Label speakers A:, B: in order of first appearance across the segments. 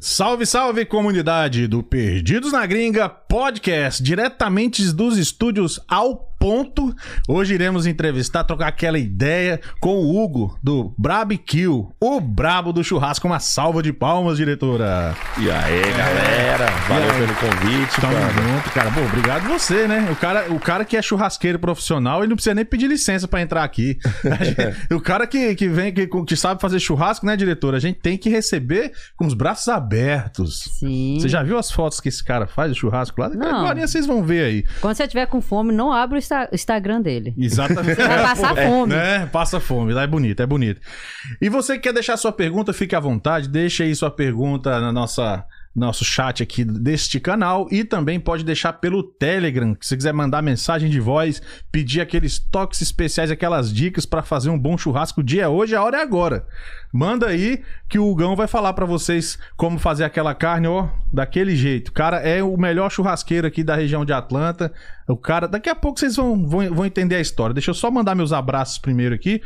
A: Salve, salve comunidade do Perdidos na Gringa podcast, diretamente dos estúdios ao ponto. Hoje iremos entrevistar, trocar aquela ideia com o Hugo do Brabikill, o brabo do churrasco. Uma salva de palmas, diretora.
B: E aí, galera, valeu
A: É. aí?
B: pelo convite,
A: Tamo
B: mano.
A: junto, cara. Bom, obrigado você, né? O cara, o cara que é churrasqueiro profissional, ele não precisa nem pedir licença pra entrar aqui. A gente- o cara que, que vem, que, que sabe fazer churrasco, né, diretora? A gente tem que receber com os braços abertos.
C: Sim.
A: Você já viu as fotos que esse cara faz de churrasco lá?
C: Não.
A: Agora vocês vão ver aí.
C: Quando você tiver com fome, não abra o Insta- o Instagram dele.
A: Exatamente.
C: Vai passar fome.
A: Né? Passa fome, lá é bonito, é bonito. E você que quer deixar sua pergunta, fique à vontade, deixe aí sua pergunta na nossa nosso chat aqui deste canal e também pode deixar pelo Telegram, se você quiser mandar mensagem de voz, pedir aqueles toques especiais, aquelas dicas pra fazer um bom churrasco, o dia é hoje, a hora é agora. Manda aí que o Hugão vai falar pra vocês como fazer aquela carne, ó, daquele jeito. O cara é o melhor churrasqueiro aqui da região de Atlanta. O cara, daqui a pouco vocês vão, vão, vão entender a história. Deixa eu só mandar meus abraços primeiro aqui.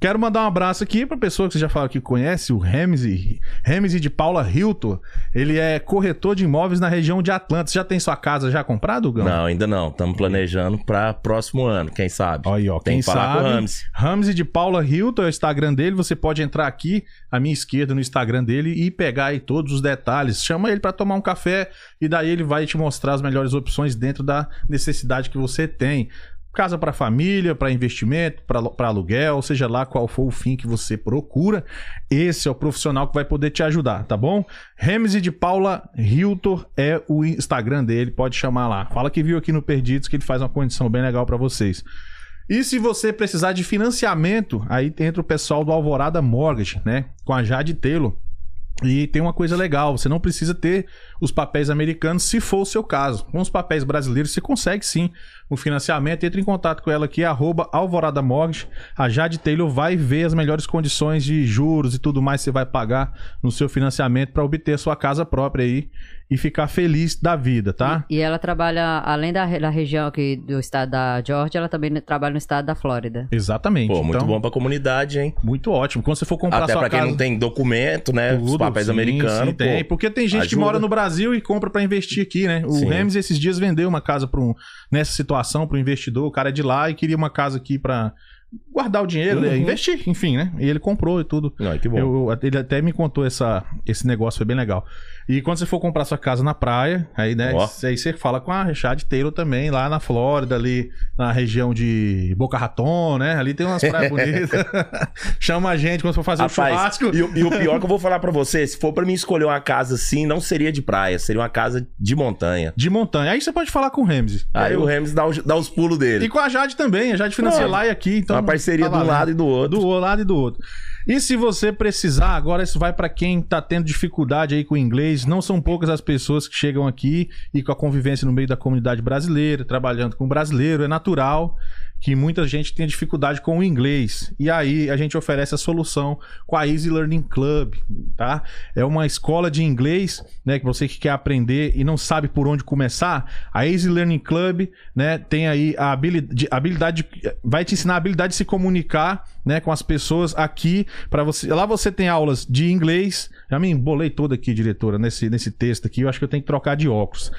A: Quero mandar um abraço aqui pra pessoa que você já falou que conhece, o Ramsey. Ramsey de Paula Hilton. Ele é corretor de imóveis na região de Atlanta. Você já tem sua casa já comprada, Hugão?
B: Não, ainda não. Estamos planejando pra próximo ano, quem sabe.
A: Olha aí, ó.
B: Tem
A: quem
B: que falar
A: sabe,
B: com o Rames.
A: Ramsey de Paula Hilton é o Instagram dele. Você pode entrar aqui à minha esquerda no Instagram dele e pegar aí todos os detalhes. Chama ele pra tomar um café e daí ele vai te mostrar as melhores opções dentro da necessidade que você tem. Casa pra família, pra investimento, pra pra aluguel, seja lá qual for o fim que você procura, esse é o profissional que vai poder te ajudar, tá bom? Ramsey de Paula Hilton é o Instagram dele, pode chamar lá. Fala que viu aqui no Perdidos que ele faz uma condição bem legal pra vocês. E se você precisar de financiamento, aí entra o pessoal do Alvorada Mortgage, né? Com a Jade Telo. E tem uma coisa legal, você não precisa ter os papéis americanos se for o seu caso. Com os papéis brasileiros você consegue sim o financiamento. Entre em contato com ela aqui, arroba Alvorada Mortgage. A Jade Taylor vai ver as melhores condições de juros e tudo mais que você vai pagar no seu financiamento para obter a sua casa própria aí e ficar feliz da vida, tá?
C: E ela trabalha, além da, re- da região aqui do estado da Georgia, ela também trabalha no estado da Flórida.
A: Exatamente.
B: Pô, muito
A: Então,
B: bom pra comunidade, hein?
A: Muito ótimo. Quando você for comprar
B: Até
A: sua
B: pra quem
A: casa...
B: não tem documento, né? Os
A: Tudo,
B: papéis
A: sim,
B: americanos,
A: sim,
B: pô.
A: tem. Porque tem gente que
B: ajuda.
A: mora no Brasil e compra pra investir aqui, né? O
B: Sim.
A: Remes esses dias vendeu uma casa para um nessa situação para um investidor, o cara é de lá e queria uma casa aqui pra guardar o dinheiro, né?
B: Uhum.
A: investir, enfim, né? E ele comprou e tudo.
B: Não, que bom.
A: Eu- eu- ele até me contou essa, esse negócio, foi bem legal. E quando você for comprar sua casa na praia, aí, né?
B: Ó.
A: Aí você fala com a Richard Taylor também, lá na Flórida, ali na região de Boca Raton, né? Ali tem umas praias bonitas. Chama a gente quando for fazer o
B: Rapaz,
A: churrasco.
B: e, o- e o pior que eu vou falar pra você, se for pra mim escolher uma casa assim, não seria de praia, seria uma casa de montanha.
A: De montanha. Aí você pode falar com o Ramsey.
B: Aí
A: Eu-
B: o Remes dá, os- dá os pulos dele.
A: E com a Jade também. A Jade financia
B: Pô,
A: lá e aqui. Então
B: uma parceria
A: tá
B: de um
A: valendo.
B: lado e do outro.
A: Do lado e do outro. E se você precisar, agora isso vai pra quem tá tendo dificuldade aí com o inglês. Não são poucas as pessoas que chegam aqui e com a convivência no meio da comunidade brasileira, trabalhando com brasileiro, é natural que muita gente tenha dificuldade com o inglês. E aí a gente oferece a solução com a Easy Learning Club, tá? É uma escola de inglês, né, que você que quer aprender e não sabe por onde começar, a Easy Learning Club, né, tem aí a habilidade, habilidade vai te ensinar a habilidade de se comunicar, né, com as pessoas aqui para você. Lá você tem aulas de inglês. Já me embolei toda aqui, diretora, nesse nesse texto aqui. Eu acho que eu tenho que trocar de óculos.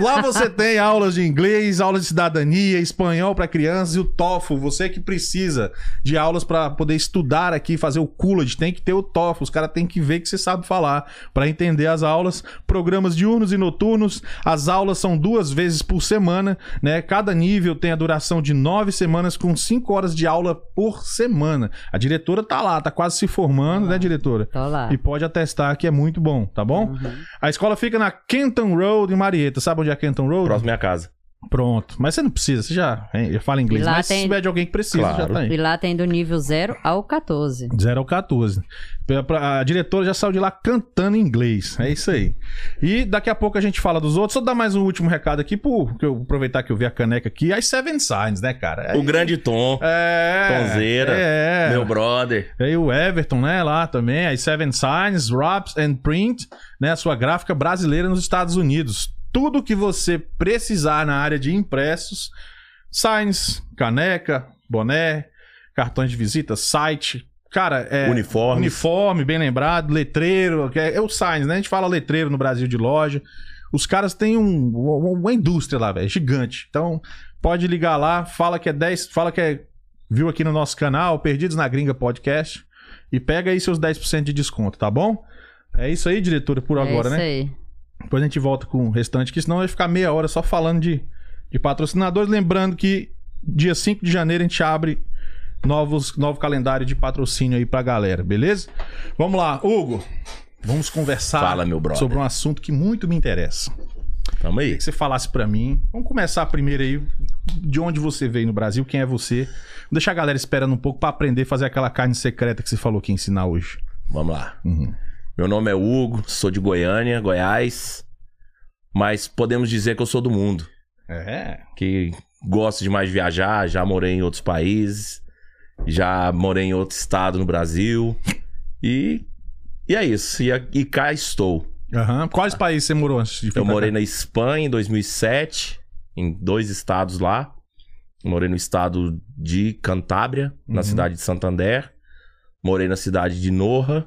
A: Lá você tem aulas de inglês, aulas de cidadania, espanhol para crianças e o TOEFL. Você que precisa de aulas para poder estudar aqui, fazer o Coolidge, tem que ter o TOEFL. Os caras têm que ver que você sabe falar para entender as aulas. Programas diurnos e noturnos. As aulas são duas vezes por semana, né? Cada nível tem a duração de nove semanas com cinco horas de aula por semana. A diretora tá lá, tá quase se formando, né, diretora?
C: Tô lá.
A: E pode atestar que é muito bom, tá bom?
C: Uhum.
A: A escola fica na Kenton Road, em Marieta. Sabe onde é Kenton Road?
B: Próximo à minha casa.
A: Pronto. Mas você não precisa, você já, hein, já fala inglês.
C: Lá
A: Mas se
C: tem-
A: tiver de alguém que precisa,
B: Claro.
A: já tá
C: E
A: aí.
C: lá tem do nível 0 ao 14.
A: 0 ao 14. Pra- pra- A diretora já saiu de lá cantando em inglês. É isso aí. E daqui a pouco a gente fala dos outros. Só dar mais um último recado aqui, pro, que eu aproveitar que eu vi a caneca aqui. As Seven Signs, né, cara?
B: O grande Tom,
A: É.
B: Tonzeira,
A: É.
B: meu brother.
A: E aí o Everton, né, lá também, aí Seven Signs, Wraps and Print, né, sua gráfica brasileira nos Estados Unidos. Tudo que você precisar na área de impressos, signs, caneca, boné, cartões de visita, site, Cara, é.
B: Uniforme.
A: Uniforme, bem lembrado, letreiro, que é, é o Sainz, né? A gente fala letreiro no Brasil de loja. Os caras têm um, um- uma indústria lá, velho, gigante. Então, pode ligar lá, fala que é 10, fala que é viu aqui no nosso canal, Perdidos na Gringa Podcast, e pega aí seus 10% de desconto, tá bom? É isso aí, diretora, por agora,
C: é isso
A: né?
C: aí.
A: Depois a gente volta com o restante, que senão vai ficar meia hora só falando de, de patrocinadores. Lembrando que dia 5 de janeiro a gente abre novos, novo calendário de patrocínio aí pra galera, beleza? Vamos lá, Hugo. Vamos conversar
B: Fala, meu brother.
A: sobre um assunto que muito me interessa.
B: Tamo
A: Queria
B: aí.
A: que você falasse pra mim. Vamos começar primeiro aí de onde você veio no Brasil, quem é você. Vou deixar a galera esperando um pouco pra aprender a fazer aquela carne secreta que você falou que ia ensinar hoje.
B: Vamos lá.
A: Uhum.
B: Meu nome é Hugo, sou de Goiânia, Goiás. Mas podemos dizer que eu sou do mundo.
A: É.
B: que gosto demais de viajar, já morei em outros países, já morei em outro estado no Brasil. E, e é isso. E, a- e cá estou.
A: Aham. Quais países você morou antes de vir pra
B: Eu
A: cá?
B: morei na Espanha em 2007, em dois estados lá. Morei no estado de Cantábria, na
A: Uhum.
B: cidade de Santander. Morei na cidade de Norra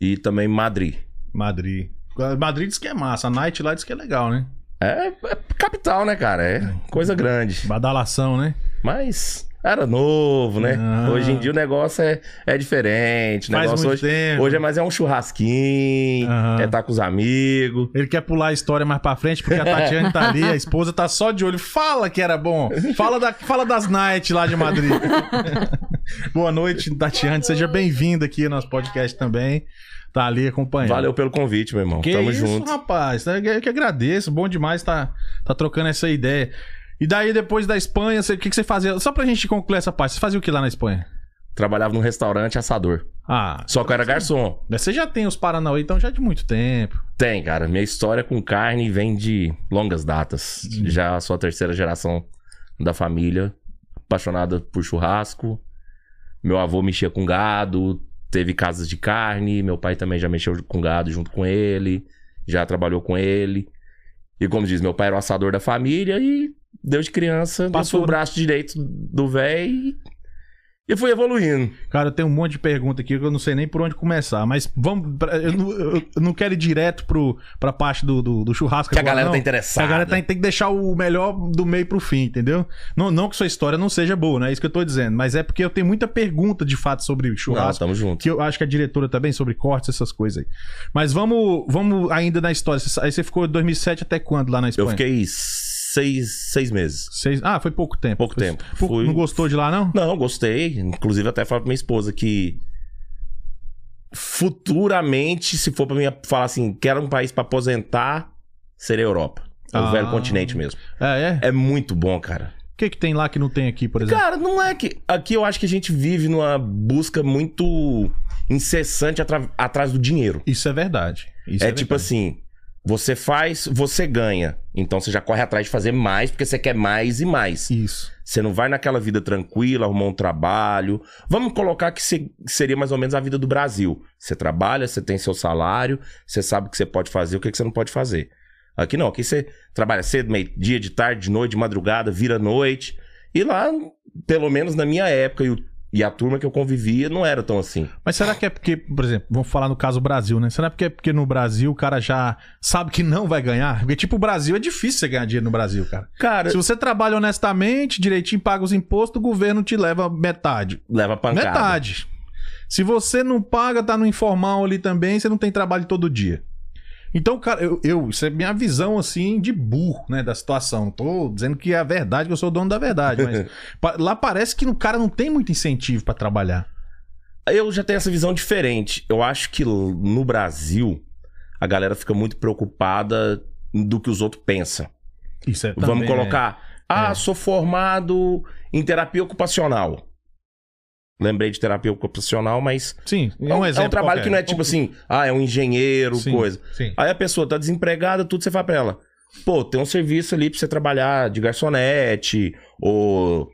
B: e também em Madrid.
A: Madrid. Madrid diz que é massa, a Night lá diz que é legal, né?
B: É, é capital, né, cara? É coisa grande.
A: Badalação, né?
B: Mas era novo, né?
A: Ah.
B: Hoje em dia o negócio é, é diferente. O
A: Faz
B: negócio
A: muito
B: hoje,
A: tempo.
B: hoje é mais é um churrasquinho,
A: Aham.
B: é estar com os amigos.
A: Ele quer pular a história mais pra frente porque a Tatiane tá ali, a esposa tá só de olho. Fala que era bom. Fala, da, fala das Night lá de Madrid. Boa noite, Tatiane. Seja bem-vinda aqui ao nosso podcast também. Tá ali acompanhando.
B: Valeu pelo convite, meu irmão.
A: Que
B: Tamo
A: isso,
B: junto.
A: rapaz. Eu que agradeço. Bom demais tá, tá trocando essa ideia. E daí, depois da Espanha, você- o que, que você fazia? Só pra gente concluir essa parte. Você fazia o que lá na Espanha?
B: Trabalhava num restaurante assador.
A: Ah,
B: Só que eu era garçom.
A: Mas Né? Você já tem os Paranauê, então já de muito tempo.
B: Tem, cara. Minha história com carne vem de longas datas. Já sou a terceira geração da família, apaixonada por churrasco. Meu avô mexia com gado, teve casas de carne. Meu pai também já mexeu com gado junto com ele, já trabalhou com ele. E como diz, meu pai era o assador da família e desde criança
A: Passou,
B: passou o
A: né?
B: braço direito do véi e- e fui evoluindo.
A: Cara, eu tenho um monte de pergunta aqui que eu não sei nem por onde começar, mas vamos. pra- Eu não, eu não quero ir direto pro, pra parte do, do, do churrasco.
B: Que a
A: agora,
B: galera
A: não.
B: tá
A: A
B: interessada.
A: galera tá- tem que deixar o melhor do meio pro fim, entendeu? Não, não que sua história não seja boa, não é isso que eu tô dizendo, mas é porque eu tenho muita pergunta de fato sobre
B: Não,
A: churrasco.
B: tamo junto.
A: que eu acho que a diretora também, sobre cortes, essas coisas aí. Mas vamos, vamos ainda na história. Você sa- Aí você ficou de 2007 até quando lá na Espanha?
B: Eu fiquei seis, seis meses.
A: Seis... Ah, foi pouco tempo.
B: Pouco tempo.
A: Pou-
B: Fui-
A: Não gostou de lá, não?
B: Não, gostei. Inclusive, até falo pra minha esposa que futuramente, se for pra mim falar assim, quero um país pra aposentar, seria a Europa. É o
A: Ah.
B: velho continente mesmo.
A: É, é?
B: É muito bom, cara.
A: O que, que tem lá que não tem aqui, por exemplo?
B: Cara, não é que. Aqui eu acho que a gente vive numa busca muito incessante atra- atrás do dinheiro.
A: Isso é verdade. Isso
B: é tipo assim. Você faz, você ganha. Então você já corre atrás de fazer mais, porque você quer mais e mais.
A: assim. Isso.
B: Você não vai naquela vida tranquila, arrumar um trabalho. Vamos colocar que se- seria mais ou menos a vida do Brasil. Você trabalha, você tem seu salário, você sabe o que você pode fazer, o que que você não pode fazer. Aqui não, aqui você trabalha cedo, meio-dia, de tarde, de noite, de madrugada, vira noite. E lá, pelo menos na minha época e, o- e a turma que eu convivia, não era tão assim.
A: Mas será que é porque, por exemplo, vamos falar no caso Brasil, né? Será que é porque no Brasil o cara já sabe que não vai ganhar? Porque, tipo, o Brasil é difícil você ganhar dinheiro no Brasil, cara.
B: Cara,
A: Se você trabalha honestamente, direitinho, paga os impostos, o governo te leva metade.
B: leva pancada.
A: Metade. Se você não paga, tá no informal ali também, você não tem trabalho todo dia. Então, cara, eu, eu- isso é minha visão assim de burro, né, da situação. Tô dizendo que é a verdade, que eu sou o dono da verdade, mas pa- lá parece que o cara não tem muito incentivo pra trabalhar.
B: Eu já tenho essa visão diferente. Eu acho que l- no Brasil, a galera fica muito preocupada do que os outros pensam.
A: Isso é
B: Vamos
A: também, né?
B: colocar. Ah,
A: É.
B: sou formado em terapia ocupacional. Lembrei de terapia ocupacional, mas.
A: Sim,
B: É um, é um
A: exemplo
B: trabalho
A: qualquer.
B: que não é tipo assim, ah, é um engenheiro,
A: Sim,
B: coisa.
A: Sim.
B: Aí a pessoa tá desempregada, tudo você fala pra ela. Pô, tem um serviço ali pra você trabalhar de garçonete, ou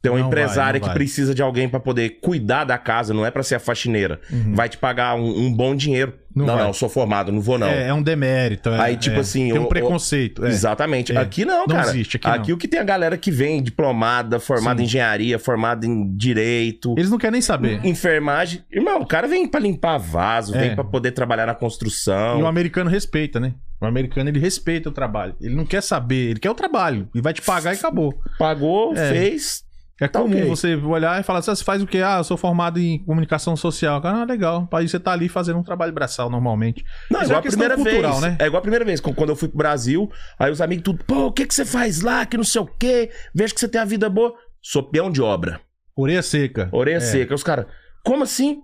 B: Tem uma
A: Não vai,
B: empresária
A: não
B: que
A: vai.
B: precisa de alguém pra poder cuidar da casa, não é pra ser a faxineira.
A: Uhum.
B: Vai te pagar um, um bom dinheiro.
A: Não
B: Não, não,
A: vai.
B: eu sou formado, não vou não.
A: É, é um demérito. é-
B: Aí, tipo
A: é.
B: assim,
A: Tem
B: o-
A: um
B: o-
A: preconceito. é.
B: Exatamente.
A: É.
B: Aqui não,
A: Não
B: cara.
A: existe, aqui
B: aqui
A: não.
B: o que tem a galera que vem diplomada, formada
A: Sim.
B: em engenharia, formada em direito,
A: Eles não querem nem saber.
B: enfermagem. Irmão, o cara vem pra limpar vaso,
A: É.
B: vem pra poder trabalhar na construção.
A: E o americano respeita, né? O americano, ele respeita o trabalho. Ele não quer saber, ele quer o trabalho. E vai te pagar e acabou.
B: Pagou,
A: É.
B: fez.
A: É
B: Tá
A: comum
B: ok.
A: você olhar e falar, "Ah, você faz o quê? Ah, eu sou formado em comunicação social. Cara, ah, legal. Aí você tá ali fazendo um trabalho braçal, normalmente.
B: Não, é
A: Isso é
B: igual
A: uma
B: a
A: questão
B: primeira
A: cultural,
B: vez.
A: né?
B: É igual a primeira vez. Qu- Quando eu fui pro Brasil, aí os amigos tudo, pô, o que, que você faz lá? Que não sei o quê. Vejo que você tem a vida boa. Sou peão de obra.
A: Orelha seca.
B: Orelha
A: É.
B: seca. Os caras, como assim?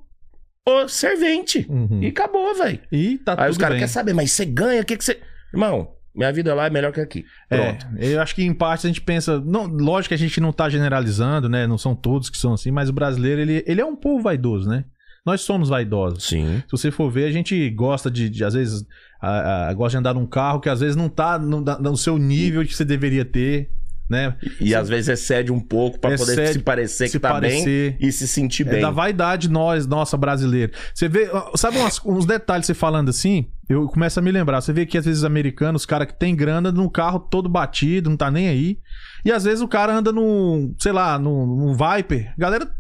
B: Ô, servente.
A: Uhum.
B: E
A: E...
B: acabou, velho.
A: tá
B: Aí
A: tudo
B: os caras
A: bem.
B: querem saber, mas você ganha, o que, que você. Irmão, minha vida lá é melhor que aqui.
A: É,
B: Pronto.
A: eu acho que em parte a gente pensa, não, lógico que a gente não tá generalizando, né? Não são todos que são assim, mas o brasileiro, ele, ele é um povo vaidoso, né? Nós somos vaidosos.
B: Sim.
A: Se você for ver, a gente gosta de, de, às vezes, a- a- gosta de andar num carro que às vezes não tá no, da- no seu nível que você deveria ter, né?
B: E às vezes excede um pouco pra poder
A: Excede,
B: se parecer que tá bem
A: parecer.
B: e se sentir
A: É
B: bem.
A: da vaidade nós, nossa, brasileiro. Você vê, ó, sabe umas- uns detalhes você falando assim? Eu começo a me lembrar. Você vê que às vezes os americanos, os caras que tem grana num carro todo batido, não tá nem aí. E às vezes o cara anda num, sei lá, num, num Viper. Galera,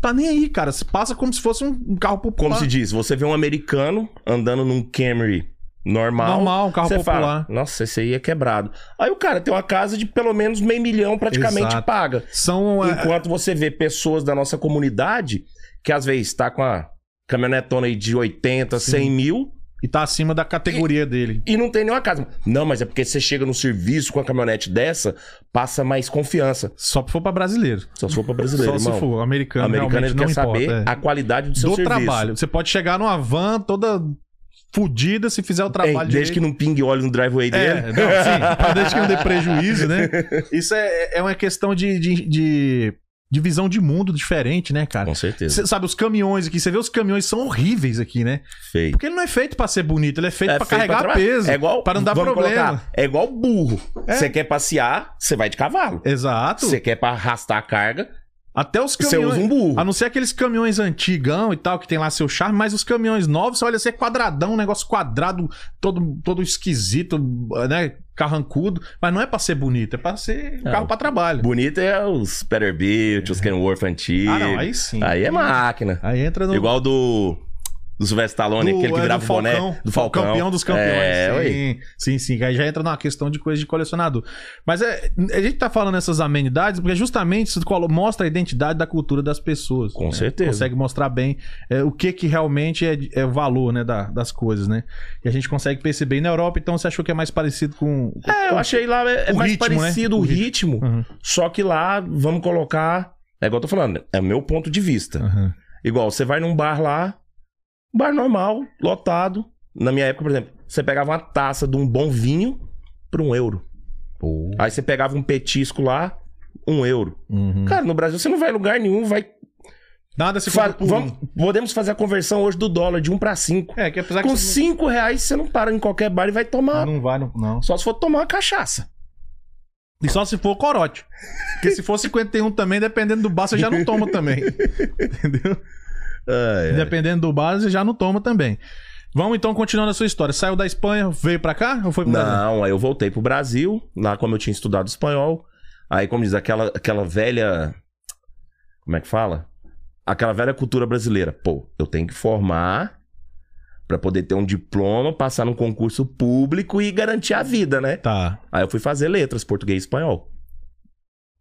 A: tá nem aí, cara. Se passa como se fosse um, um carro popular.
B: Como se diz, você vê um americano andando num Camry normal.
A: Normal, um carro
B: você
A: popular.
B: fala, nossa, esse aí é quebrado. Aí o cara tem uma casa de pelo menos meio milhão praticamente
A: Exato.
B: paga.
A: São. é,
B: Enquanto você vê pessoas da nossa comunidade que às vezes tá com a caminhonetona aí de 80,
A: Sim.
B: 100 mil
A: e tá acima da categoria dele.
B: e não tem nenhuma casa. Não, mas é porque você chega no serviço com a caminhonete dessa, passa mais confiança.
A: Só se for pra brasileiro.
B: Só se for pra brasileiro,
A: Só
B: irmão.
A: se for.
B: O
A: Americano,
B: americano
A: realmente
B: ele
A: não
B: quer
A: importa.
B: saber
A: é.
B: a qualidade do seu
A: do
B: serviço.
A: trabalho. Você pode chegar numa van toda fudida se fizer o
B: Ei,
A: trabalho
B: desde
A: direito.
B: que não pingue óleo no driveway
A: É,
B: dele.
A: não, sim, mas desde que não dê prejuízo, né? Isso é, é uma questão de, de, de, de visão de mundo diferente, né, cara?
B: Com certeza.
A: Você sabe, os caminhões aqui, você vê os caminhões são horríveis aqui, né?
B: Feio.
A: Porque ele não é feito pra ser bonito, ele é feito pra
B: feio
A: carregar
B: trabalhar.
A: peso,
B: É igual,
A: pra não dar
B: vamos
A: problema.
B: colocar, é igual burro.
A: É.
B: Você quer passear, você vai de cavalo.
A: Exato.
B: Você quer pra arrastar a carga,
A: Até os
B: você
A: caminhões.
B: usa um burro.
A: A é- Ah, não ser aqueles caminhões antigão e tal, que tem lá seu charme, mas os caminhões novos, você olha, você é quadradão, um negócio quadrado, todo, todo esquisito, né? Carrancudo, mas não é pra ser bonito, é pra ser um
B: Não.
A: carro pra trabalho.
B: Bonito é os Peterbilt, os Kenworth antigos.
A: Ah, não, aí sim.
B: Aí é máquina.
A: Aí entra no.
B: Igual do. Do Sylvester Stallone,
A: do-
B: aquele que
A: é, do
B: virava o boné.
A: Falcão,
B: Do Falcão.
A: Campeão dos campeões.
B: É, ué.
A: sim, sim, sim. Aí já entra numa questão de coisa de colecionador. Mas é, a gente tá falando essas amenidades porque justamente isso colo- mostra a identidade da cultura das pessoas.
B: Com
A: né?
B: certeza.
A: Consegue mostrar bem é, o que que realmente é, de- é o valor né, da- das coisas, né? E a gente consegue perceber. E na Europa, então, você achou que é mais parecido com...
B: É, eu achei lá é, é
A: O
B: mais
A: ritmo, né?
B: parecido
A: O
B: o ritmo.
A: Uhum,
B: Só que lá, vamos colocar. É igual eu tô falando, é meu ponto de vista.
A: uhum.
B: Igual, você vai num bar lá, bar normal, lotado. Na minha época, por exemplo, você pegava uma taça de um bom vinho por um euro. Aí você pegava um petisco lá, um euro.
A: Uhum.
B: Cara, no Brasil você não vai em lugar nenhum, vai.
A: Nada se
B: Fa-
A: compra por
B: vamos- podemos fazer a conversão hoje do dólar de um pra cinco.
A: um. É, que apesar que
B: Com
A: você
B: cinco reais você não para em qualquer bar e vai
A: não,
B: tomar.
A: não vai, não. não.
B: Só se for tomar uma cachaça.
A: E só se for corote. Porque se for 51 também, dependendo do bar, você já não toma também. Entendeu?
B: É,
A: Dependendo do bar, você já não toma também. Vamos então continuando a sua história. Saiu da Espanha, veio pra cá ou foi pro Brasil?
B: Não, aí eu voltei pro Brasil, lá como eu tinha estudado espanhol. Aí, como diz, aquela, aquela velha. Como é que fala? Aquela velha cultura brasileira. Pô, eu tenho que formar pra poder ter um diploma, passar num concurso público e garantir a vida, né?
A: Tá.
B: Aí eu fui fazer letras, português e espanhol.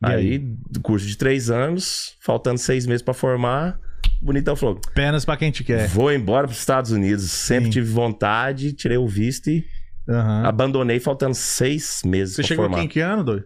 A: E aí?
B: Aí, curso de três anos, faltando seis meses pra formar, o bonitão falou:
A: Penas pra quem te quer.
B: vou embora pros Estados Unidos. Sempre
A: É. Sim.
B: tive vontade, tirei o visto e
A: Aham.
B: Abandonei faltando seis meses
A: Você
B: pra
A: chegou
B: formar.
A: aqui em que ano, doido?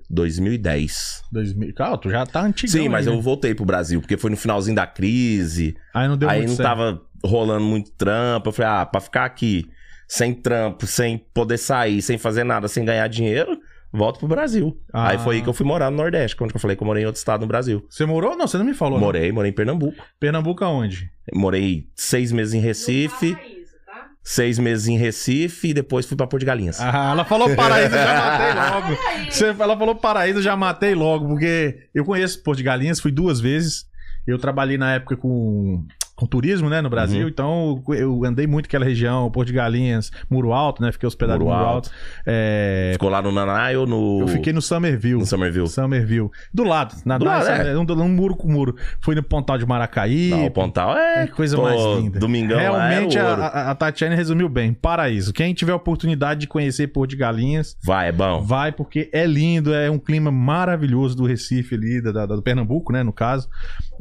B: 2010.
A: 2000. Cara, tu já tá antigo.
B: Sim, mas eu voltei pro Brasil, porque foi no finalzinho da crise.
A: Aí não deu
B: aí
A: muito
B: não
A: certo.
B: tava rolando muito trampo. Eu falei, ah, pra ficar aqui sem trampo, sem poder sair, sem fazer nada, sem ganhar dinheiro, volto pro Brasil.
A: Ah.
B: Aí foi aí que eu fui morar no Nordeste, onde eu falei que eu morei em outro estado no Brasil.
A: Você morou? Não, você não me falou. né?
B: Morei, morei em Pernambuco.
A: Pernambuco aonde?
B: Morei seis meses em Recife.
C: Paraíso, tá?
B: seis meses em Recife e depois fui pra Porto de Galinhas.
A: Ah, ela falou paraíso, eu já matei logo. Você- ela falou paraíso, eu já matei logo, porque eu conheço Porto de Galinhas, fui duas vezes. Eu trabalhei na época com, com turismo, né, no Brasil,
B: Uhum.
A: então eu andei muito aquela região, Porto de Galinhas, Muro Alto, né, fiquei hospedado
B: Muro
A: no Muro
B: Alto.
A: Alto. É,
B: Ficou lá no Nanai ou no.
A: eu fiquei no Summerville.
B: no Somerville.
A: Summerville. Do lado, na
B: Do
A: na-
B: lado, é.
A: um, um muro com muro. Fui no Pontal de Maracaí.
B: Não, o Pontal é.
A: Que coisa
B: pô,
A: mais linda.
B: Domingão
A: Realmente
B: lá é
A: a,
B: o ouro.
A: a- a Tatiane resumiu bem. Paraíso. Quem tiver a oportunidade de conhecer Porto de Galinhas,
B: Vai, é bom.
A: vai porque é lindo, é um clima maravilhoso do Recife ali, da, da- do Pernambuco, né, no caso.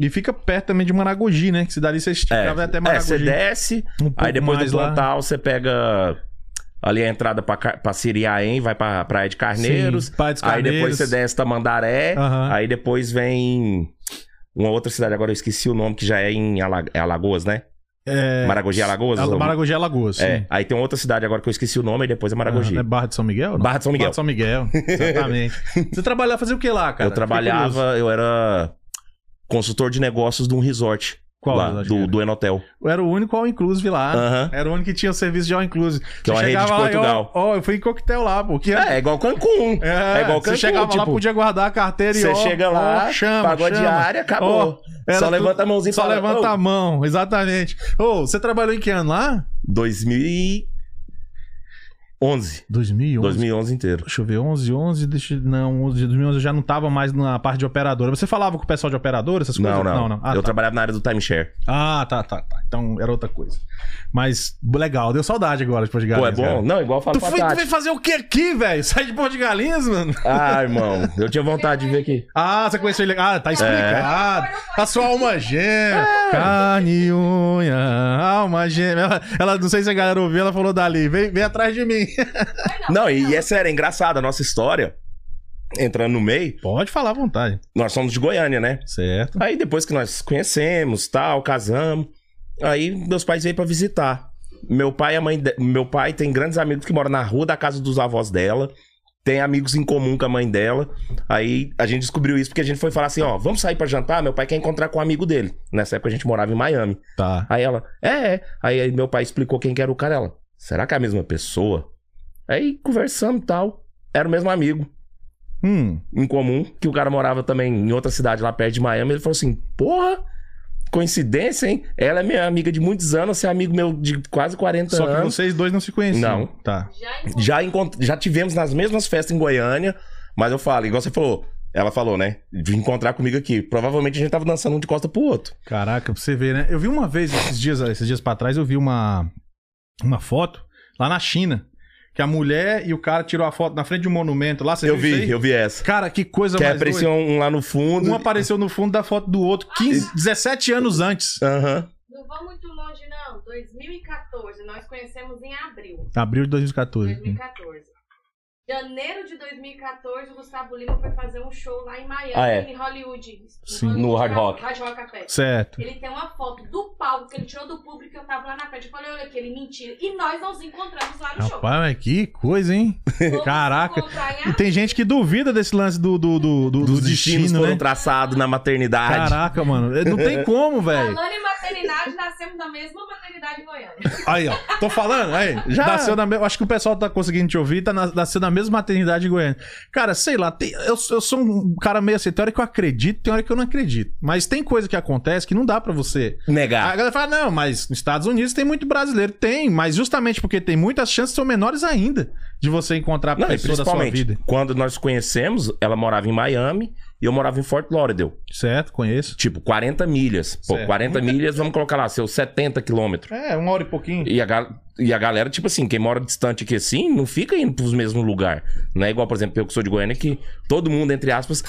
A: E fica perto também de Maragogi, né, que se dali você
B: É,
A: esticava vai até
B: é, você
A: Maragogi.
B: desce,
A: um pouco
B: aí depois
A: mais
B: do
A: lá.
B: Pontal você pega ali a entrada pra, Car- pra Siriaém, vai pra Praia de Carneiros.
A: Sim, Praia dos
B: Aí depois
A: Carneiros.
B: você desce Tamandaré.
A: Aham.
B: Aí depois vem uma outra cidade, agora eu esqueci o nome, que já é em Ala- é Alagoas, né?
A: É,
B: Maragogi, Alagoas?
A: Ala-
B: ou-
A: Maragogi é Alagoas, sim.
B: É, aí tem outra cidade agora que eu esqueci o nome, e depois é Maragogi.
A: Ah, é Barra de São Miguel? não?
B: Barra de São Miguel.
A: Barra de São Miguel, exatamente. você trabalhava, fazia o que lá, cara?
B: eu
A: Fiquei curioso.
B: trabalhava, eu era consultor de negócios de um resort.
A: Qual
B: lá,
A: resort que
B: do,
A: era? Ah,
B: do Enotel.
A: Eu era o único all inclusive lá.
B: Aham.
A: Era o único que tinha o serviço de all inclusive.
B: Que é uma
A: Você
B: rede de
A: chegava lá e, ó,
B: Portugal.
A: Ó, eu fui em coquetel lá, porque
B: É, é igual Cancún. É, igual Cancún.
A: Você chegava lá,
B: tipo,
A: podia guardar a carteira e
B: Você
A: ó,
B: chega
A: ó,
B: lá,
A: chama,
B: pagou a
A: chama.
B: diária, acabou.
A: era
B: só
A: tudo-
B: levanta a mãozinha e
A: Só
B: fala,
A: levanta
B: "Ô,
A: a mão, exatamente. Ô, você trabalhou em que ano lá?
B: 2011.
A: 2011.
B: 2011 inteiro.
A: Deixa eu ver, 11, 11, deixa, eu- não, 11, 2011 eu já não tava mais na parte de operadora. Você falava com o pessoal de operadora, essas
B: Não,
A: coisas?
B: não.
A: Ah,
B: eu
A: tá.
B: trabalhava na área do timeshare.
A: ah, tá, tá, tá. Então era outra coisa. Mas legal, deu saudade agora de Porto de
B: Pô, é
A: Galinhas.
B: bom?
A: cara.
B: Não, igual eu falo
A: Tu,
B: pra
A: foi, tu
B: Tati.
A: veio fazer o que aqui, velho? Sai de Porto de Galinhas, mano?
B: Ah, irmão, eu tinha vontade de ver aqui.
A: Ah, você conheceu ele. Ah, tá explicado.
B: É.
A: A sua alma gêmea. Carne e unha, alma gêmea. Ela, ela- não sei se a galera ouviu, ela falou dali. Vem, vem atrás de mim.
B: Não, e, e é sério, é engraçado. A nossa história, entrando no meio,
A: Pode falar à vontade.
B: nós somos de Goiânia, né?
A: Certo.
B: Aí depois que nós conhecemos, tal, casamos, aí meus pais veio pra visitar. Meu pai e a mãe de- meu pai tem grandes amigos que moram na rua da casa dos avós dela. Tem amigos em comum com a mãe dela. Aí a gente descobriu isso porque a gente foi falar assim, ó, vamos sair pra jantar, meu pai quer encontrar com um amigo dele. Nessa época a gente morava em Miami.
A: Tá.
B: Aí ela, é, é. Aí, aí meu pai explicou quem que era o cara. Ela, será que é a mesma pessoa? Aí conversando e tal. Era o mesmo amigo
A: Hum.
B: em comum, que o cara morava também em outra cidade lá perto de Miami. Ele falou assim: porra, coincidência, hein? Ela é minha amiga de muitos anos, você é amigo meu de quase 40
A: Só que
B: anos.
A: vocês dois não se conheciam.
B: Tá. Não.
A: Tá.
D: Já
B: Já, encont... Já tivemos nas mesmas festas em Goiânia, mas eu falo, igual você falou. Ela falou, né? De encontrar comigo aqui. Provavelmente a gente tava dançando um de costa pro outro.
A: Caraca, pra você ver, né? Eu vi uma vez, esses dias, esses dias pra trás, eu vi uma, uma foto lá na China. Que a mulher e o cara tirou a foto na frente de um monumento lá. Você
B: eu
A: viu isso
B: vi,
A: aí?
B: eu vi essa.
A: Cara, que coisa
B: Que
A: mais doida.
B: apareceu um lá no fundo.
A: Um apareceu no fundo da foto do outro 15, 17 anos antes.
B: Aham.
D: Não vou muito longe, não. 2014, nós conhecemos em abril
A: Abril de 2014.
D: 2014. Janeiro de 2014, o Gustavo Lima foi fazer um show lá em Miami,
B: Ah, é.
D: em Hollywood.
A: Sim.
D: Hollywood
B: No Hard
D: Ca-
B: Rock.
D: Hard Rock Café.
A: Certo.
D: Ele tem uma foto do palco que ele tirou do público que eu tava lá na frente. Eu falei, olha aquele mentira. E nós nos encontramos lá no show.
A: Rapaz, mas que coisa, hein?
D: Vamos
A: caraca.
D: encontrar em
A: E tem gente que duvida desse lance do, do, do, do-
B: dos
A: do
B: destinos
A: destino,
B: foram
A: né?
B: traçados na maternidade.
A: Caraca, mano. É, Não tem como, velho.
D: Falando em maternidade, nascemos da mesma maternidade em Goiânia.
A: Aí, ó. Tô falando, aí.
B: Já.
A: Nasceu na me... Acho que o pessoal tá conseguindo te ouvir, tá na... nasceu na mesma maternidade de Goiânia. Cara, sei lá, tem- eu, sou- eu sou um cara meio assim, tem hora que eu acredito, tem hora que eu não acredito. Mas tem coisa que acontece que não dá pra você Aí A
B: Negar.
A: galera fala, não, mas nos Estados Unidos tem muito brasileiro. Tem, mas justamente porque tem muitas chances são menores ainda de você encontrar a
B: Não, e
A: pessoa da sua
B: principalmente,
A: vida.
B: quando nós conhecemos, ela morava em Miami e eu morava em Fort Lauderdale.
A: Certo, conheço.
B: Tipo, 40 milhas. Pô,
A: Certo.
B: 40 milhas, vamos colocar lá, seus 70 quilômetros.
A: É, uma hora e pouquinho.
B: E a, ga- e a galera, tipo assim, quem mora distante aqui assim, não fica indo pros mesmos lugares. Não é igual, por exemplo, eu que sou de Goiânia, que todo mundo, entre aspas,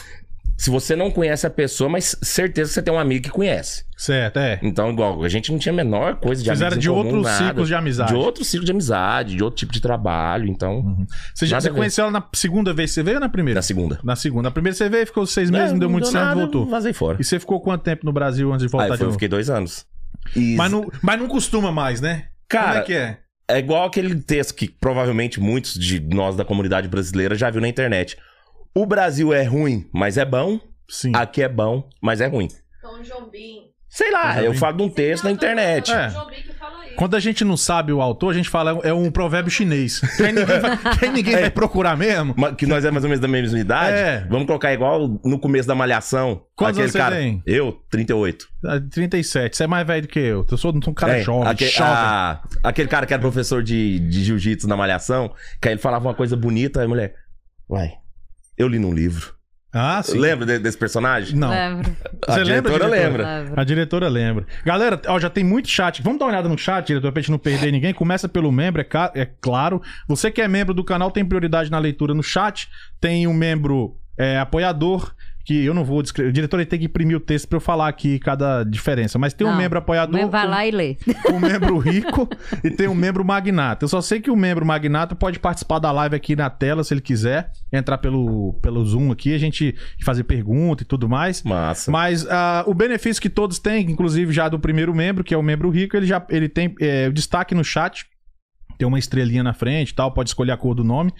B: se você não conhece a pessoa, mas certeza que você tem um amigo que conhece.
A: Certo, é.
B: Então, igual, a gente não tinha a menor coisa de
A: Fizeram
B: amigos em
A: de
B: comum,
A: outros
B: nada.
A: ciclos de amizade. Uhum.
B: De outro ciclo de amizade, de outro tipo de trabalho. Então,
A: Você, já,
B: Nada
A: você
B: a ver.
A: conheceu ela na segunda vez que você veio ou na primeira?
B: na segunda. É,
A: Na segunda. Na primeira você veio, ficou seis meses, não, deu muito certo,
B: nada,
A: voltou.
B: Vazei fora.
A: E você ficou quanto tempo no Brasil antes de
B: Aí
A: voltar de
B: foi, eu
A: novo?
B: fiquei dois anos. E
A: Mas não, mas não costuma mais, né?
B: Cara,
A: Como é que é?
B: é igual aquele texto que provavelmente muitos de nós da comunidade brasileira já viu na internet. O Brasil é ruim, mas é bom.
A: Sim.
B: Aqui é bom, mas é ruim.
D: Tom Jobim.
B: Sei lá,
A: Eu já
B: eu
A: vi.
B: falo de um texto na internet.
A: É.
D: João Bic falou isso.
A: Quando a gente não sabe o autor, a gente fala é um provérbio chinês. Que aí ninguém vai, que aí ninguém
B: É.
A: vai procurar mesmo.
B: Ma- Que nós é mais ou menos da mesma idade.
A: É.
B: Vamos colocar igual no começo da malhação.
A: Quantos
B: aquele
A: você
B: cara.
A: tem?
B: Eu, 38.
A: Ah, 37, você é mais velho do que eu. Eu sou um cara
B: É,
A: jovem.
B: aque-
A: jovem.
B: a- aquele cara que era professor de, de jiu-jitsu na malhação, que aí ele falava uma coisa bonita, aí a mulher. Uai, eu li num livro.
A: Ah, sim.
B: Lembra de- desse personagem?
A: Não.
C: Lembro,
A: Você
B: a
A: lembra,
B: diretora
A: diretora?
B: lembra.
C: lembro.
A: A diretora lembra. Galera, ó, já tem muito chat. Vamos dar uma olhada no chat, diretor, pra gente não perder ninguém. Começa pelo membro, é, ca- é claro. Você que é membro do canal tem prioridade na leitura no chat. Tem um membro é, apoiador, que eu não vou descrever. O diretor ele tem que imprimir o texto pra eu falar aqui cada diferença. Mas tem um
C: Não,
A: membro apoiador.
C: Mas Vai
A: um-
C: lá e lê.
A: um membro rico e tem um membro magnata. Eu só sei que o membro magnata pode participar da live aqui na tela, se ele quiser, entrar pelo, pelo Zoom aqui, a gente fazer pergunta e tudo mais.
B: Massa.
A: Mas ah, o benefício que todos têm, inclusive já do primeiro membro, que é o membro rico, ele já ele tem eh, o destaque no chat. Tem uma estrelinha na frente e tal, pode escolher a cor do nome.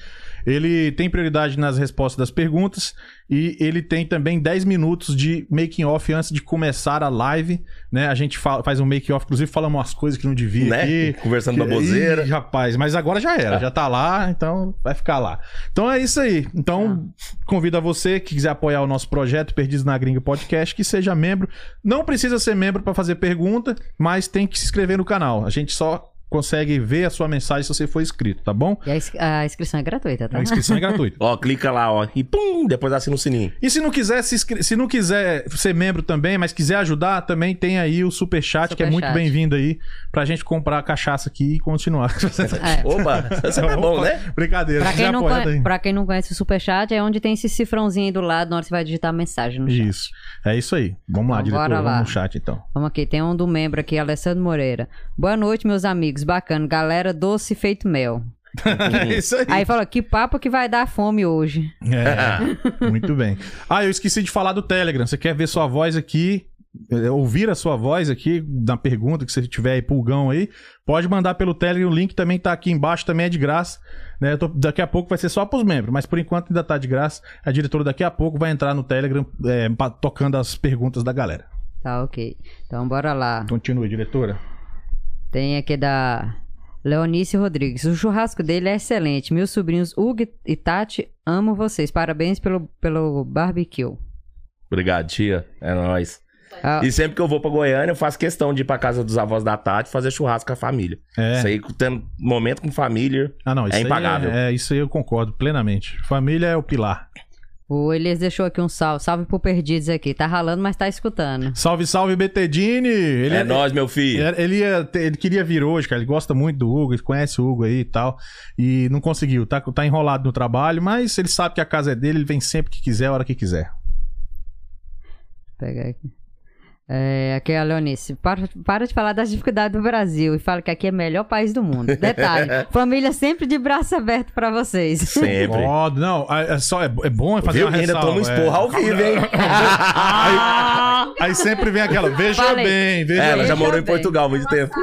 A: Ele tem prioridade nas respostas das perguntas e ele tem também 10 minutos de making off antes de começar a live, né? A gente fala- faz um making off, inclusive falamos umas coisas que não devia
B: né?
A: aqui.
B: Conversando
A: Que- é
B: baboseira.
A: Ih, rapaz, mas agora já era,
B: Ah.
A: já tá lá, então vai ficar lá. Então é isso aí. Então,
C: Ah.
A: convido a você que quiser apoiar o nosso projeto Perdidos na Gringa Podcast, que seja membro. Não precisa ser membro pra fazer pergunta, mas tem que se inscrever no canal. A gente só consegue ver a sua mensagem se você for inscrito, tá bom?
C: E a, ins- a inscrição é gratuita, tá?
A: A inscrição é gratuita.
B: Ó, clica lá, ó. E pum, depois assina o sininho.
A: E se não quiser se, inscre- se não quiser ser membro também, mas quiser ajudar, também tem aí o superchat, que é muito
C: Superchat.
A: bem-vindo aí, pra gente comprar a cachaça aqui e continuar.
C: É.
B: Opa, isso é bom, né?
A: Brincadeira.
C: Pra
A: se
C: quem,
A: quiser
C: não
A: apoiar,
C: conhe-
A: daí.
C: pra quem não conhece o Superchat, é onde tem esse cifrãozinho aí do lado na hora que você vai digitar a mensagem. no chat.
A: Isso. É isso aí. Vamos lá,
C: Então,
A: diretor.
C: bora lá.
A: Vamos no chat, então.
C: Vamos aqui, tem um do membro aqui, Alessandro Moreira. Boa noite, meus amigos. Bacana. Galera doce feito mel.
A: é isso
C: Aí fala, que papo que vai dar fome hoje.
A: É, muito bem. Ah, eu esqueci de falar do Telegram. Você quer ver sua voz aqui, é, ouvir a sua voz aqui, na pergunta que você tiver aí, pulgão aí, pode mandar pelo Telegram. O link também tá aqui embaixo, também é de graça. né? Eu tô- daqui a pouco vai ser só pros membros, mas por enquanto ainda tá de graça. A diretora daqui a pouco vai entrar no Telegram é, pa- tocando as perguntas da galera.
C: Tá, ok. Então bora lá.
A: Continue, diretora.
C: Tem aqui da Leonice Rodrigues. O churrasco dele é excelente. Meus sobrinhos Hugo e Tati, amo vocês. Parabéns pelo, pelo barbecue.
B: Obrigado, tia. É nóis.
C: Ah,
B: E sempre que eu vou pra Goiânia, eu faço questão de ir pra casa dos avós da Tati fazer churrasco com a família.
A: É.
B: Isso aí, tendo momento com família.
A: Ah, não, isso aí
B: impagável.
A: é, isso aí eu concordo plenamente. Família é o pilar.
C: o Elias deixou aqui um salve. Salve pro Perdidos aqui. Tá ralando, mas tá escutando.
A: Salve, salve, Betedini! Ele,
B: é nóis, meu filho.
A: ele, ele ia ter- ele queria vir hoje, cara. Ele gosta muito do Hugo, ele conhece o Hugo aí e tal. E não conseguiu, tá, tá enrolado no trabalho, mas ele sabe que a casa é dele, ele vem sempre que quiser, a hora que quiser.
C: pegar aqui. É, aqui é a Leonice. Para, para de falar das dificuldades do Brasil e fala que aqui é o melhor país do mundo. Detalhe: família sempre de braço aberto pra vocês.
B: Sempre.
A: é- Ó, não, é, é só, é, é bom fazer
B: Viu?
A: uma
B: Ainda
A: ressalva,
B: toma
A: é.
B: esporra ao vivo, hein?
A: Aí, aí sempre vem aquela, veja
C: Falei.
A: bem, veja
B: É, ela já
C: Veja
B: morou em
C: bem.
B: Portugal há muito tempo.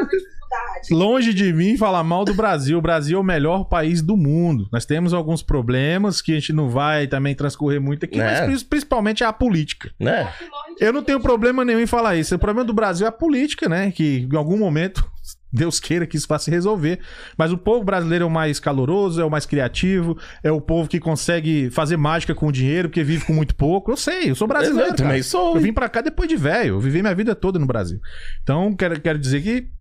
A: longe de mim falar mal do Brasil. O Brasil é o melhor país do mundo. Nós temos alguns problemas que a gente não vai também transcorrer muito aqui,
B: É.
A: mas pri- principalmente é a política.
B: Né?
D: Que morre de
A: Eu não tenho problema nenhum em falar isso. O problema do Brasil é a política, né? Que em algum momento, Deus queira que isso vá se resolver. Mas o povo brasileiro é o mais caloroso, é o mais criativo, é o povo que consegue fazer mágica com o dinheiro, porque vive com muito pouco. Eu sei, eu sou brasileiro.
B: eu
A: cara.
B: também sou.
A: Eu
B: hein?
A: vim pra cá depois de velho. Eu vivi minha vida toda no Brasil. Então, quero, quero dizer que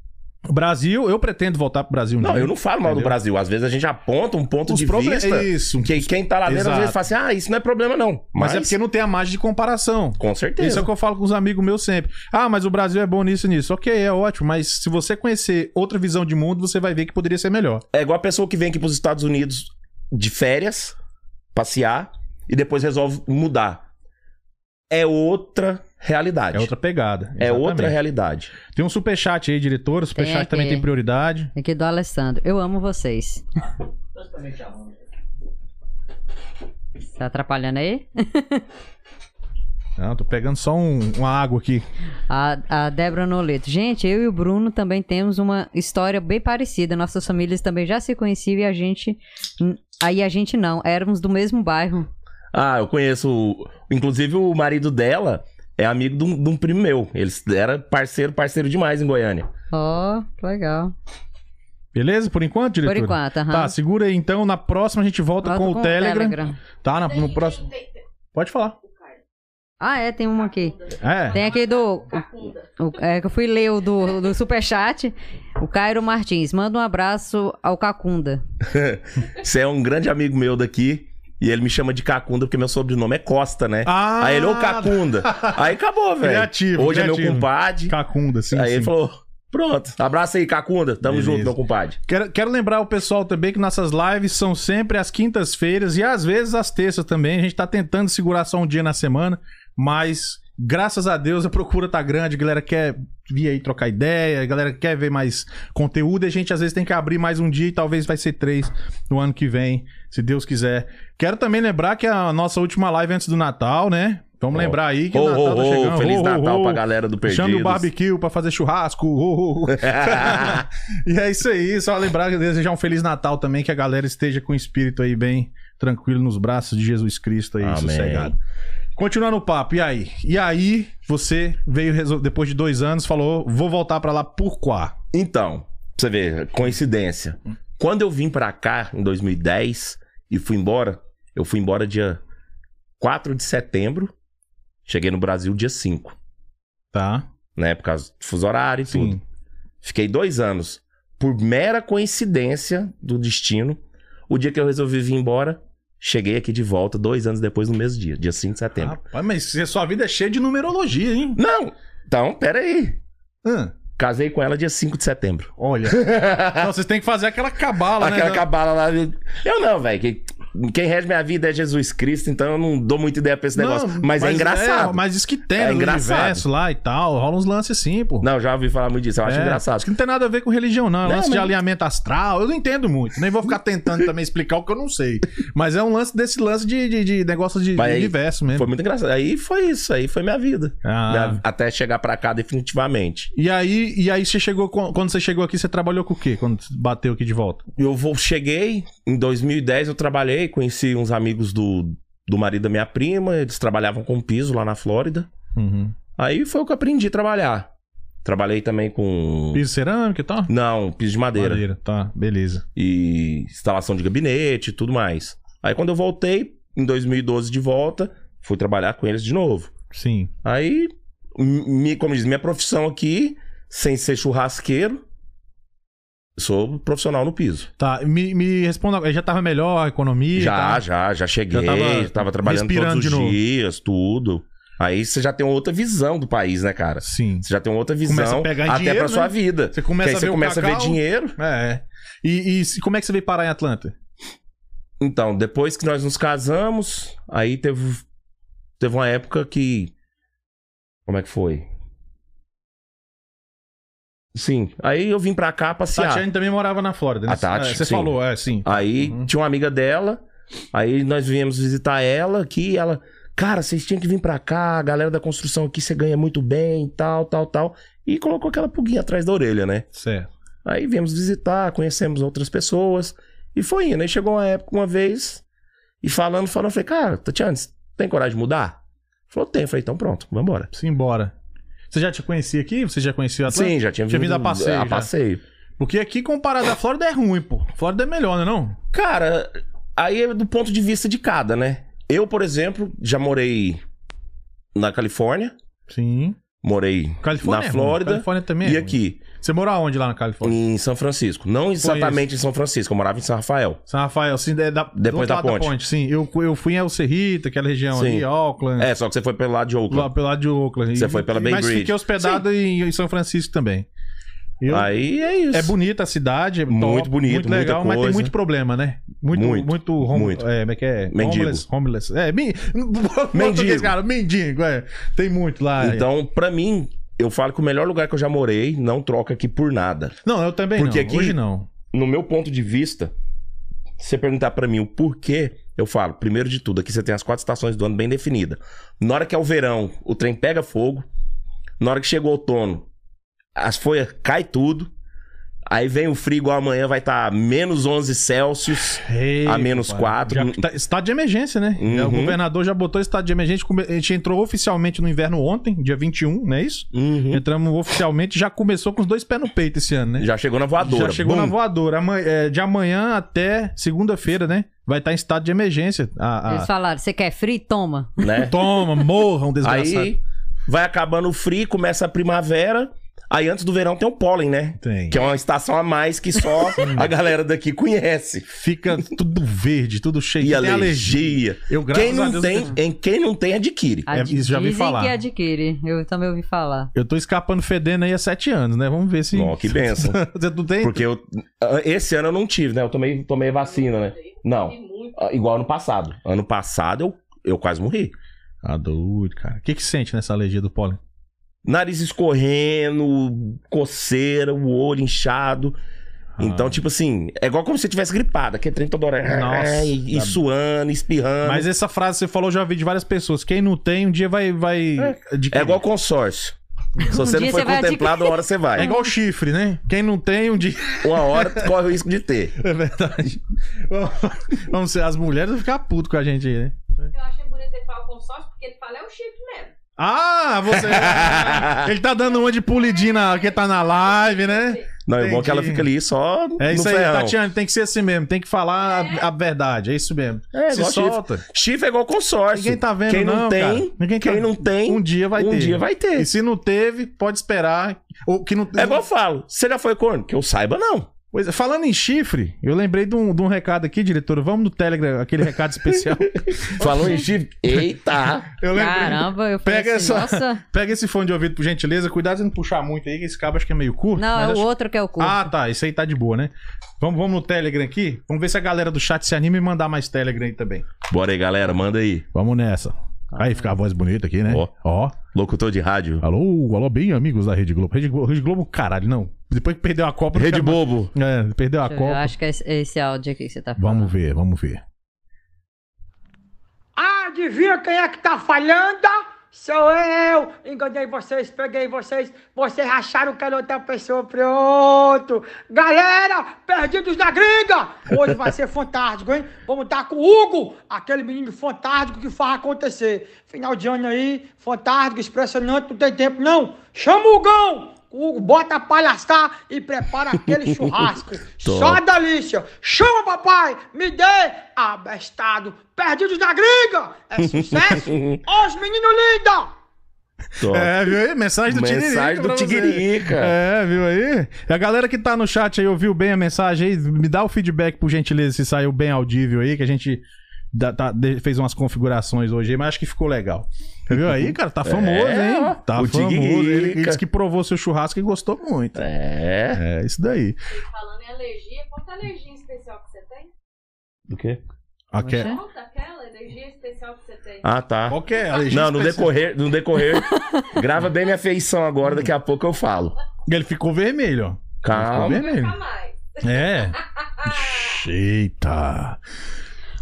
A: o Brasil, eu pretendo voltar pro Brasil um
B: Não,
A: dia.
B: eu não falo mal do
A: Entendeu?
B: Brasil. Às vezes a gente aponta um ponto
A: Os
B: de
A: problemas.
B: vista
A: Isso.
B: que quem tá lá dentro às
A: Exato.
B: vezes fala assim, ah, isso não é problema não.
A: Mas
B: Mas,
A: é porque não tem a margem de comparação.
B: Com certeza.
A: Isso é o que eu falo com os amigos meus sempre. Ah, mas o Brasil é bom nisso e nisso. Ok, é ótimo, mas se você conhecer outra visão de mundo, você vai ver que poderia ser melhor.
B: É igual a pessoa que vem aqui pros Estados Unidos de férias, passear, e depois resolve mudar. É outra realidade.
A: É outra pegada.
B: É
A: Exatamente.
B: outra realidade.
A: Tem um superchat aí, diretor. O superchat
C: aqui.
A: também tem prioridade.
C: Aqui do Alessandro. Eu amo vocês. Tá atrapalhando aí?
A: Não, tô pegando só um- uma água aqui.
C: A, a Débora Noleto. Gente, eu e o Bruno também temos uma história bem parecida. Nossas famílias também já se conheciam e a gente. Aí a gente não. Éramos do mesmo bairro.
B: Ah, eu conheço. o- Inclusive, o marido dela é amigo de um, de um primo meu. Eles era parceiro, parceiro demais em Goiânia.
C: Ó, que legal.
A: Beleza? Por enquanto, diretor?
C: Por enquanto, aham.
A: Tá, segura aí então. Na próxima a gente volta,
C: Volta
A: com, o Telegram. Tá? Na-
D: Tem-
A: no próximo.
D: tem- tem-
A: Pode falar.
D: o cara,
C: Ah, é, tem um aqui.
D: Cacunda.
A: É.
C: Tem aqui do.
D: Tá Cacunda.
C: O- é, que eu fui ler o do, do superchat. O Cairo Martins. Manda um abraço ao Cacunda.
B: Você é um grande amigo meu daqui. E ele me chama de Cacunda porque meu sobrenome é Costa, né?
A: Ah,
B: Aí ele, ô Cacunda. Aí acabou, velho.
A: Criativo,
B: Hoje é meu
A: criativo.
B: compadre.
A: Cacunda, sim.
B: aí
A: sim.
B: ele falou: pronto, abraça aí, Cacunda. Tamo
A: Beleza.
B: junto, meu compadre.
A: Quero, quero lembrar o pessoal também que nossas lives são sempre às quintas-feiras e às vezes às terças também. A gente tá tentando segurar só um dia na semana, mas graças a Deus a procura tá grande, a galera quer vir aí trocar ideia, a galera quer ver mais conteúdo e a gente às vezes tem que abrir mais um dia e talvez vai ser três no ano que vem, se Deus quiser. Quero também lembrar que a nossa última live antes do Natal, né? Vamos
B: Ó.
A: lembrar aí que
B: Ô,
A: o Natal tá
B: ô,
A: chegando.
B: ô, Feliz
A: Ho, ho,
B: Natal
A: ho.
B: pra galera do Perdidos.
A: Chame o barbecue pra fazer churrasco. Ho, ho, ho. E é isso aí, só lembrar que desejar um Feliz Natal também, que a galera esteja com o espírito aí bem tranquilo nos braços de Jesus Cristo aí,
B: Amém.
A: sossegado. Continuando o papo, e aí? E aí, você veio resol- depois de dois anos, falou, vou voltar pra lá por quá?
B: Então, pra você ver, coincidência. Quando eu vim pra cá em 2010 e fui embora, eu fui embora dia 4 de setembro. Cheguei no Brasil dia 5,
A: Tá?
B: né? Por causa do fuso horário e tudo.
A: Sim.
B: Fiquei dois anos. Por mera coincidência do destino, o dia que eu resolvi vir embora, cheguei aqui de volta dois anos depois, no mesmo dia, dia 5 de setembro.
A: Rapaz, mas cê- sua vida é cheia de numerologia, hein?
B: Não! Então, peraí.
A: Hã?
B: Casei com ela dia 5 de setembro.
A: olha. Não, vocês têm que fazer aquela cabala,
B: Aquela
A: né?
B: cabala lá. Eu não, velho. que- Quem rege minha vida é Jesus Cristo, então eu não dou muita ideia pra esse negócio.
A: Não,
B: mas, é engraçado.
A: mas diz que tem,
B: É
A: no
B: engraçado.
A: universo lá e tal, rola uns lances sim, pô.
B: Não, já ouvi falar muito disso, eu acho
A: É,
B: engraçado.
A: Acho que não tem nada a ver com religião, não. É um
B: Não,
A: lance de
B: mas-
A: alinhamento astral. Eu não entendo muito. Nem vou ficar tentando também explicar o que eu não sei. Mas é um lance desse lance de, de, de negócio de, de
B: Mas aí-
A: universo é mesmo.
B: Foi muito engraçado. Aí foi isso, aí foi minha vida.
A: Ah.
B: Minha- Até chegar pra cá definitivamente.
A: E aí, e aí você chegou. com- Quando você chegou aqui, você trabalhou com o quê? Quando bateu aqui de volta?
B: Eu vou, cheguei, em 2010 eu trabalhei, conheci uns amigos do, do marido da minha prima, eles trabalhavam com piso lá na Flórida.
A: Uhum.
B: Aí foi o que eu aprendi a trabalhar. Trabalhei também com.
A: Piso cerâmica e tal?
B: Não, piso de madeira.
A: Tá, beleza.
B: e instalação de gabinete e tudo mais. Aí quando eu voltei, em 2012 de volta, fui trabalhar com eles de novo.
A: Sim.
B: Aí, m- mi- como diz, minha profissão aqui, sem ser churrasqueiro, sou profissional no piso.
A: Tá, me, me responda. agora, Já tava melhor a economia? e
B: já,
A: tal?
B: já, já cheguei,
A: Já tava
B: tava, trabalhando
A: respirando
B: todos
A: de
B: os
A: novo.
B: dias, tudo. Aí você já tem outra visão do país, né, cara?
A: Sim.
B: Você já tem outra
A: Começa a
B: visão
A: pegar
B: até
A: dinheiro,
B: pra sua
A: né?
B: vida.
A: Você
B: Porque
A: começa
B: aí
A: a ver
B: você começa
A: o
B: a ver
A: cacau.
B: dinheiro.
A: É. E, e como é que você veio parar em Atlanta?
B: Então, depois que nós nos casamos, aí teve, teve uma época que. Como é que foi? Sim, aí eu vim pra cá passear.
A: Tatiane também morava na Flórida, né?
B: A Tati,
A: É, você
B: sim.
A: falou, é, sim.
B: Aí
A: Uhum.
B: tinha uma amiga dela, aí nós viemos visitar ela aqui, e ela. Cara, vocês tinham que vir pra cá, a galera da construção aqui, você ganha muito bem, tal, tal, tal. E colocou aquela pulguinha atrás da orelha, né?
A: Certo.
B: Aí viemos visitar, conhecemos outras pessoas. E foi indo. Aí chegou uma época, uma vez, e falando, falando, eu falei, cara, Tatiana, você tem coragem de mudar? Falou, tem. Eu falei, então pronto, vambora.
A: Simbora. Você já te conhecia aqui? Você já conhecia o Atlanta?
B: Sim, já tinha
A: Tinha
B: vindo,
A: vindo a passeio,
B: A
A: já.
B: passeio.
A: Porque aqui, comparado à Flórida, é ruim, pô. Flórida é melhor, não é não?
B: Cara, aí é do ponto de vista de cada, né? Eu, por exemplo, já morei na Califórnia,
A: Sim.
B: morei
A: Califórnia é ruim.
B: na Flórida
A: Califórnia também é
B: e
A: ruim.
B: aqui,
A: Você morou onde lá na Califórnia?
B: em São Francisco. Não exatamente em São Francisco, eu morava em São Rafael.
A: São Rafael, sim, é da, do
B: Depois
A: outro
B: da
A: lado
B: ponte.
A: Sim, eu, eu fui em El Cerrito, aquela região
B: Sim.
A: ali, Auckland,
B: É, só que você foi pelo lado de Oakland.
A: lá pelo lado de Oakland.
B: Você
A: E-
B: foi pela Bay
A: Mas
B: Bridge.
A: fiquei hospedado em, em São Francisco também. Eu-
B: Aí é isso.
A: É bonita a cidade, é
B: Muito
A: top,
B: bonito,
A: muito
B: muita
A: legal, mas tem
B: coisa.
A: muito problema, né? Muito, muito,
B: Muito,
A: hom-
B: muito.
A: É, como é que é?
B: Mendigo.
A: Homeless, homeless. É, men... português, cara, mendigo, é. Tem muito lá. é.
B: Então, pra mim, eu falo que o melhor lugar que eu já morei não troca aqui por nada.
A: Não, eu também
B: Porque
A: não.
B: aqui-
A: Hoje não.
B: No meu ponto de vista, se você perguntar pra mim o porquê, eu falo, primeiro de tudo, aqui você tem as quatro estações do ano bem definida. Na hora que é o verão, o trem pega fogo. Na hora que chega o outono, as folhas cai tudo. Aí vem o frio igual amanhã, vai estar menos 11 Celsius.
A: Ei,
B: A menos
A: compadre.
B: quatro.
A: Já que tá- estado de emergência, né?
B: Uhum.
A: O governador já botou estado de emergência. come- A gente entrou oficialmente no inverno ontem, dia 21, não é isso?
B: Uhum.
A: Entramos oficialmente, já começou com os dois pés no peito esse ano, né?
B: Já chegou na voadora.
A: Já chegou
B: Bum.
A: na voadora. Amanhã- é, de amanhã até segunda-feira, né? Vai estar em estado de emergência. A- a-
C: Eles falaram, você quer frio? Toma.
B: né?
A: Toma, morram, desgraçado.
B: Aí vai acabando o frio, começa a primavera. Aí antes do verão tem o pólen, né?
A: Tem.
B: Que é uma estação a mais que só a galera daqui conhece.
A: Fica tudo verde, tudo cheio.
B: E
A: Tem
B: alergia.
A: Eu, graças
B: Quem
A: a
B: não
A: Deus, né?
B: tem, em quem não tem, adquire.
C: Ah,
A: É, isso já ouvi
C: Dizem
A: falar.
C: que adquire. Eu também ouvi falar.
A: Eu tô escapando fedendo aí há sete anos, né? Vamos ver se.
B: Ó, que benção.
A: Você não tem?
B: Porque eu, ah, esse ano eu não tive, né? Eu tomei, tomei vacina, né? Não,
D: muito.
B: igual ano passado. Ano passado eu, eu quase morri.
A: Tá doido, cara. O que, que sente nessa alergia do pólen?
B: Nariz escorrendo, coceira, o olho inchado. Então,
A: Ah.
B: tipo assim, é igual como se você tivesse gripado, que é 30 toda hora.
A: Nossa. tá
B: e, e suando, espirrando.
A: Mas essa frase que você falou, eu já ouvi de várias pessoas. Quem não tem, um dia vai. vai... adquirir.
B: É igual consórcio. Se você não
C: Um dia
B: foi
C: você vai
B: contemplado, uma hora você
A: É
B: vai.
A: igual chifre, né? Quem não tem, um dia.
B: Uma hora corre o risco de ter.
A: É verdade. Vamos- Vamos ser as mulheres vão ficar puto com a gente aí, né?
D: Eu achei bonito ele falar o consórcio, porque ele fala é o chifre mesmo.
A: Ah, você. Ele tá dando uma de pulidinha na...
D: É,
A: porque tá na live, né?
B: Não, é bom que ela
A: Entendi.
B: fica ali só
A: É isso
B: no
A: aí,
B: ferrão.
A: Tatiana, tem que ser assim mesmo, tem que falar a, a verdade, é isso mesmo.
B: É,
A: Se
B: igual
A: solta.
B: Chifre é igual consórcio.
A: Ninguém tá vendo,
B: Quem não,
A: não,
B: tem,
A: cara. Ninguém tá-
B: quem não tem,
A: Um dia vai
B: um
A: ter.
B: dia vai ter.
A: E se não teve, pode esperar. Ou que não...
B: É igual eu falo, você já foi corno? Que eu saiba, não.
A: Pois é, Falando em chifre, eu lembrei de um, de um recado aqui, diretor. Vamos no Telegram, aquele recado especial.
B: Falou em chifre? Eita!
A: Eu lembrei.
C: Caramba, eu falei
A: Pega
C: assim,
A: essa-
C: nossa.
A: Pega esse fone de ouvido, por gentileza. Cuidado de não puxar muito aí, que esse cabo acho que é meio curto.
C: Não,
A: mas
C: é o
A: acho-
C: outro que é o cu.
A: Ah, tá. Isso aí tá de boa, né? Vamos, vamos no Telegram aqui. Vamos ver se a galera do chat se anima e mandar mais Telegram aí também.
B: Bora aí, galera, manda aí.
A: Vamos nessa. Aí fica a voz bonita aqui, né?
B: Ah. Ó.
A: Ó.
B: Locutor de rádio.
A: Alô, alô, bem amigos da Rede Globo. Rede Globo, Rede Globo, caralho, não. Depois que perdeu a Copa.
B: Rede
A: fica-
B: Bobo.
A: É, perdeu a
C: Deixa eu ver, eu
A: Copa.
C: acho que é esse, é esse áudio aqui que você tá falando.
A: Vamos ver, vamos ver.
E: Ah, Adivinha quem é que tá falhando? Sou eu! Enganei vocês, peguei vocês, vocês acharam que era outra pessoa, pronto! Galera, perdidos da gringa! Hoje vai ser fantástico, hein? Vamos estar com o Hugo, aquele menino fantástico que faz acontecer. Final de ano aí, fantástico, impressionante, não tem tempo não! Chama o Hugão! O Hugo bota a palhaçar e prepara aquele churrasco. Só delícia. Chama, papai. Me dê. Abestado. Perdidos da gringa. É sucesso. Ó, os meninos lindos.
B: Top.
A: É, viu aí? Mensagem do Tiririca.
B: Mensagem do
A: pra você.
B: Tiririca.
A: É, viu aí? E A galera que tá no chat aí ouviu bem a mensagem aí, me dá o feedback, por gentileza, se saiu bem audível aí, que a gente da- tá- de- fez umas configurações hoje, aí, mas acho que ficou legal. Viu aí, cara? Tá famoso,
B: É, ó,
A: hein? Tá
B: o
A: famoso.
B: Tiririca.
A: Ele ele disse que provou seu churrasco e gostou muito. É,
B: É.
A: isso daí.
D: Falando em alergia, qual que é a alergia especial que você tem?
B: Do quê?
A: Aque-
C: Poxa.
D: Conta aquela alergia especial que você tem.
B: Ah, tá.
A: Qual que é? a legenda
B: Não, no
A: específica?
B: decorrer, no decorrer. grava bem minha feição agora, daqui a pouco eu falo.
A: Ele ficou vermelho, ó.
B: Calma.
A: Ficou vermelho.
D: Nunca mais.
A: É. Ixi, Eita.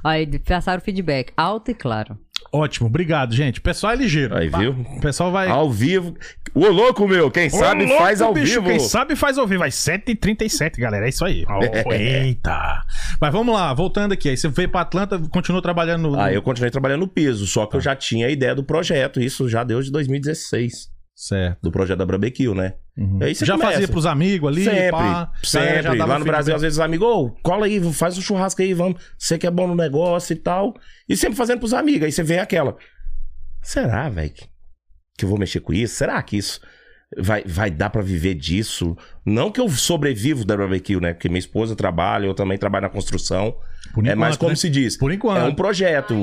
C: Aí passaram o feedback, alto e claro.
A: Ótimo, obrigado, gente. O pessoal é ligeiro.
B: Aí, viu?
A: O pessoal vai.
B: Ao vivo. Ô, louco, meu! Quem sabe
A: Ô, louco,
B: faz ao
A: bicho,
B: vivo.
A: Quem sabe faz ao vivo. Vai 7h37, galera. É isso aí. Ó,
B: É.
A: eita. Mas vamos lá, voltando aqui. Aí você veio pra Atlanta, continuou trabalhando. no-
B: Aí Ah, eu continuei trabalhando no piso, só
A: Tá.
B: que eu já tinha a ideia do projeto. Isso já deu de 2016,
A: Certo.
B: do projeto da Brabequil, né?
A: Uhum.
B: Aí você
A: já
B: começa.
A: fazia pros amigos ali,
B: sempre,
A: pá. Galera já
B: sempre.
A: dava
B: Lá no
A: feedback.
B: Brasil, às vezes, os amigos, ô, cola aí, faz um churrasco aí, vamos. Você que é bom no negócio e tal. E sempre fazendo pros amigos. Aí você vem aquela. Será, velho, que que eu vou mexer com isso? Será que isso vai, vai dar pra viver disso? Não que eu sobrevivo da Barbecue, né? Porque minha esposa trabalha, eu também trabalho na construção.
A: Por
B: é mais
A: enquanto,
B: como
A: né?
B: se diz.
A: Por
B: É um
A: enquanto.
B: projeto.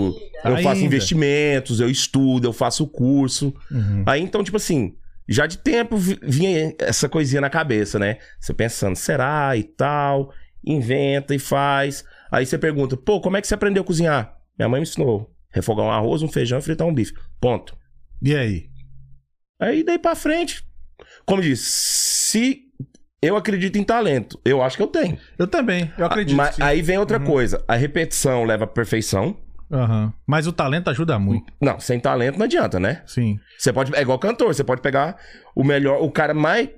B: Eu
A: Ainda.
B: faço investimentos, eu estudo, eu faço curso.
A: Uhum.
B: Aí então, tipo assim, já de tempo vi- vinha essa coisinha na cabeça, né? Você pensando, será e tal, inventa e faz. Aí você pergunta, pô, como é que você aprendeu a cozinhar? Minha mãe me ensinou. Refogar um arroz, um feijão e fritar um bife. Ponto.
A: E aí?
B: Aí daí pra frente. Como diz, se eu acredito em talento, eu acho que eu tenho.
A: Eu também, eu acredito.
B: Ah, Mas
A: sim.
B: aí vem outra
A: Uhum.
B: coisa. A repetição leva à perfeição.
A: Aham. Mas o talento ajuda muito,
B: Não, sem talento não adianta, né?
A: sim.
B: Você pode. É igual cantor, você pode pegar o melhor, o cara mais,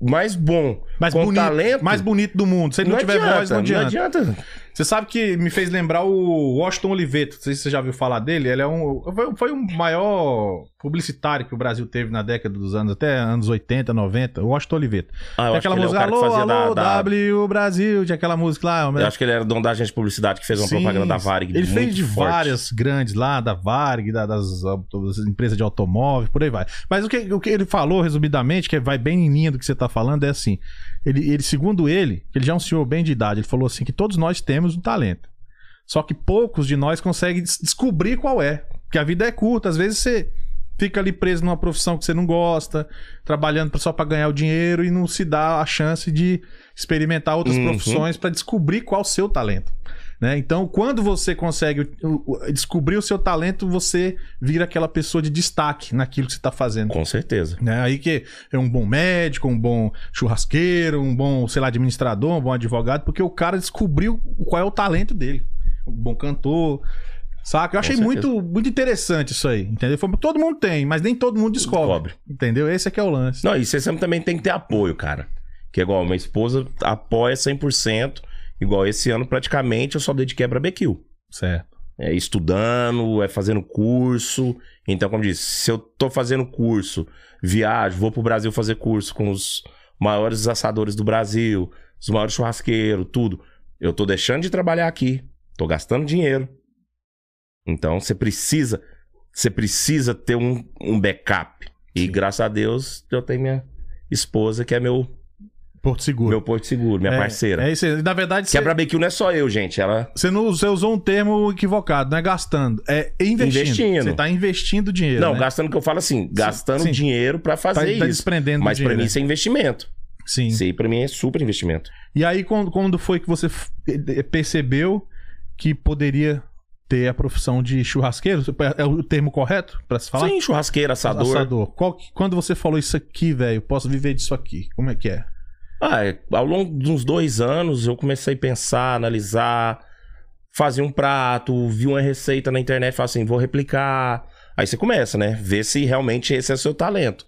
B: mais bom,
A: Mais
B: com
A: bonito,
B: talento.
A: mais bonito do mundo. Se ele não, tiver voz, não adianta.
B: adianta.
A: Você sabe que me fez lembrar o Washington Oliveto. Não sei se você já viu falar dele. Ele é um. Foi, foi um maior publicitário que o Brasil teve na década dos anos, até anos 80, 90. O Washington Oliveto.
B: Ah, eu
A: Tem
B: acho
A: aquela
B: que ele é o
A: música
B: cara que
A: Alô,
B: fazia da-
A: Alô,
B: da-
A: W Brasil. Tinha aquela música lá.
B: Eu acho que ele era dono da agência de publicidade que fez uma
A: Sim,
B: propaganda da Varig.
A: Ele
B: muito
A: fez de
B: forte.
A: várias grandes lá, da Varg, da- das, auto- das empresas de automóvel, por aí vai. Mas o que, o que ele falou, resumidamente, que vai bem em linha do que você tá falando, é assim: ele, ele, segundo ele, que ele já é um senhor bem de idade, ele falou assim que todos nós temos um talento. Só que poucos de nós conseguem des- descobrir qual é. Porque a vida é curta, às vezes você fica ali preso numa profissão que você não gosta, trabalhando pra- só pra ganhar o dinheiro e não se dá a chance de experimentar outras
B: Uhum.
A: profissões pra descobrir qual o seu talento. Né? Então, quando você consegue o- o- descobrir o seu talento, você vira aquela pessoa de destaque naquilo que você está fazendo.
B: Com certeza.
A: Né? Aí que é um bom médico, um bom churrasqueiro, um bom, sei lá, administrador, um bom advogado, porque o cara descobriu qual é o talento dele. Um bom cantor, saca? Eu achei
B: certeza.
A: muito, muito interessante isso aí, entendeu? Foi- Todo mundo tem, mas nem todo mundo descobre,
B: Cobre.
A: entendeu? Esse é que é o lance.
B: Não, e você sempre também tem que ter apoio, cara. Que é igual, minha esposa apoia 100%. Igual esse ano, praticamente, eu só dediquei pra BQ.
A: Certo.
B: É estudando, é fazendo curso. Então, como disse, se eu tô fazendo curso, viajo, vou pro Brasil fazer curso com os maiores assadores do Brasil, os maiores churrasqueiros, tudo. Eu tô deixando de trabalhar aqui, tô gastando dinheiro. Então, você precisa, você precisa ter um, um backup. E graças a Deus, eu tenho minha esposa, que é meu,
A: Porto Seguro.
B: meu porto seguro, minha
A: É,
B: parceira.
A: É isso aí. Na verdade,
B: Que
A: você-
B: a Barbecue não é só eu, gente. Ela
A: Você, não, você usou um termo equivocado, não é gastando, é investindo.
B: Investindo.
A: Você tá investindo dinheiro.
B: Não,
A: né?
B: gastando que eu falo assim, gastando
A: sim.
B: dinheiro pra
A: tá,
B: fazer
A: tá
B: isso.
A: desprendendo
B: Mas
A: do
B: pra
A: dinheiro. né?
B: mim isso é investimento.
A: Sim.
B: Isso aí pra mim é super investimento.
A: E aí, quando, quando foi que você f- eh, percebeu que poderia ter a profissão de churrasqueiro? É o termo correto pra se falar?
B: Sim, churrasqueiro, assador.
A: Qual que- quando você falou isso aqui, velho, posso viver disso aqui? Como é que é?
B: Ah, é, ao longo de uns dois anos eu comecei a pensar, analisar, fazer um prato, vi uma receita na internet, falei assim, vou replicar. Aí você começa, né? Ver se realmente esse é o seu talento.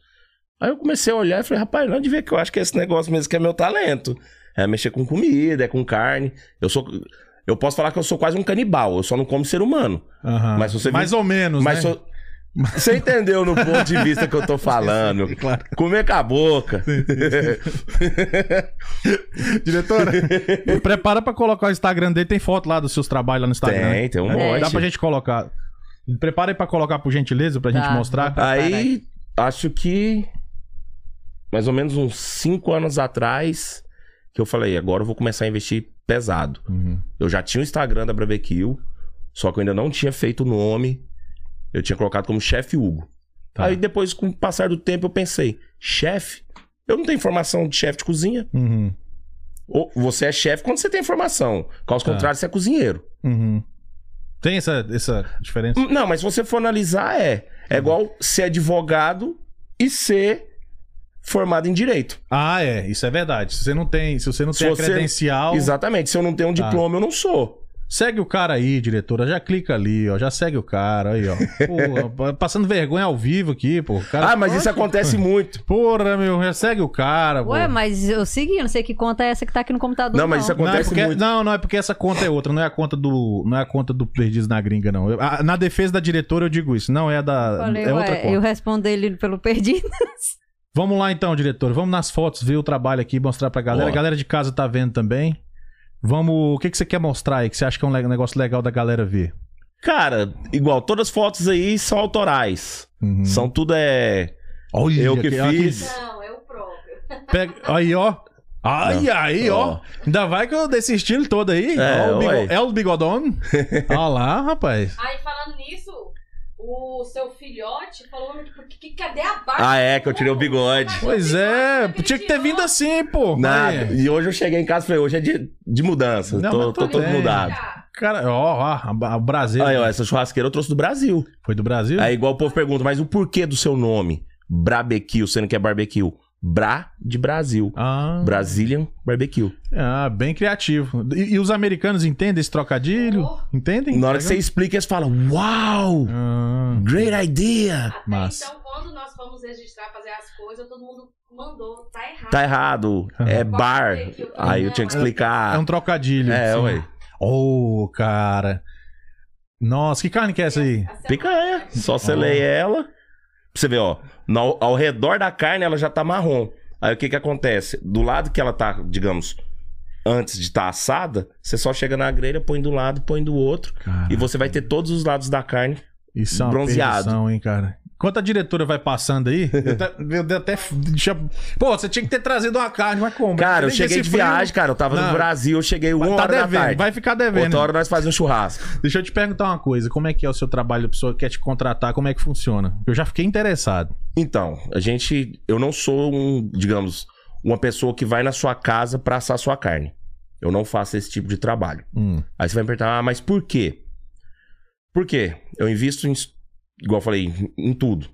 B: Aí eu comecei a olhar e falei, rapaz, não de ver que eu acho que esse negócio mesmo que é meu talento. É mexer com comida, é com carne. Eu sou. Eu posso falar que eu sou quase um canibal, eu só não como ser humano.
A: Aham.
B: Mas você
A: Mais ou menos,
B: Mas
A: né?
B: só- você entendeu no ponto de vista que eu tô falando, meu
A: Claro.
B: Comer com a boca.
A: Diretora, prepara pra colocar o Instagram dele. Tem foto lá dos seus trabalhos lá no Instagram.
B: Tem, tem um
A: É,
B: monte.
A: Dá pra gente colocar. Prepara aí pra colocar por gentileza, pra gente
C: Tá.
A: mostrar.
B: Aí, acho que mais ou menos uns cinco anos atrás, que eu falei, agora eu vou começar a investir pesado. Eu já tinha o Instagram da Barbecue, só que eu ainda não tinha feito o nome. Eu tinha colocado como chefe Hugo.
A: Tá.
B: Aí depois, com o passar do tempo, eu pensei, chefe? Eu não tenho formação de chefe de cozinha.
A: Uhum,
B: Ou você é chefe quando você tem formação. Caso
A: Tá.
B: contrário, você é cozinheiro.
A: uhum. Tem essa, essa diferença?
B: Hum, Não, mas se você for analisar, é.
A: Uhum.
B: É igual ser advogado e ser formado em direito.
A: Ah, é. Isso é verdade. Se você não tem, se você não
B: Se
A: tem
B: você-
A: a credencial,
B: Exatamente. Se eu não tenho um
A: Ah, Tá.
B: diploma, eu não sou.
A: segue o cara aí, diretora. Já clica ali, ó. Já segue o cara aí, ó. Porra, pa- passando vergonha ao vivo aqui, pô. O Cara...
B: Ah, mas isso acontece muito.
A: Porra, meu, já segue o cara, pô.
C: Ué, mas eu segui, eu não sei que conta é essa que tá aqui no computador.
B: Não, mas isso
A: Não é,
B: acontece
A: porque,
B: muito.
A: não, não é porque essa conta é outra, não é a conta do, não é a conta do perdido na gringa não. Eu- a- na defesa da diretora eu digo isso, não é a da,
C: Eu Falei,
A: é outra
C: ué,
A: conta.
C: eu respondo ele pelo perdido.
A: Vamos lá então, diretor. Vamos nas fotos, ver o trabalho aqui, mostrar pra galera.
B: Bora.
A: A galera de casa tá vendo também. Vamos. O que, que você quer mostrar aí? Que você acha que é um le- negócio legal da galera ver?
B: Cara, igual, todas as fotos aí são autorais.
A: Uhum.
B: São tudo é.
A: Olha,
B: eu que
A: olha
B: fiz.
D: Não, eu próprio.
A: Pega... Aí, ó. Ai, aí, ó.
B: Ó.
A: Ainda vai que eu desse estilo todo aí.
B: É,
A: ó, o bigo-
B: ué.
A: é o bigodão. Olha lá, rapaz.
D: Aí falando nisso, o seu filhote falou porque que- cadê a barba?
B: Ah, é, que eu tirei o bigode.
A: Pois é, tinha que ter vindo assim, pô.
B: Nada.
A: Aí.
B: E hoje eu cheguei em casa e falei, hoje é de, de mudança.
A: Não,
B: tô,
A: mas
B: tô
A: tudo
B: todo
A: bem.
B: mudado.
A: Cara, ó, ó, a- a- o Brasil. né?
B: Aí, ó, essa churrasqueira eu trouxe do Brasil.
A: Foi do Brasil?
B: Aí igual o povo pergunta, mas o porquê do seu nome? Barbecue, sendo que é barbecue. Bra de Brasil.
A: Ah,
B: Brazilian Barbecue.
A: ah, bem criativo. E, e os americanos entendem esse trocadilho? Entendem? É
B: Na hora que você explica, eles falam, uau,
A: Ah,
B: great idea.
A: Mas-
D: Então, quando quando nós fomos registrar, fazer as coisas, todo mundo mandou, tá errado.
B: Tá errado, é bar. Aí eu tinha que
A: É um
B: explicar.
A: trocadilho.
B: É,
A: assim.
B: ué.
A: Ô, cara. Nossa, que carne que é essa aí?
D: A semana-
B: Picanha. é. Só
A: Ah.
B: selei ela. Pra você ver, ó. na- ao redor da carne ela já tá marrom. Aí o que que acontece? Do lado que ela tá, digamos, antes de estar tá assada, você só chega na grelha, põe do lado, põe do outro.
A: Cara,
B: E você vai ter todos os lados da carne.
A: isso é uma
B: bronzeado.
A: perdição, hein, cara. Enquanto a diretora vai passando aí, eu até. eu dei até deixa- Pô, você tinha que ter trazido uma carne, mas como?
B: Cara, eu
A: Nem
B: cheguei
A: esse
B: de
A: frio-
B: viagem, cara. Eu tava
A: Não.
B: no Brasil, eu cheguei uma
A: Tá
B: hora da
A: devendo,
B: tarde.
A: vai ficar devendo.
B: Outra hora nós fazemos um churrasco.
A: Deixa eu te perguntar uma coisa. Como é que é o seu trabalho? A pessoa quer te contratar, como é que funciona? Eu já fiquei interessado.
B: Então, a gente. Eu não sou um, digamos, uma pessoa que vai na sua casa pra assar sua carne. Eu não faço esse tipo de trabalho.
A: Hum.
B: Aí você vai me perguntar, ah, mas por quê? Por quê? Eu invisto em, igual eu falei, em- em tudo.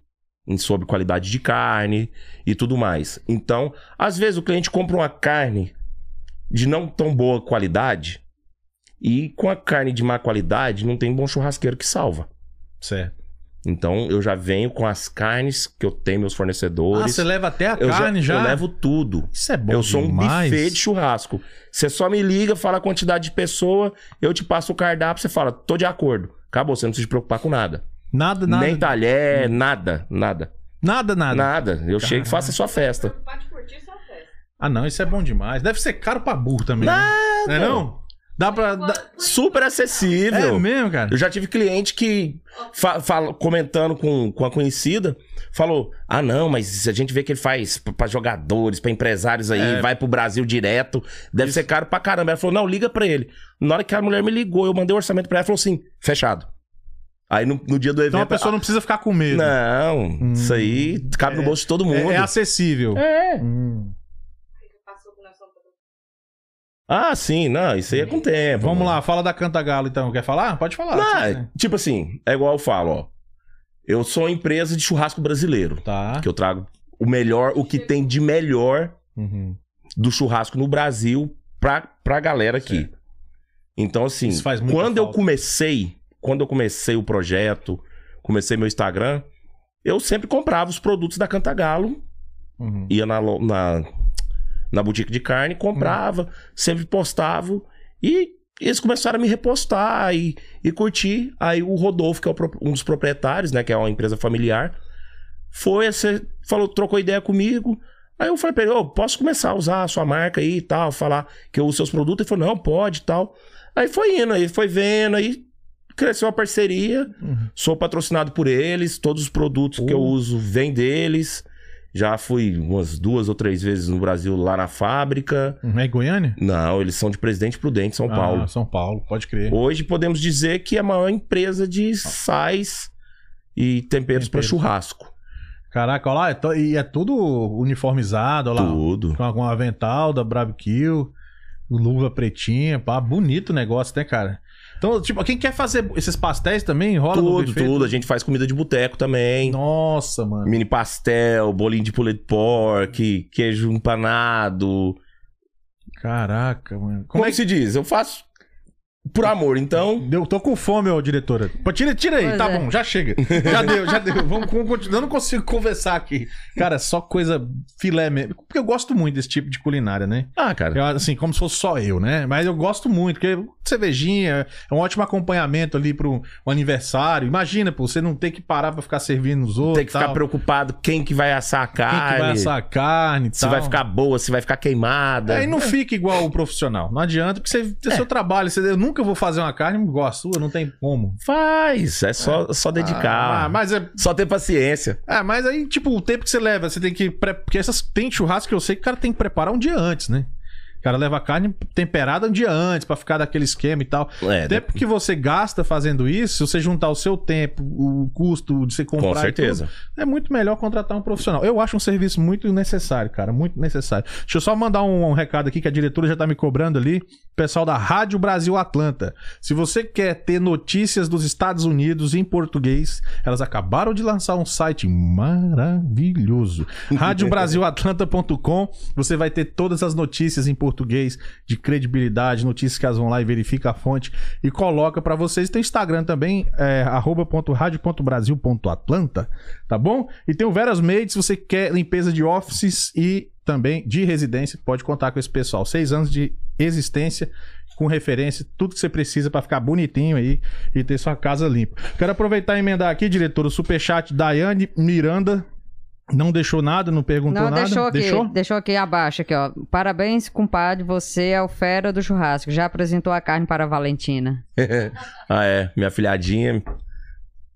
B: Em sobre qualidade de carne e tudo mais. Então, às vezes o cliente compra uma carne de não tão boa qualidade e com a carne de má qualidade não tem bom churrasqueiro que salva.
A: Certo.
B: Então, eu já venho com as carnes que eu tenho, meus
A: Ah,
B: fornecedores.
A: você leva até a
B: eu
A: carne já?
B: Eu levo tudo.
A: Isso é bom
B: eu sou
A: demais.
B: um buffet de churrasco. Você só me liga, fala a quantidade de pessoa, eu te passo o cardápio, você fala, tô de acordo. Acabou, você não precisa se preocupar com nada.
A: Nada, nada.
B: Nem tá- talher, nada, nada.
A: Nada, nada. Tá.
B: Nada. Eu chego e faço a sua festa.
D: Pode curtir sua festa.
A: Ah, não, isso é bom demais. Deve ser caro pra burro também. né? Não é não? Dá pra. dá-
D: Por
B: Super acessível.
A: É mesmo, cara?
B: Eu já tive cliente que, fa- fala- comentando com, com a conhecida, falou: Ah, não, mas a gente vê que ele faz p- pra jogadores, pra empresários aí,
A: É.
B: vai pro Brasil direto, deve ser caro pra caramba. Ela falou: Não, liga pra ele. Na hora que a mulher me ligou, eu mandei o orçamento pra ela, ela falou assim: Fechado. Aí no, no dia do evento.
A: Então a pessoa
B: ela-
A: não precisa ficar com medo.
B: não,
A: Hum.
B: isso aí cabe no bolso de todo mundo.
A: É, é acessível. É.
D: Passou por nós, somos-
B: Ah, sim, não, isso aí é com o tempo.
A: Vamos
B: mano.
A: lá, fala da Canta Galo então. Quer falar? Pode falar.
B: Não,
A: Você-
B: é- tipo assim, é igual eu falo, ó. Eu sou uma empresa de churrasco brasileiro.
A: Tá.
B: que eu trago o melhor, o que tem de melhor
A: Uhum.
B: do churrasco no Brasil pra, pra galera aqui. Então, assim,
A: Isso faz muita
B: quando eu
A: falta.
B: comecei, quando eu comecei o projeto, comecei meu Instagram, eu sempre comprava os produtos da Cantagalo,
A: Uhum.
B: ia na, lo- na, na boutique de carne, comprava, sempre postava e eles começaram a me repostar e, e curtir. Aí o Rodolfo, que é o pro- um dos proprietários, né, que é uma empresa familiar, foi, essa- falou, trocou ideia comigo. Aí eu falei pra ele, ô, posso começar a usar a sua marca aí e tal, falar que eu uso seus produtos? Ele falou, não, pode e tal. Aí foi indo, aí foi vendo, aí cresceu a parceria.
A: Uhum.
B: Sou patrocinado por eles, todos os produtos que eu uso vêm deles. Já fui umas duas ou três vezes no Brasil lá na fábrica.
A: Uhum. É em Goiânia?
B: Não, eles são de Presidente Prudente, São
A: Ah,
B: Paulo.
A: São Paulo, pode crer.
B: Hoje podemos dizer que é a maior empresa de sais e temperos para
A: Temperos.
B: churrasco.
A: Caraca, olha lá, é to- e é tudo uniformizado, olha lá.
B: Tudo.
A: Com algum avental da Bravo Kill, luva pretinha, pá, bonito o negócio, né, cara? Então, tipo, quem quer fazer esses pastéis também, rola no
B: Tudo,
A: buffet?
B: tudo. A gente faz comida de boteco também.
A: Nossa, mano.
B: Mini pastel, bolinho de pulled pork, queijo empanado.
A: Caraca, mano.
B: Como,
A: Como é Hum, que...
B: se diz? Eu faço por amor, então.
A: Eu tô com fome, ô diretora. Pô, Tira, tira aí,
C: Pois
A: tá
C: é.
A: bom, já chega. Já deu, já deu. Vamos, vamos continuar. Eu não consigo conversar aqui. Cara, só coisa filé mesmo. Porque eu gosto muito desse tipo de culinária, né?
B: Ah, cara.
A: Eu, assim, como se fosse só eu, né? Mas eu gosto muito, porque cervejinha é um ótimo acompanhamento ali pro um aniversário. Imagina, pô, você não ter que parar pra ficar servindo os outros.
B: Tem que ficar
A: tal.
B: preocupado quem que vai assar a
A: tá. Quem
B: carne.
A: que vai assar a carne e
B: Se
A: tal.
B: vai ficar boa, se vai ficar queimada.
A: Aí não fica igual o profissional. Não adianta, porque você é seu trabalho. Você, eu nunca vou fazer uma carne igual a sua, não tem como.
B: Faz, é só, só dedicar.
A: Ah, mas é.
B: Só ter paciência.
A: Ah, mas aí, tipo, o tempo que você leva, você tem que. pre- Porque essas tem churrasco que eu sei que o cara tem que preparar um dia antes, né? O cara leva a carne temperada um dia antes, pra ficar daquele esquema e tal.
B: É,
A: O tempo que você gasta fazendo isso, se você juntar o seu tempo, o custo de você comprar.
B: com
A: e
B: certeza.
A: tudo, é muito melhor contratar um profissional. Eu acho um serviço muito necessário, cara. Muito necessário. Deixa eu só mandar um, um recado aqui que a diretora já tá me cobrando ali. pessoal da Rádio Brasil Atlanta. Se você quer ter notícias dos Estados Unidos em português, elas acabaram de lançar um site maravilhoso. RádioBrasilAtlanta.com. Você vai ter todas as notícias em português de credibilidade, notícias que elas vão lá e verifica a fonte e coloca pra vocês. Tem Instagram também, é, arroba ponto rádio ponto Brasil ponto Atlanta, tá bom? E tem o Veras Made, se você quer limpeza de offices e também de residência, pode contar com esse pessoal. Seis anos de existência, com referência, tudo que você precisa pra ficar bonitinho aí e ter sua casa limpa. Quero aproveitar e emendar aqui, diretor, o superchat Daiane Miranda. Não deixou nada, não perguntou
C: Não,
A: nada.
C: deixou aqui, deixou? aqui abaixo, aqui, ó. Parabéns, compadre, você é o fera do churrasco. Já apresentou a carne para a Valentina.
B: Ah, é. Minha filhadinha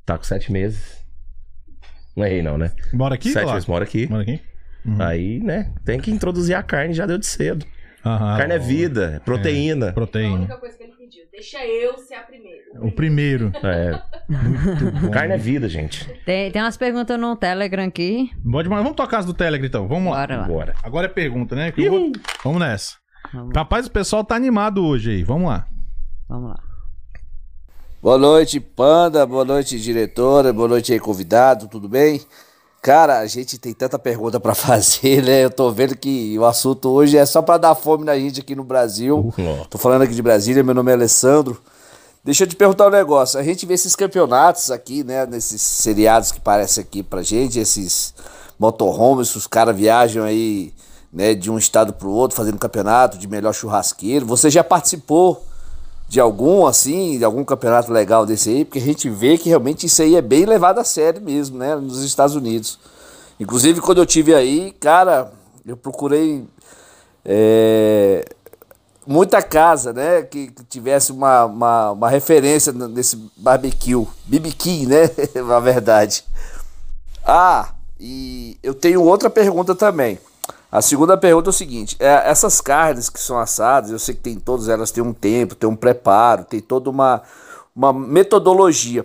B: tá com sete meses. Não errei, não, né?
A: Bora aqui,
B: sete
A: Cláudio?
B: meses mora aqui.
A: Manda aqui. Hum.
B: Aí, né? Tem que introduzir a carne, já deu de cedo.
A: Aham.
B: carne é vida, é proteína.
D: A
A: Proteína.
D: única coisa que ele pediu. Deixa eu ser a primeira.
A: O primeiro.
B: É. Carne é vida, gente.
C: Tem, tem umas perguntas no Telegram aqui.
A: Bom demais. Vamos tocar as do Telegram, então. Vamos lá.
C: Bora lá.
B: Bora.
A: Agora é pergunta, né? Que eu vou- Vamos nessa.
C: Vamos.
A: Rapaz, o pessoal tá animado hoje aí. Vamos lá.
F: Um
C: Vamos lá.
F: Boa noite, Panda. Boa noite, diretora. Boa noite aí, convidado. Tudo bem? Cara, a gente tem tanta pergunta pra fazer, né? Eu tô vendo que o assunto hoje é só pra dar fome na gente aqui no Brasil.
B: Ó.
F: Tô falando aqui de Brasília, meu nome é Alessandro. Deixa eu te perguntar um negócio. A gente vê esses campeonatos aqui, né? Nesses seriados que parecem aqui pra gente, esses motorhomes, que os caras viajam aí, né, de um estado pro outro, fazendo campeonato de melhor churrasqueiro. Você já participou de algum, assim, de algum campeonato legal desse aí? Porque a gente vê que realmente isso aí é bem levado a sério mesmo, né? Nos Estados Unidos. Inclusive, quando eu tive aí, cara, eu procurei. é, muita casa, né? Que, que tivesse uma, uma, uma referência n- nesse barbecue. BBQ, né? Na verdade. Ah, e eu tenho outra pergunta também. A segunda pergunta é o seguinte: é, essas carnes que são assadas, eu sei que tem todas elas têm um tempo, tem um preparo, tem toda uma, uma metodologia.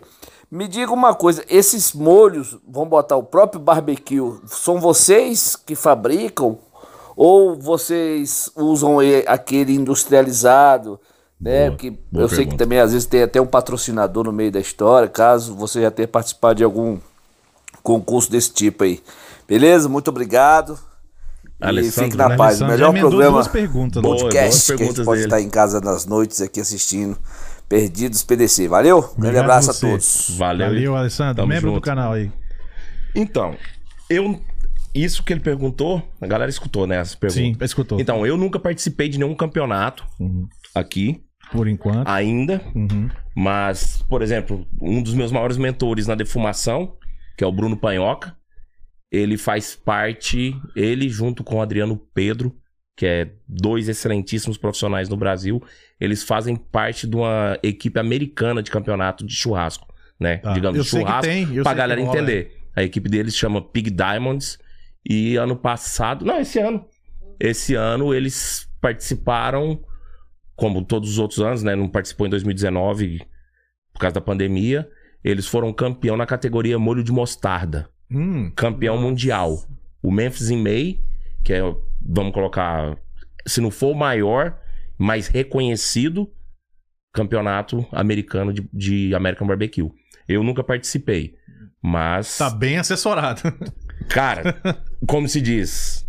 F: Me diga uma coisa, esses molhos vão botar o próprio barbecue? São vocês que fabricam ou vocês usam e- aquele industrializado, né?
B: Boa,
F: que
B: boa
F: eu sei que
B: pergunta.
F: também às vezes tem até um patrocinador no meio da história, caso você já tenha participado de algum concurso desse tipo aí. Beleza? Muito obrigado.
B: Alessandro,
F: e fique na
B: né?
F: paz.
A: Alessandro
F: Melhor
A: já emendou
F: programa.
A: duas perguntas, né?
B: Boa, boas
F: podcast que a gente
B: perguntas
F: pode
B: dele.
F: estar em casa nas noites aqui assistindo. Perdidos PDC. Valeu? Grande
A: Obrigado
F: abraço a
A: você.
F: todos.
B: Valeu.
A: Valeu, Alessandro.
B: Tamo
A: Membro do
B: junto.
A: canal aí.
B: Então, eu. Isso que ele perguntou, a galera escutou, né? As
A: Sim,
B: perguntas.
A: escutou.
B: Então, eu nunca participei de nenhum campeonato aqui
A: Por enquanto.
B: ainda.
A: Uhum.
B: Mas, por exemplo, um dos meus maiores mentores na defumação, que é o Bruno Panhoca, ele faz parte, ele junto com o Adriano Pedro, que é dois excelentíssimos profissionais no Brasil, eles fazem parte de uma equipe americana de campeonato de churrasco, né?
A: Tá.
B: Digamos,
A: eu sei que
B: churrasco
A: tem. Eu
B: pra
A: sei
B: galera
A: que rola, é.
B: entender. A equipe deles chama Pig Diamonds. E ano passado. Não, esse ano. Esse ano eles participaram, como todos os outros anos, né? Não participou em 2019 por causa da pandemia. Eles foram campeão na categoria molho de mostarda.
A: Hum,
B: Campeão mundial. O Memphis in May, que é, vamos colocar, se não for o maior, mais reconhecido campeonato americano de, de American Barbecue. Eu nunca participei, mas
A: tá bem assessorado.
B: Cara, como se diz?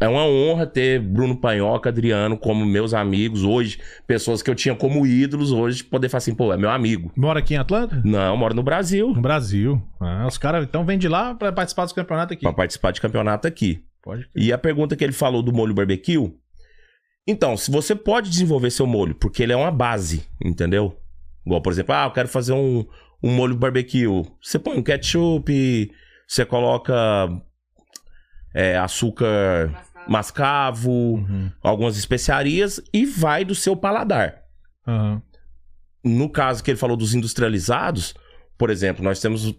B: É uma honra ter Bruno Panhoca, Adriano como meus amigos hoje, pessoas que eu tinha como ídolos hoje, poder falar assim, pô, é meu amigo.
A: Mora aqui em Atlanta?
B: Não, eu moro no Brasil
A: No Brasil. Ah, os caras então vêm de lá pra participar dos campeonatos aqui.
B: pra participar de campeonato aqui.
A: Pode.
B: E a pergunta que ele falou do molho barbecue, então, se você pode desenvolver seu molho, porque ele é uma base, entendeu? Igual, por exemplo, ah, eu quero fazer um, um molho barbecue. Você põe um ketchup, você coloca é, açúcar
D: Mascavo.
B: mascavo,
A: Uhum.
B: algumas especiarias e vai do seu paladar.
A: Aham.
B: No caso que ele falou dos industrializados, por exemplo, nós temos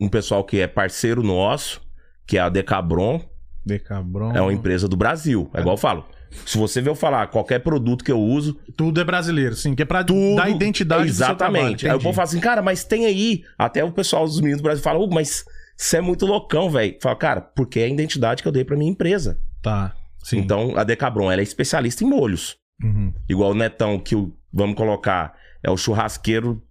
B: um pessoal que é parceiro nosso, que é a Decabron,
A: Decabron.
B: é uma empresa do Brasil. É igual eu falo. Se você ver eu falar qualquer produto que eu uso,
A: Tudo é brasileiro, sim. Que é pra
B: tudo.
A: dar identidade do seu
B: Exatamente.
A: trabalho,
B: aí o
A: entendi.
B: povo fala assim, cara, mas tem aí. Até o pessoal dos meninos do Brasil fala, "Hugo, mas você é muito loucão, velho. Fala, cara, porque é a identidade que eu dei pra minha empresa.
A: Tá. Sim.
B: Então, a Decabron, ela é especialista em molhos.
A: Uhum.
B: Igual o Netão, que o, vamos colocar, é o churrasqueiro,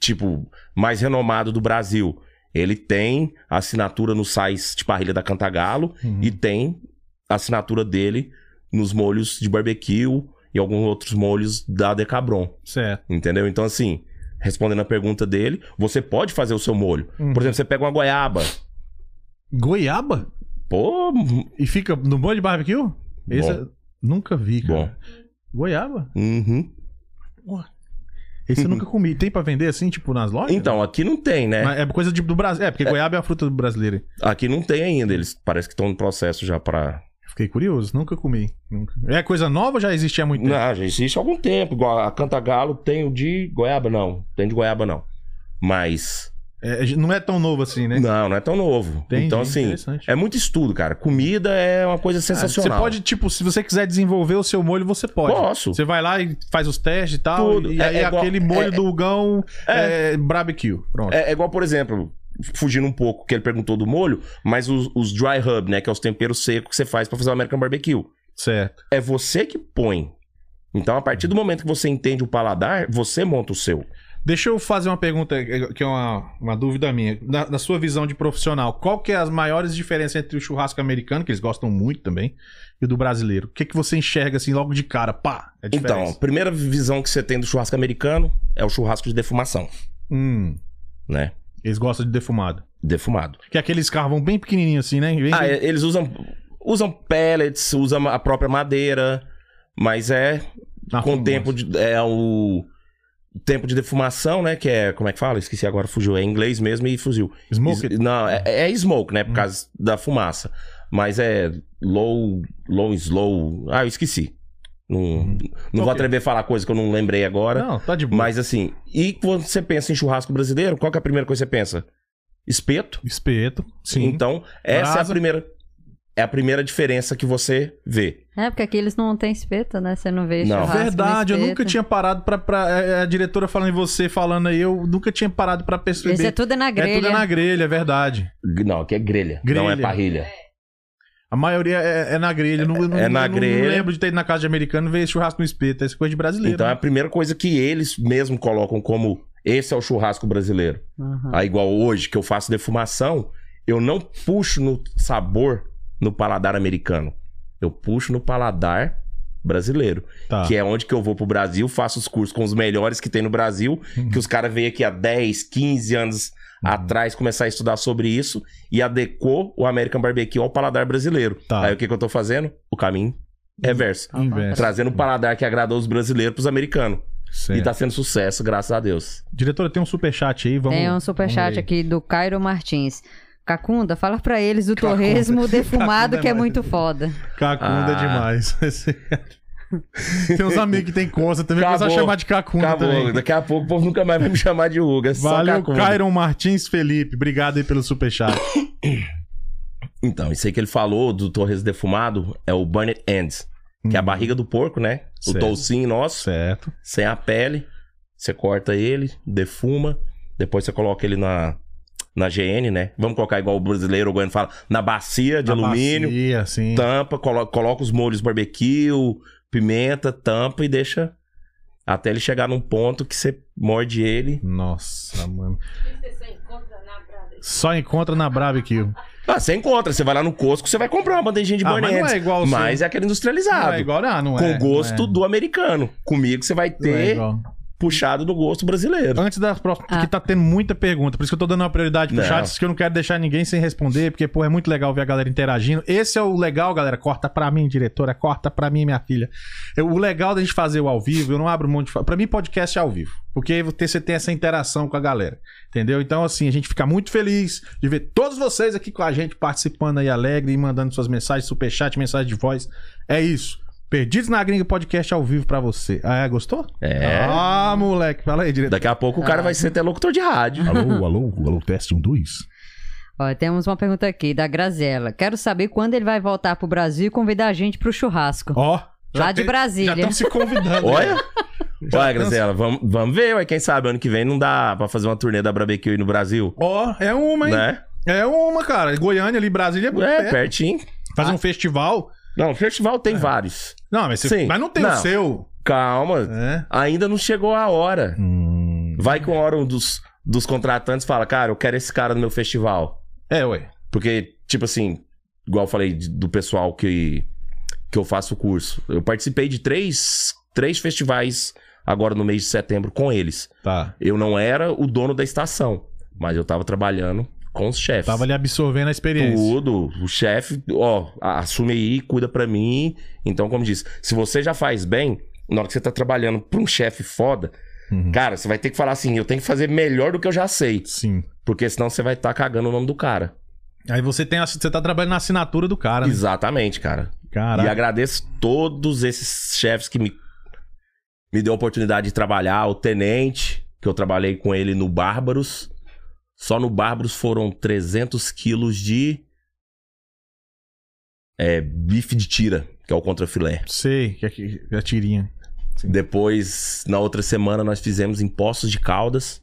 B: tipo, mais renomado do Brasil. Ele tem a assinatura no sais de parrilha da Cantagalo
A: Uhum.
B: e tem a assinatura dele nos molhos de barbecue e alguns outros molhos da Decabron.
A: Certo.
B: Entendeu? Então, assim, respondendo a pergunta dele, você pode fazer o seu molho.
A: Uhum.
B: Por exemplo, você pega uma goiaba.
A: Goiaba?
B: Pô,
A: E fica no molho de barbecue? Esse
B: Bom.
A: eu nunca vi,
B: bom.
A: cara. Goiaba?
B: Uhum.
A: Esse eu nunca comi. Tem pra vender assim, tipo, nas lojas?
B: Então, aqui não tem, né?
A: Mas é coisa de- do Brasil. É, porque goiaba é a fruta do brasileiro.
B: Aqui não tem ainda. Eles parece que estão no processo já pra.
A: Fiquei curioso, nunca comi. Nunca. É coisa nova ou já existia há muito tempo?
B: Não, já existe há algum tempo. Igual a Cantagalo tem o de goiaba, não. Tem de goiaba, não. Mas.
A: É, não é tão novo assim, né?
B: Não, não é tão novo.
A: Entendi,
B: então, assim,
A: interessante.
B: é muito estudo, cara. Comida é uma coisa
A: Ah, Você
B: sensacional.
A: pode, tipo, se você quiser desenvolver o seu molho, você pode.
B: Posso.
A: Você vai lá e faz os testes e tal.
B: Tudo.
A: E
B: É-
A: aí
B: é igual-
A: aquele molho
B: é-
A: do Hugão é, barbecue. Pronto.
B: É, é igual, por exemplo, fugindo um pouco, que ele perguntou do molho, mas os, os dry rub, né? Que é os temperos secos que você faz pra fazer o American Barbecue.
A: Certo.
B: É você que põe. Então, a partir do momento que você entende o paladar, você monta o seu.
A: Deixa eu fazer uma pergunta eh, que é uma, uma dúvida minha. Na, na sua visão de profissional, qual que é as maiores diferenças entre o churrasco americano, que eles gostam muito também, e o do brasileiro? O que, que você enxerga assim logo de cara? Pá, é
B: Então, a
A: diferença.
B: primeira visão que você tem do churrasco americano é o churrasco de defumação,
A: Hum,
B: né?
A: eles gostam de defumado.
B: Defumado.
A: Que é aqueles carvão bem pequenininho assim, né? Bem-
B: Ah, é, eles usam usam pellets, usam a própria madeira, mas é
A: na
B: com
A: fumaça.
B: o tempo de é o tempo de defumação, né, que é como é que fala? Esqueci agora, fugiu, é em inglês mesmo e fugiu.
A: Smoke. Hum.
B: Is- Não, é, é smoke, né, por causa da fumaça. Mas é low, low slow. Ah, eu esqueci. Não, não
A: Hum.
B: vou
A: Ok.
B: atrever a falar coisa que eu não lembrei agora.
A: Não, tá de boa.
B: Mas assim, e quando você pensa em churrasco brasileiro, qual que é a primeira coisa que você pensa? Espeto.
A: Espeto. Sim.
B: Então, essa é a
A: Brasa.
B: primeira é a primeira diferença que você vê.
C: É, porque aqui eles não têm espeto, né? Você não vê
B: Não.
C: churrasco. no
A: É Verdade, eu
C: espeto.
A: nunca tinha parado pra. pra é, a diretora falando em você, falando aí, eu nunca tinha parado pra perceber.
C: Isso é tudo na grelha.
A: É tudo na grelha, é verdade.
B: G- Não, aqui é grelha, não é
A: Grelha.
B: parrilha.
A: A maioria é, é na grelha. Não, eu não-
B: É na
A: eu não-
B: grelha.
A: não lembro de ter ido na casa de americano e ver churrasco no espeto. Essa coisa de brasileiro.
B: Então é a
A: né?
B: primeira coisa que eles mesmo colocam como esse é o churrasco brasileiro.
C: Aham.
B: Aí igual hoje que eu faço defumação, eu não puxo no sabor no paladar americano. Eu puxo no paladar brasileiro.
A: tá.
B: que é onde que eu vou pro Brasil, faço os cursos com os melhores que tem no Brasil,
A: Uhum.
B: que os caras veio aqui há 10, 15 anos atrás começar a estudar sobre isso e adequou o American Barbecue ao paladar brasileiro.
A: Tá.
B: Aí o que que eu tô fazendo? O caminho reverso.
A: Inverso.
B: Trazendo o paladar que agradou os brasileiros pros americanos.
A: Certo.
B: E tá sendo sucesso, graças a Deus.
A: Diretora, tem um superchat aí, vamos.
C: Tem um
A: vamos
C: superchat
A: ler.
C: aqui do Cairo Martins. Cacunda, fala pra eles do torresmo defumado
A: Cacunda é
C: que é
A: mais-
C: muito foda.
A: Cacunda
B: Ah.
A: demais. tem uns amigos que tem consta também,
B: Acabou.
A: começar a chamar de Cacunda
B: Acabou.
A: também.
B: Daqui a pouco o povo nunca mais vai me chamar de É Uga.
A: Valeu,
B: Cairo.
A: Cairon Martins Felipe. Obrigado aí pelo superchat.
B: Então, isso aí que ele falou do Torres defumado é o Burned Ends, que é a barriga do porco, né? O
A: Hum. Certo.
B: toucinho nosso.
A: Certo.
B: sem a pele, você corta ele, defuma, depois você coloca ele na, na GN, né? Vamos colocar igual o brasileiro, o goiano fala, na bacia de
A: A
B: alumínio, Tá.
A: bacia, sim.
B: tampa, colo- coloca os molhos barbecue, pimenta, tampa e deixa até ele chegar num ponto que você morde ele.
A: Nossa, mano.
D: Você só encontra na brada.
A: Só encontra na Braba aqui.
B: Ah, você encontra, você vai lá no Costco, você vai comprar uma bandejinha de
A: Ah, mas
B: Burnett,
A: não é igual o seu.
B: mas é aquele
A: Não
B: industrializado.
A: é igual, não, não
B: com
A: é.
B: o gosto
A: não é.
B: do americano. Comigo você vai
A: Não é
B: ter
A: igual.
B: puxado do gosto brasileiro.
A: Antes das próximas,
C: Ah.
A: porque tá tendo muita pergunta. Por isso que eu tô dando uma prioridade pro
B: Não.
A: chat, que eu não quero deixar ninguém sem responder, porque, pô, é muito legal ver a galera interagindo. Esse é o legal, galera. Corta pra mim, diretora. Corta pra mim, minha filha. Eu- o legal da gente fazer o ao vivo, eu não abro um monte de. fa- Pra mim, podcast é ao vivo. Porque aí você você tem essa interação com a galera. Entendeu? Então, assim, a gente fica muito feliz de ver todos vocês aqui com a gente, participando aí alegre e mandando suas mensagens, superchat, mensagem de voz. É isso. Perdidos na Gringa podcast ao vivo pra você. Ah, é? gostou?
B: É.
A: Ah, moleque. Fala aí, diretor.
B: Daqui a pouco o cara vai ser até locutor de rádio.
A: Alô, alô, alô, teste 1, 2.
C: Ó, temos uma pergunta aqui da Graziela. Quero saber quando ele vai voltar pro Brasil e convidar a gente pro churrasco.
A: Ó. já
C: Lá de
A: tem-
C: Brasília.
A: Já estão se convidando. né?
B: Olha. Olha, Graziela, vamos, vamos ver. Ué, quem sabe ano que vem não dá pra fazer uma turnê da Barbecue no Brasil,
A: Ó, é uma, hein?
B: né?
A: É uma, cara. Goiânia ali, Brasília é,
B: É, Ah.
A: perto.
B: pertinho.
A: Fazer um festival.
B: Não, festival tem vários.
A: Não, mas, você-
B: Sim.
A: mas não tem o
B: Não.
A: seu.
B: Calma,
A: É.
B: ainda não chegou a hora.
A: Hum.
B: Vai com a hora um dos, dos contratantes e fala, cara, eu quero esse cara no meu festival.
A: É, ué.
B: Porque, tipo assim, igual eu falei de- do pessoal que, que eu faço o curso. Eu participei de três, três festivais agora no mês de setembro com eles.
A: Tá.
B: Eu não era o dono da estação, mas eu tava trabalhando com os chefes.
A: Tava ali absorvendo a experiência.
B: Tudo, o chefe, ó, a- assume aí, cuida pra mim. Então, como diz, se você já faz bem, na hora que você tá trabalhando pra um chefe foda,
A: Uhum.
B: cara, você vai ter que falar assim: eu tenho que fazer melhor do que eu já sei.
A: Sim.
B: Porque senão você vai estar cagando o nome do cara.
A: Aí você tem a- você tá trabalhando na assinatura do cara, né?
B: Exatamente, cara. E
A: Caraca.
B: agradeço todos esses chefes que me, me deu a oportunidade de trabalhar. O Tenente, que eu trabalhei com ele no Bárbaros. Só no Bárbaros foram 300 quilos de é, bife de tira, que é o contrafilé.
A: Sei, que é, que é a tirinha.
B: Depois, na outra semana, nós fizemos em Poços de Caldas.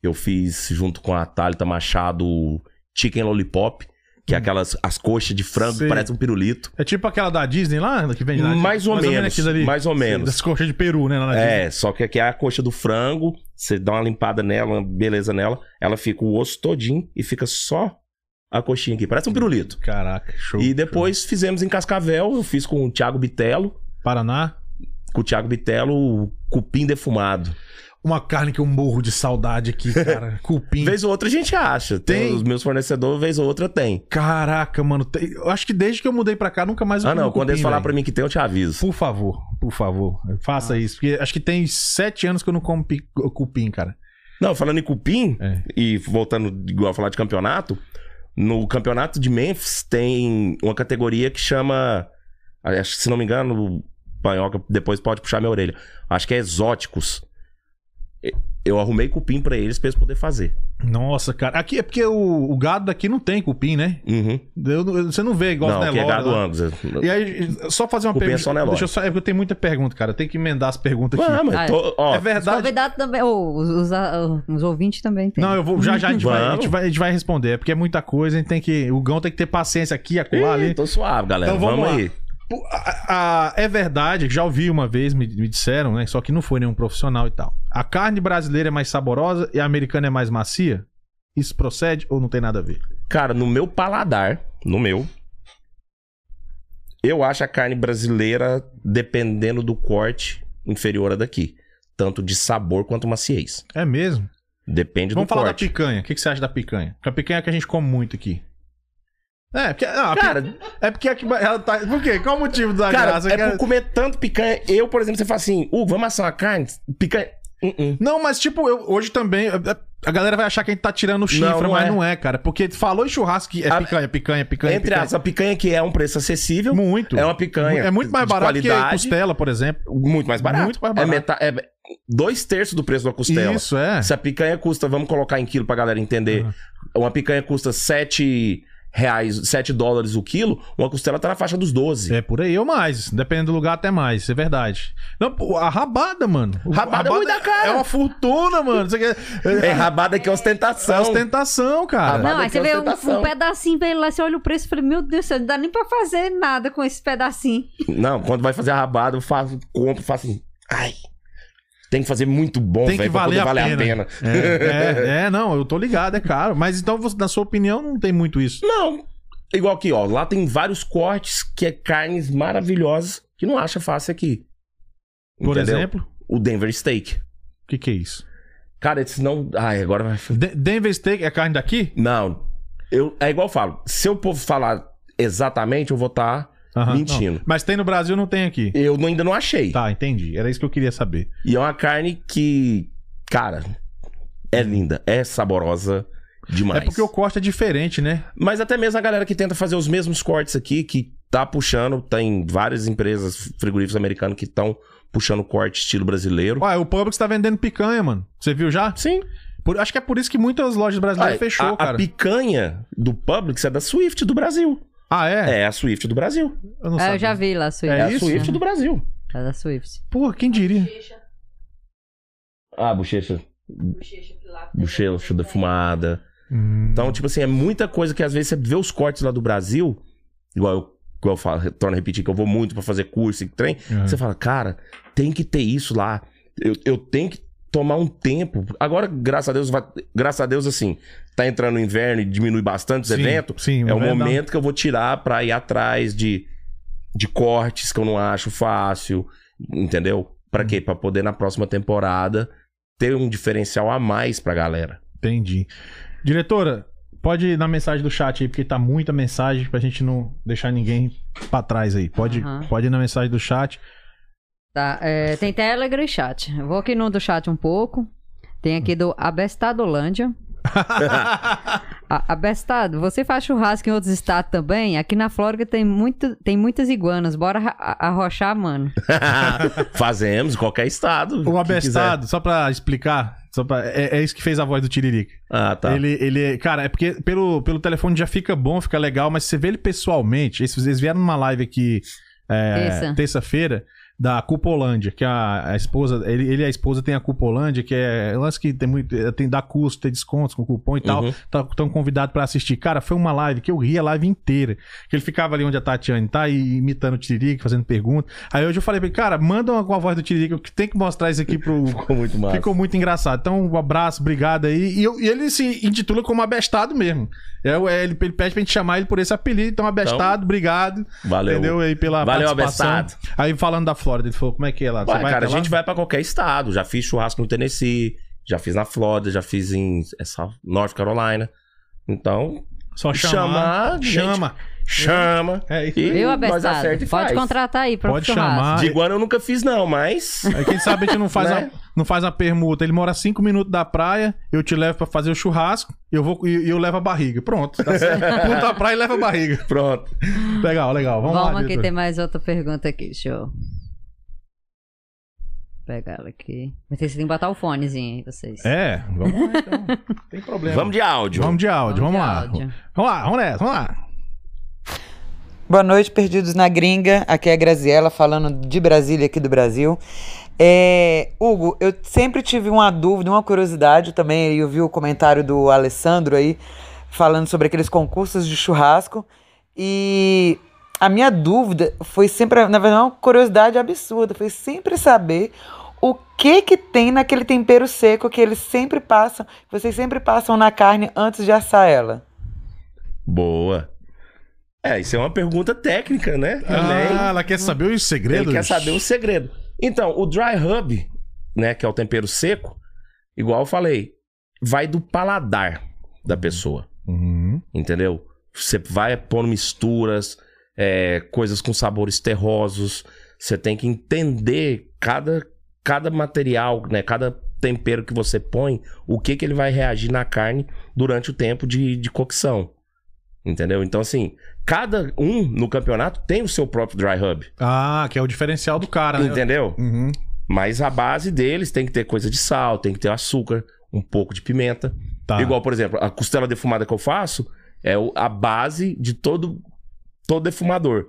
B: Eu fiz, junto com a Thalita Machado, o Chicken Lollipop, que é aquelas as coxas de frango
A: Sei.
B: que parece um pirulito.
A: É tipo aquela da Disney lá, que vende lá.
B: Mais ou menos,
A: aquilo ali.
B: mais ou
A: Sei,
B: menos.
A: Das coxas de Peru, né? Lá na Disney.
B: É, só que aqui é a coxa do frango, você dá uma limpada nela, uma beleza nela, ela fica o osso todinho e fica só a coxinha aqui, parece um pirulito.
A: Caraca, show.
B: E depois fizemos em Cascavel, eu fiz com o Thiago Bitelo,
A: show. Paraná.
B: com o Thiago Bitelo, o cupim defumado.
A: Uma carne que eu morro de saudade aqui, cara. Cupim.
B: Vez ou outra a gente acha, tem,
A: Tem.
B: os meus fornecedores, vez ou outra tem.
A: Caraca, mano. tem- Eu acho que desde que eu mudei pra cá, nunca mais eu
B: Ah
A: comi
B: não,
A: um
B: quando
A: cupim,
B: eles falar
A: velho.
B: pra mim Ah. que tem, eu te aviso.
A: Por favor, por favor, faça isso. Porque acho que tem sete anos que eu não como pi- cupim, cara.
B: Não, falando em cupim,
A: É.
B: e voltando igual a falar de campeonato, no campeonato de Memphis tem uma categoria que chama. Acho que se não me engano, o Panhoca depois pode puxar minha orelha. Acho que é exóticos. E- Eu arrumei cupim pra eles pra eles poderem fazer.
A: Nossa, cara. Aqui é porque o, o gado daqui não tem cupim, né?
B: Uhum.
A: Eu- eu- você não vê igual os
B: não, que é
A: Nelore
B: gado
A: lá.
B: Angus.
A: E aí, só fazer uma
B: Cupim é
A: pergunta.
B: só Nelore.
A: Deixa eu só. É porque tem muita pergunta, cara. Tem que emendar as perguntas aqui.
B: Ah, mas
C: Ah,
B: tô- ó,
A: é
C: Os
A: verdade.
C: convidados também, ou os, os- ah, os ouvintes também tem.
A: Não, eu vou. Já já a gente, vai, a, gente
B: Vamos.
A: vai, a gente vai responder. É porque é muita coisa, a gente tem que. O Gão tem que ter paciência aqui, acolá
B: ih,
A: ali.
B: tô suave, galera.
A: Então vamos
B: vamos
A: lá.
B: aí.
A: Pô, a- a- é verdade, já ouvi uma vez, me, me disseram, né? Só que não foi nenhum profissional e tal. A carne brasileira é mais saborosa e a americana é mais macia? Isso procede ou não tem nada a ver?
B: Cara, no meu paladar, no meu, eu acho a carne brasileira, dependendo do corte, inferior à daqui. Tanto de sabor quanto maciez.
A: É mesmo?
B: Depende
A: Vamos
B: do
A: falar
B: corte.
A: da picanha. O que, que você acha da picanha? Porque a picanha é que a gente come muito aqui. É, porque. não, a pi-
B: Cara,
A: é porque a que- ela tá. Por quê? Qual o motivo da
B: cara,
A: graça?
B: é
A: Cara-
B: por comer tanto picanha. Eu, por exemplo, você fala assim, Hugo, vamos assar uma carne? Picanha. Uh -uh.
A: Não, mas tipo, eu, hoje também. a- A galera vai achar que a gente tá tirando o chifre,
B: Não, não
A: mas
B: é.
A: não é, cara. Porque falou em churrasco que é
B: A-
A: picanha, picanha, picanha.
B: Entre
A: picanha.
B: aspas, a picanha que é um preço acessível,
A: Muito.
B: é uma picanha.
A: É muito mais
B: de
A: barato que
B: qualidade,
A: costela, por exemplo.
B: Muito mais barato.
A: Muito mais barato.
B: É, meta- é dois terços do preço da costela.
A: Isso, é.
B: Se a picanha custa, vamos colocar em quilo pra galera entender.
A: Uhum.
B: Uma picanha custa 7 reais, 7 dólares o quilo, uma costela tá na faixa dos 12.
A: É por aí ou mais. Dependendo do lugar, até mais. Isso é verdade. Não, pô, a rabada, mano.
B: Rabada é muito da cara.
A: É uma fortuna, mano. Isso aqui
B: É,
A: é, é,
B: rabada que é
A: é
B: ostentação.
A: ostentação, cara.
B: Rabada
C: Não, aí
B: que
C: você
B: é
C: vê um,
B: ostentação.
C: um pedacinho pra ele lá, você olha o preço e fala, meu Deus do céu, não dá nem pra fazer nada com esse pedacinho.
B: Não, quando vai fazer a rabada, eu faço, compro, faço assim. Ai. Tem que fazer muito bom,
A: Tem que
B: velho, pra
A: valer
B: poder
A: a
B: valer a
A: pena.
B: pena.
A: É, é, é, não, eu tô ligado, é caro. Mas então, você- na sua opinião, não tem muito isso.
B: Não. Igual aqui, ó. Lá tem vários cortes que é carnes maravilhosas que não acha fácil aqui.
A: Por
B: Entendeu?
A: exemplo,
B: O Denver Steak.
A: o que, que é isso?
B: Cara, esse não. Ai, agora vai.
A: De- Denver Steak é carne daqui?
B: Não. Eu, é igual eu falo. Se o povo falar exatamente, eu vou estar
A: Aham,
B: mentindo.
A: não. Mas tem no Brasil, não tem aqui.
B: Eu não- ainda não achei.
A: Tá, entendi. Era isso que eu queria saber.
B: E é uma carne que. Cara, é linda. É saborosa demais.
A: É porque o corte é diferente, né?
B: Mas até mesmo a galera que tenta fazer os mesmos cortes aqui, que tá puxando, tem várias empresas frigoríficos americanos que estão puxando corte estilo brasileiro.
A: Ué, o Publix tá vendendo picanha, mano. Você viu já?
B: Sim.
A: Por- acho que é por isso que muitas lojas brasileiras
B: Ah,
A: fechou,
B: a, a
A: cara.
B: picanha do Publix é da Swift do Brasil.
A: Ah, é?
B: É, a Swift do Brasil.
A: Eu não
C: Ah, eu
A: sabia.
C: já vi lá a Swift.
B: É, a
A: isso?
B: Swift do Brasil.
C: É da Swift.
A: Pô, quem diria?
D: Bochecha,
B: Ah, bochecha.
D: bochecha pilata.
B: Bochecha defumada.
A: Hum,
B: Então, tipo assim, é muita coisa que às vezes você vê os cortes lá do Brasil. Igual eu igual eu falo, torno a repetir, que eu vou muito pra fazer curso e trem.
A: Uhum.
B: Você fala, cara, tem que ter isso lá. Eu, eu tenho que tomar um tempo. Agora, graças a Deus, vai- graças a Deus, assim, tá entrando o inverno e diminui bastante os
A: Sim,
B: eventos.
A: sim,
B: é o
A: vai dar-
B: momento que eu vou tirar pra ir atrás de, de cortes que eu não acho fácil, entendeu? Pra
A: Uhum.
B: quê? Pra poder na próxima temporada ter um diferencial a mais pra galera.
A: Entendi. Diretora, pode ir na mensagem do chat aí, porque tá muita mensagem pra gente não deixar ninguém pra trás aí. Pode,
C: Aham.
A: pode ir na mensagem do chat.
C: Tá, é, tem Telegram e chat. Eu Vou aqui no do chat um pouco. Tem aqui do Abestadolândia.
A: Um
C: A- Abestado, você faz churrasco em outros estados também? Aqui na Flórida tem, muito, tem muitas iguanas. Bora ra- a- arrochar, mano.
B: Fazemos em qualquer estado.
A: O
B: quem
A: Um abestado, só pra explicar, só pra- é, é isso que fez a voz do Tiririca.
B: quiser. Ah, tá.
A: Ele, ele, cara, é porque pelo, pelo telefone já fica bom, fica legal, mas se você vê ele pessoalmente, eles, eles vieram numa live aqui é,
C: Terça.
A: terça-feira da Cupolândia, que a, a esposa, ele, ele e a esposa tem a Cupolândia, que é é um lance que tem muito, é, tem dá custo, tem descontos com cupom e tal,
B: Uhum.
A: estão convidados pra assistir. Cara, foi uma live que eu ri a live inteira, que ele ficava ali onde a Tatiane tá e imitando o Tiririca, fazendo pergunta. Aí hoje eu falei pra ele, cara, manda uma com a voz do Tiririca, que tem que mostrar isso aqui pro
B: Ficou muito massa.
A: Ficou muito engraçado. Então, um abraço, obrigado aí. E, eu- e ele se intitula como abestado mesmo. É, o- é, ele, ele pede pra gente chamar ele por esse apelido. Então, abestado, obrigado.
B: Valeu.
A: Entendeu aí pela
B: Valeu,
A: participação.
B: abestado.
A: Aí falando da Flórida, ele falou, como é que é lá? Você
B: Ué, cara, a
A: até lá?
B: gente vai pra qualquer estado. Já fiz churrasco no Tennessee, já fiz na Flórida, já fiz em essa, North Carolina. Então,
A: Só chamar.
B: chamar, gente,
A: Chama.
B: chama.
A: É isso.
B: E
C: Viu,
B: nós
C: Abestado?
B: acerta
C: Pode
B: e faz.
C: contratar aí pra um
A: Pode
C: churrasco.
A: chamar.
B: De iguana eu nunca fiz, não, mas.
A: Aí quem sabe a gente não faz,
B: Né?
A: a, não faz a permuta. Ele mora a cinco minutos da praia, eu te levo pra fazer o churrasco, eu vou e eu, levo a barriga. Pronto. Tá certo. Permuta a praia e leva a barriga.
B: Pronto.
A: Legal, legal. Vamos,
C: Vamos,
A: lá,
C: aqui,
A: diretor.
C: tem mais outra pergunta aqui, deixa eu pegar ela aqui. Mas vocês têm que botar o fonezinho aí, vocês.
A: É, vamos lá então. Não tem problema.
B: Vamos de áudio.
A: Vamos de áudio, vamos,
C: de
A: lá.
C: áudio.
A: Vamos lá, vamos nessa, vamos lá.
G: Boa noite, Perdidos na Gringa. Aqui é a Graziela falando de Brasília, aqui do Brasil. É, Hugo, eu sempre tive uma dúvida, uma curiosidade também. Eu vi o comentário do Alessandro aí falando sobre aqueles concursos de churrasco. E a minha dúvida foi sempre, na verdade, uma curiosidade absurda. Foi sempre saber o que que tem naquele tempero seco que eles sempre passam, que vocês sempre passam na carne antes de assar ela.
B: Boa. É, isso é uma pergunta técnica, né? Também.
A: Ah, ela quer saber os segredos?
B: Ele quer saber o segredo. Então, o dry rub, né, que é o tempero seco, igual eu falei, vai do paladar da pessoa,
A: Uhum.
B: entendeu? Você vai pôr misturas, é, coisas com sabores terrosos. Você tem que entender cada, cada material, né, cada tempero que você põe, o que que ele vai reagir na carne durante o tempo de, de cocção. Entendeu? Então, assim, cada um no campeonato tem o seu próprio dry rub.
A: Ah, que é o diferencial do cara, né?
B: Entendeu?
A: Uhum.
B: Mas a base deles tem que ter coisa de sal, tem que ter açúcar, um pouco de pimenta.
A: Tá.
B: Igual, por exemplo, a costela defumada que eu faço é o- a base de todo, todo defumador.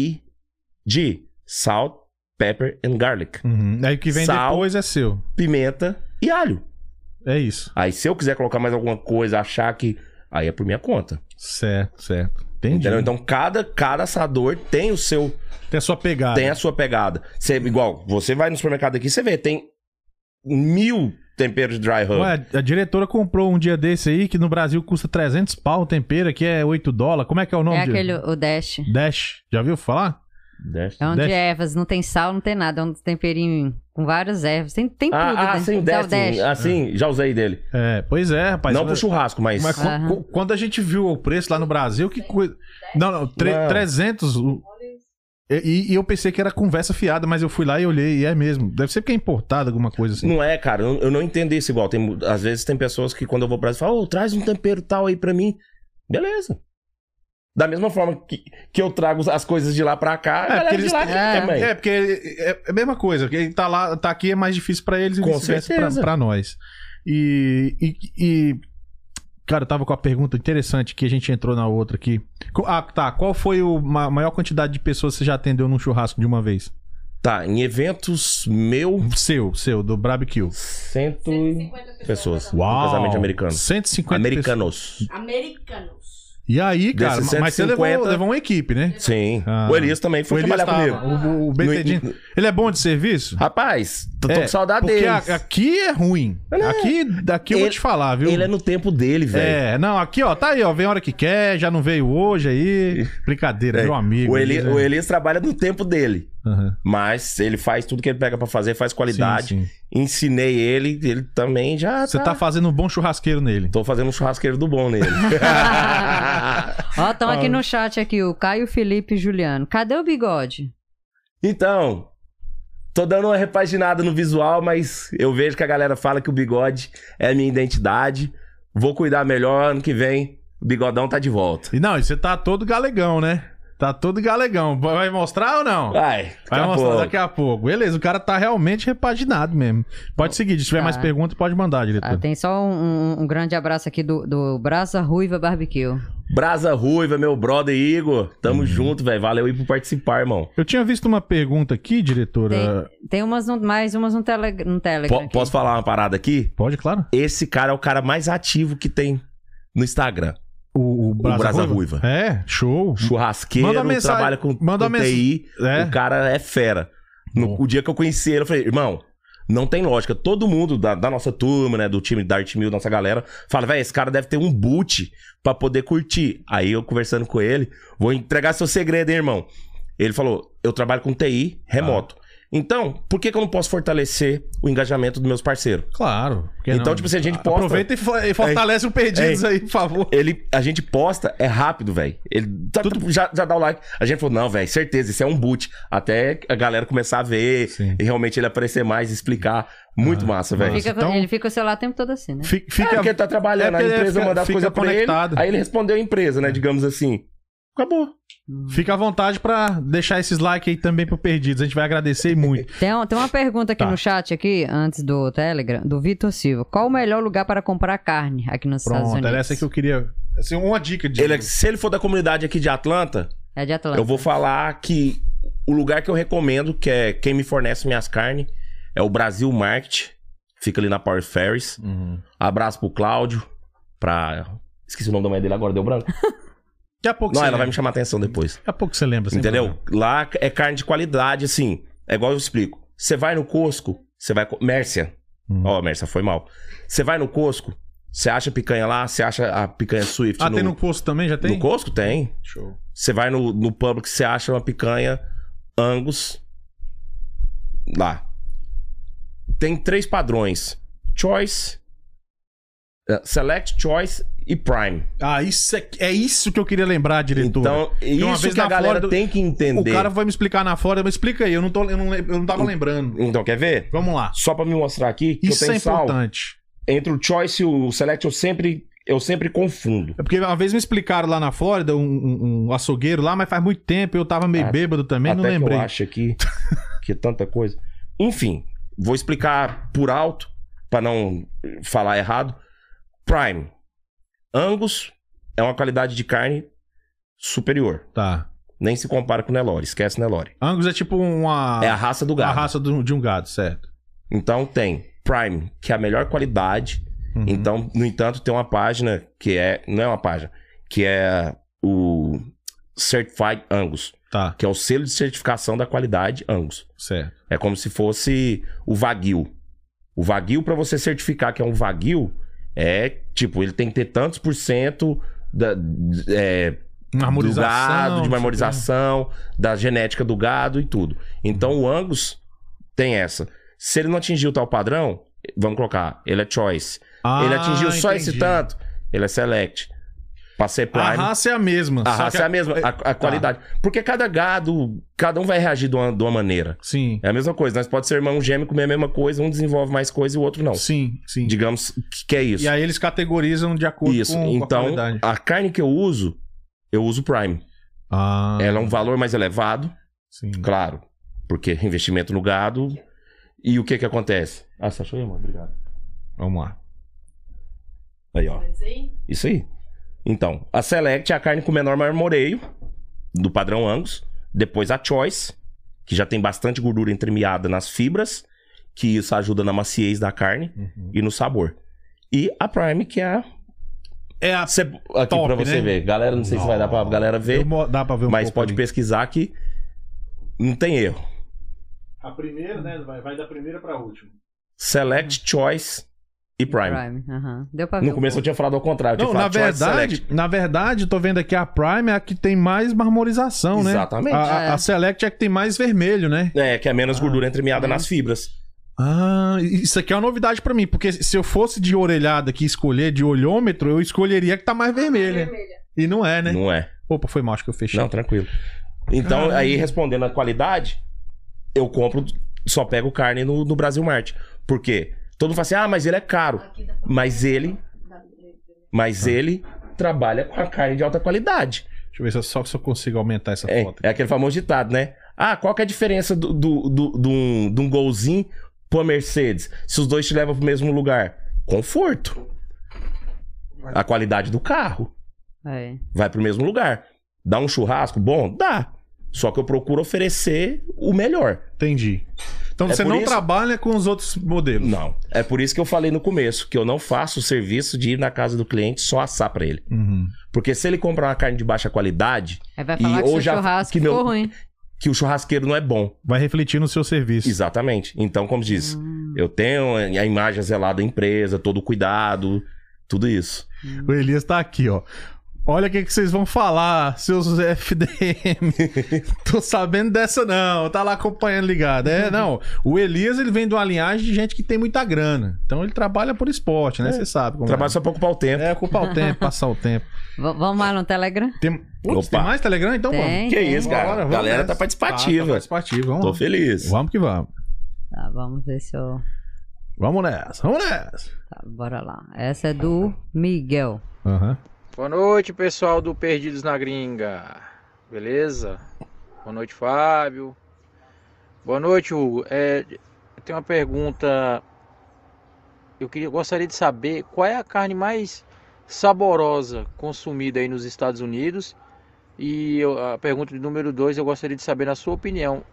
B: SPG. Salt, pepper and garlic.
A: Uhum. Aí o que vem
B: Sal.
A: depois é seu.
B: Pimenta e alho.
A: É isso.
B: Aí se eu quiser colocar mais alguma coisa, achar que... Aí é por minha conta.
A: Certo, certo. Entendi.
B: Entendeu? Então cada, cada assador tem o seu...
A: Tem a sua pegada.
B: tem a sua pegada. Você, igual, você vai no supermercado aqui, você vê, tem mil temperos de dry rub.
A: Ué, a diretora comprou um dia desse aí, que no Brasil custa 300 pau o tempero, aqui é 8 dólares. Como é que é o nome?
C: É
A: dire-
C: aquele, o Dash.
A: Dash. Já viu falar?
C: É um
A: Dash.
C: de ervas, não tem sal, não tem nada. É um temperinho com várias ervas. Tem, tem tudo.
B: Ah, ah
C: dentro
B: sim,
C: do Dash.
B: Destiny. Ah, sim, já usei dele.
A: É, pois é, rapaz.
B: não
A: Mas-
B: pro churrasco, mas.
A: Mas qu-
C: Aham.
A: qu- quando a gente viu o preço lá no Brasil, que coisa. Não, não, tre-
B: Não.
A: 300. o- E, e eu pensei que era conversa fiada, mas eu fui lá e olhei, e é mesmo. Deve ser porque é importado alguma coisa assim.
B: Não é, cara, eu, eu não entendo isso igual. Tem, mu- às vezes tem pessoas que quando eu vou pra Brasil falam, ô, traz um tempero tal aí pra mim. Beleza. Da mesma forma que, que eu trago as coisas de lá pra cá, a galera
A: porque
B: de
A: eles-
B: lá aqui
C: é,
B: também.
A: É, porque é, é a mesma coisa. Quem tá lá, tá aqui é mais difícil pra eles e
B: Com
A: vice-versa pra,
B: certeza.
A: pra nós. E, e, e- Cara, eu tava com uma pergunta interessante que a gente entrou na outra aqui. Co- Ah, tá. Qual foi a maior quantidade de pessoas que você já atendeu num churrasco de uma vez?
B: Tá, em eventos meu,
A: Seu, seu, do barbecue.
B: cento e-
D: 150
B: pessoas.
D: cada um.
B: Casamento americano.
A: americanos. 150 pessoas.
B: Americanos.
D: Americanos.
A: E aí, cara,
B: Desses
A: mas você levou,
B: 150.
A: levou uma equipe, né?
B: Sim.
A: Ah.
B: o Elias também foi
A: O Elias
B: trabalhar
A: tava-
B: comigo.
A: O, o Benedito-
B: No-
A: Ele é bom de serviço?
B: Rapaz, tô, tô
A: É,
B: com saudade
A: porque
B: dele.
A: a- aqui é ruim. Aqui, daqui eu vou
B: Ele-
A: te falar, viu?
B: Ele é no tempo dele, velho.
A: É, não, aqui, ó, tá aí, ó, vem a hora que quer, já não veio hoje aí. Brincadeira,
B: É.
A: meu amigo.
B: o, Eli-
A: né?
B: o Elias trabalha no tempo dele.
A: Aham.
B: Mas ele faz tudo que ele pega pra fazer, faz qualidade.
A: Sim, sim.
B: Ensinei ele, ele também já.
A: Você tá fazendo um bom churrasqueiro nele.
B: Tô fazendo um churrasqueiro do bom nele.
C: Ó, estão aqui no chat aqui, o Caio Felipe e Juliano. Cadê o bigode?
B: Então, tô dando uma repaginada no visual, mas eu vejo que a galera fala que o bigode é a minha identidade. Vou cuidar melhor ano que vem. O bigodão tá de volta.
A: E não, e você tá todo galegão, né? Tá todo galegão. Vai vai mostrar ou não?
B: Vai, daqui
A: Vai
B: a
A: mostrar
B: pouco.
A: daqui a pouco. Beleza, o cara tá realmente repaginado mesmo. Pode seguir, se tiver
C: Tá.
A: mais perguntas, pode mandar,
C: Ah,
A: diretor.
C: tem só um, um- um grande abraço aqui do, do Brasa Ruiva Barbecue.
B: Brasa Ruiva, meu brother Igor.
A: Uhum.
B: Tamo junto, velho. Valeu aí por participar, irmão.
A: Eu tinha visto uma pergunta aqui, diretora.
C: Tem, tem umas no- mais umas no, tele, no Telegram.
B: Po-
C: aqui.
B: posso falar uma parada aqui?
A: Pode, claro.
B: Esse cara é o cara mais ativo que tem no Instagram.
A: O, o Brasa,
B: Brasa
A: Ruiva.
B: Ruiva.
A: É, show.
B: Churrasqueiro,
A: Manda uma mensagem-
B: trabalha com,
A: manda
B: com
A: uma mensagem-
B: TI.
A: É.
B: O cara é fera. No-
A: Bom.
B: o dia que eu conheci ele, eu falei, irmão, não tem lógica. Todo mundo da, da nossa turma, né? Do time da Art Mil, nossa galera, fala, velho, esse cara deve ter um boot pra poder curtir. Aí eu conversando com ele, vou entregar seu segredo, hein, irmão. Ele falou, eu trabalho com TI remoto.
A: Ah.
B: Então, por que, que eu não posso fortalecer o engajamento dos meus parceiros?
A: Claro. por que
B: Então,
A: não? ah,
B: tipo assim, a gente posta-
A: Aproveita e fo- e fortalece o Perdidos
B: É.
A: aí, por favor.
B: Ele, a gente posta, é rápido, velho. Ele tá- já, já dá o like. A gente falou, não, velho, certeza, isso é um boot. Até a galera começar a ver
A: Sim.
B: e realmente ele aparecer mais, explicar. Muito massa, velho.
C: Fica-
A: então-
C: Ele fica o celular o tempo todo assim, né?
A: Fica,
B: É
A: fica-
B: porque ele tá
A: é
B: trabalhando,
A: porque ele
B: a empresa
A: fica-
B: manda as
A: fica
B: coisas pra ele.
A: conectado. É.
B: Aí ele respondeu a empresa, né? Digamos assim. Acabou.
A: fica à vontade pra deixar esses likes aí também pro Perdidos. A gente vai agradecer muito.
C: Tem, um- tem uma pergunta aqui
A: Tá.
C: no chat aqui, antes do Telegram, do Vitor Silva. Qual o melhor lugar para comprar carne aqui nos Estados
A: Pronto,
C: Unidos?
A: era essa que eu queria. Assim, uma dica de.
B: Ele- é se ele for da comunidade aqui de Atlanta,
C: É de
A: Ah,
C: Atlanta.
B: eu vou falar que o lugar que eu recomendo, que é quem me fornece minhas carnes, é o Brasil Market. Fica ali na Power Ferries.
A: Uhum.
B: Abraço pro Cláudio, pra. Esqueci o nome da mãe dele agora, deu branco.
A: Daqui a pouco
B: Não,
A: você
B: ela vai
A: lembra.
B: me chamar atenção depois.
A: Daqui a pouco você lembra. sem
B: entendeu?
A: problema.
B: Lá é carne de qualidade, assim. É igual eu explico. Você vai no Costco, você vai. co- Mércia.
A: Hum.
B: Ó, Mércia, foi mal. Você vai no Costco, você acha picanha lá, você acha a picanha Swift
A: Ah, tem no posto também? Já tem?
B: no Costco? Tem.
A: Show.
B: Você vai no, no Publix, você acha uma picanha Angus lá. Tem três padrões: Choice, eh, Select, Choice e Prime.
A: Ah, isso é, é isso que eu queria lembrar, diretor.
B: Então,
A: uma
B: isso
A: vez
B: que a
A: na
B: galera
A: Flórida,
B: tem que
A: o
B: entender.
A: cara vai me explicar na fora, mas explica aí, eu não, tô, eu não, lem- eu não tava lembrando.
B: Então, quer ver?
A: Vamos lá.
B: Só pra me mostrar aqui que
A: Isso
B: eu
A: é
B: tenho sal.
A: importante.
B: Entre o Choice e o Select, eu sempre, eu sempre confundo.
A: É porque uma vez me explicaram lá na Flórida, um, um- um açougueiro lá, mas faz muito tempo, eu tava meio
B: Ah,
A: bêbado também,
B: Até
A: não
B: que
A: lembrei.
B: eu acho aqui que é tanta coisa. Enfim, vou explicar por alto, pra não falar errado. Prime. Angus é uma qualidade de carne superior.
A: Tá.
B: Nem se compara com Nelore. Esquece Nelore.
A: Angus é tipo uma.
B: é a raça do
A: a
B: gado.
A: raça do- de um gado, certo.
B: Então tem Prime, que é a melhor qualidade.
A: Uhum.
B: Então, no entanto, tem uma página que é. Não é uma página, que é o Certified Angus,
A: Tá,
B: que é o selo de certificação da qualidade Angus.
A: certo.
B: É como se fosse o Wagyu. O Wagyu, para você certificar que é um Wagyu, é tipo, ele tem que ter tantos por cento da, é, do gado,
A: tipo,
B: de marmorização, da genética do gado e tudo. Então o Angus tem essa. Se ele não atingiu tal padrão, vamos colocar, ele é choice.
A: Ah,
B: ele atingiu só esse
A: entendi.
B: tanto, ele é select. Passei prime.
A: A raça é a mesma.
B: a
A: só
B: raça
A: que tá.
B: é a mesma, a, a qualidade. Porque cada gado, cada um vai reagir de uma, de uma maneira.
A: Sim.
B: É a mesma coisa. Nós pode ser irmão gêmeo comer a mesma coisa, um desenvolve mais coisa e o outro não.
A: Sim, sim.
B: Digamos que- que é isso.
A: E aí eles categorizam de acordo
B: isso.
A: com, com a
B: então,
A: qualidade.
B: a carne que eu uso, eu uso prime.
A: Ah,
B: Ela é um valor mais elevado,
A: sim.
B: claro, porque investimento no gado. E o que que acontece? Ah, você achou aí, amor? Obrigado.
A: Vamos lá.
B: Aí, ó.
D: Mas aí,
B: Isso aí. Então, a Select é a carne com menor marmoreio, do padrão Angus. Depois a Choice, que já tem bastante gordura entremeada nas fibras, que
A: Uhum.
B: isso ajuda na maciez da carne e no sabor. E a Prime, que é a,
A: é a.
B: Cê- aqui
A: Top,
B: pra você
A: né?
B: ver. Galera, não sei se vai dar pra galera ver,
A: Eu mo- dá pra ver um
B: mas
A: pouco
B: pode
A: ali.
B: pesquisar que não tem erro.
A: A primeira, né? Vai, vai da primeira pra última.
B: Select, Choice e Prime.
C: Prime. aham. Deu pra ver.
B: No
C: um
B: começo eu
C: pouco.
B: tinha falado ao contrário. Eu tinha
A: Não, na
B: falado Choice,
A: verdade,
B: Select.
A: na verdade, tô vendo aqui a Prime é a que tem mais marmorização, né?
B: Exatamente.
A: A, a-
C: É.
A: a Select é a que tem mais vermelho, né?
B: É, que é menos gordura entremeada
A: Uhum.
B: nas fibras.
A: Ah, isso aqui é uma novidade pra mim, porque se eu fosse de orelhada que escolher de olhômetro, eu escolheria a que tá mais vermelha. E não é, né?
B: Não é.
A: Opa, foi mal, acho que eu fechei.
B: Não, tranquilo. Então,
A: Caralho.
B: aí respondendo a qualidade, eu compro, só pego carne no, no Brasil Mart. Por quê? Todo mundo fala assim, ah, mas ele é caro. Mas ele, mas ele trabalha com a carne de alta qualidade.
A: Deixa eu ver se eu só, se eu consigo aumentar essa
B: É,
A: foto.
B: é aquele famoso ditado, né? Ah, qual que é a diferença do, do, do- de um, de um golzinho pra Mercedes? Se os dois te levam pro mesmo lugar? Conforto. A qualidade do carro
C: É.
B: vai pro mesmo lugar. Dá um churrasco bom? Dá. Só que eu procuro oferecer o melhor.
A: Entendi. Então
B: É
A: você
B: por
A: não
B: isso-
A: trabalha com os outros modelos.
B: Não. É por isso que eu falei no começo que eu não faço o serviço de ir na casa do cliente só assar pra ele.
A: Uhum.
B: Porque se ele comprar uma carne de baixa qualidade,
C: Aí vai
B: E
C: falar que
B: ou
C: seu
B: já-
C: churrasco
B: que meu-
C: ficou ruim.
B: que o churrasqueiro não é bom.
A: Vai refletir no seu serviço.
B: Exatamente. Então, como diz,
C: Hum.
B: eu tenho a imagem zelada da empresa, todo o cuidado, tudo isso.
A: O Elias tá aqui, ó. Olha o que, que vocês vão falar, seus FDM. Tô sabendo dessa, não. Tá lá acompanhando ligado. É,
B: Uhum.
A: não. O Elias, ele vem de uma linhagem de gente que tem muita grana. Então ele trabalha por esporte, né? Você sabe como
B: Trabalho
A: é.
B: só pra ocupar o tempo.
A: É, ocupar o tempo, passar o tempo.
C: V- vamos lá no Telegram?
A: Tem, Putz,
B: Opa.
A: tem mais Telegram? Então
C: Tem.
B: que isso, cara.
A: Bora,
B: a
A: vamos
B: galera
A: nessa.
B: tá participativa.
A: Tá, tá participativa. Vamos,
B: Tô feliz.
A: vamos que vamos.
C: Tá, vamos ver se eu.
A: Vamos nessa, vamos nessa.
C: Tá, bora lá. Essa é do Miguel.
A: Aham.
H: Boa noite, pessoal do Perdidos na Gringa. Beleza? Boa noite, Fábio. Boa noite, Hugo. É, eu tenho uma pergunta. Eu queria, gostaria de saber qual é a carne mais saborosa consumida aí nos Estados Unidos. E eu- a pergunta de número dois, eu gostaria de saber, na sua opinião,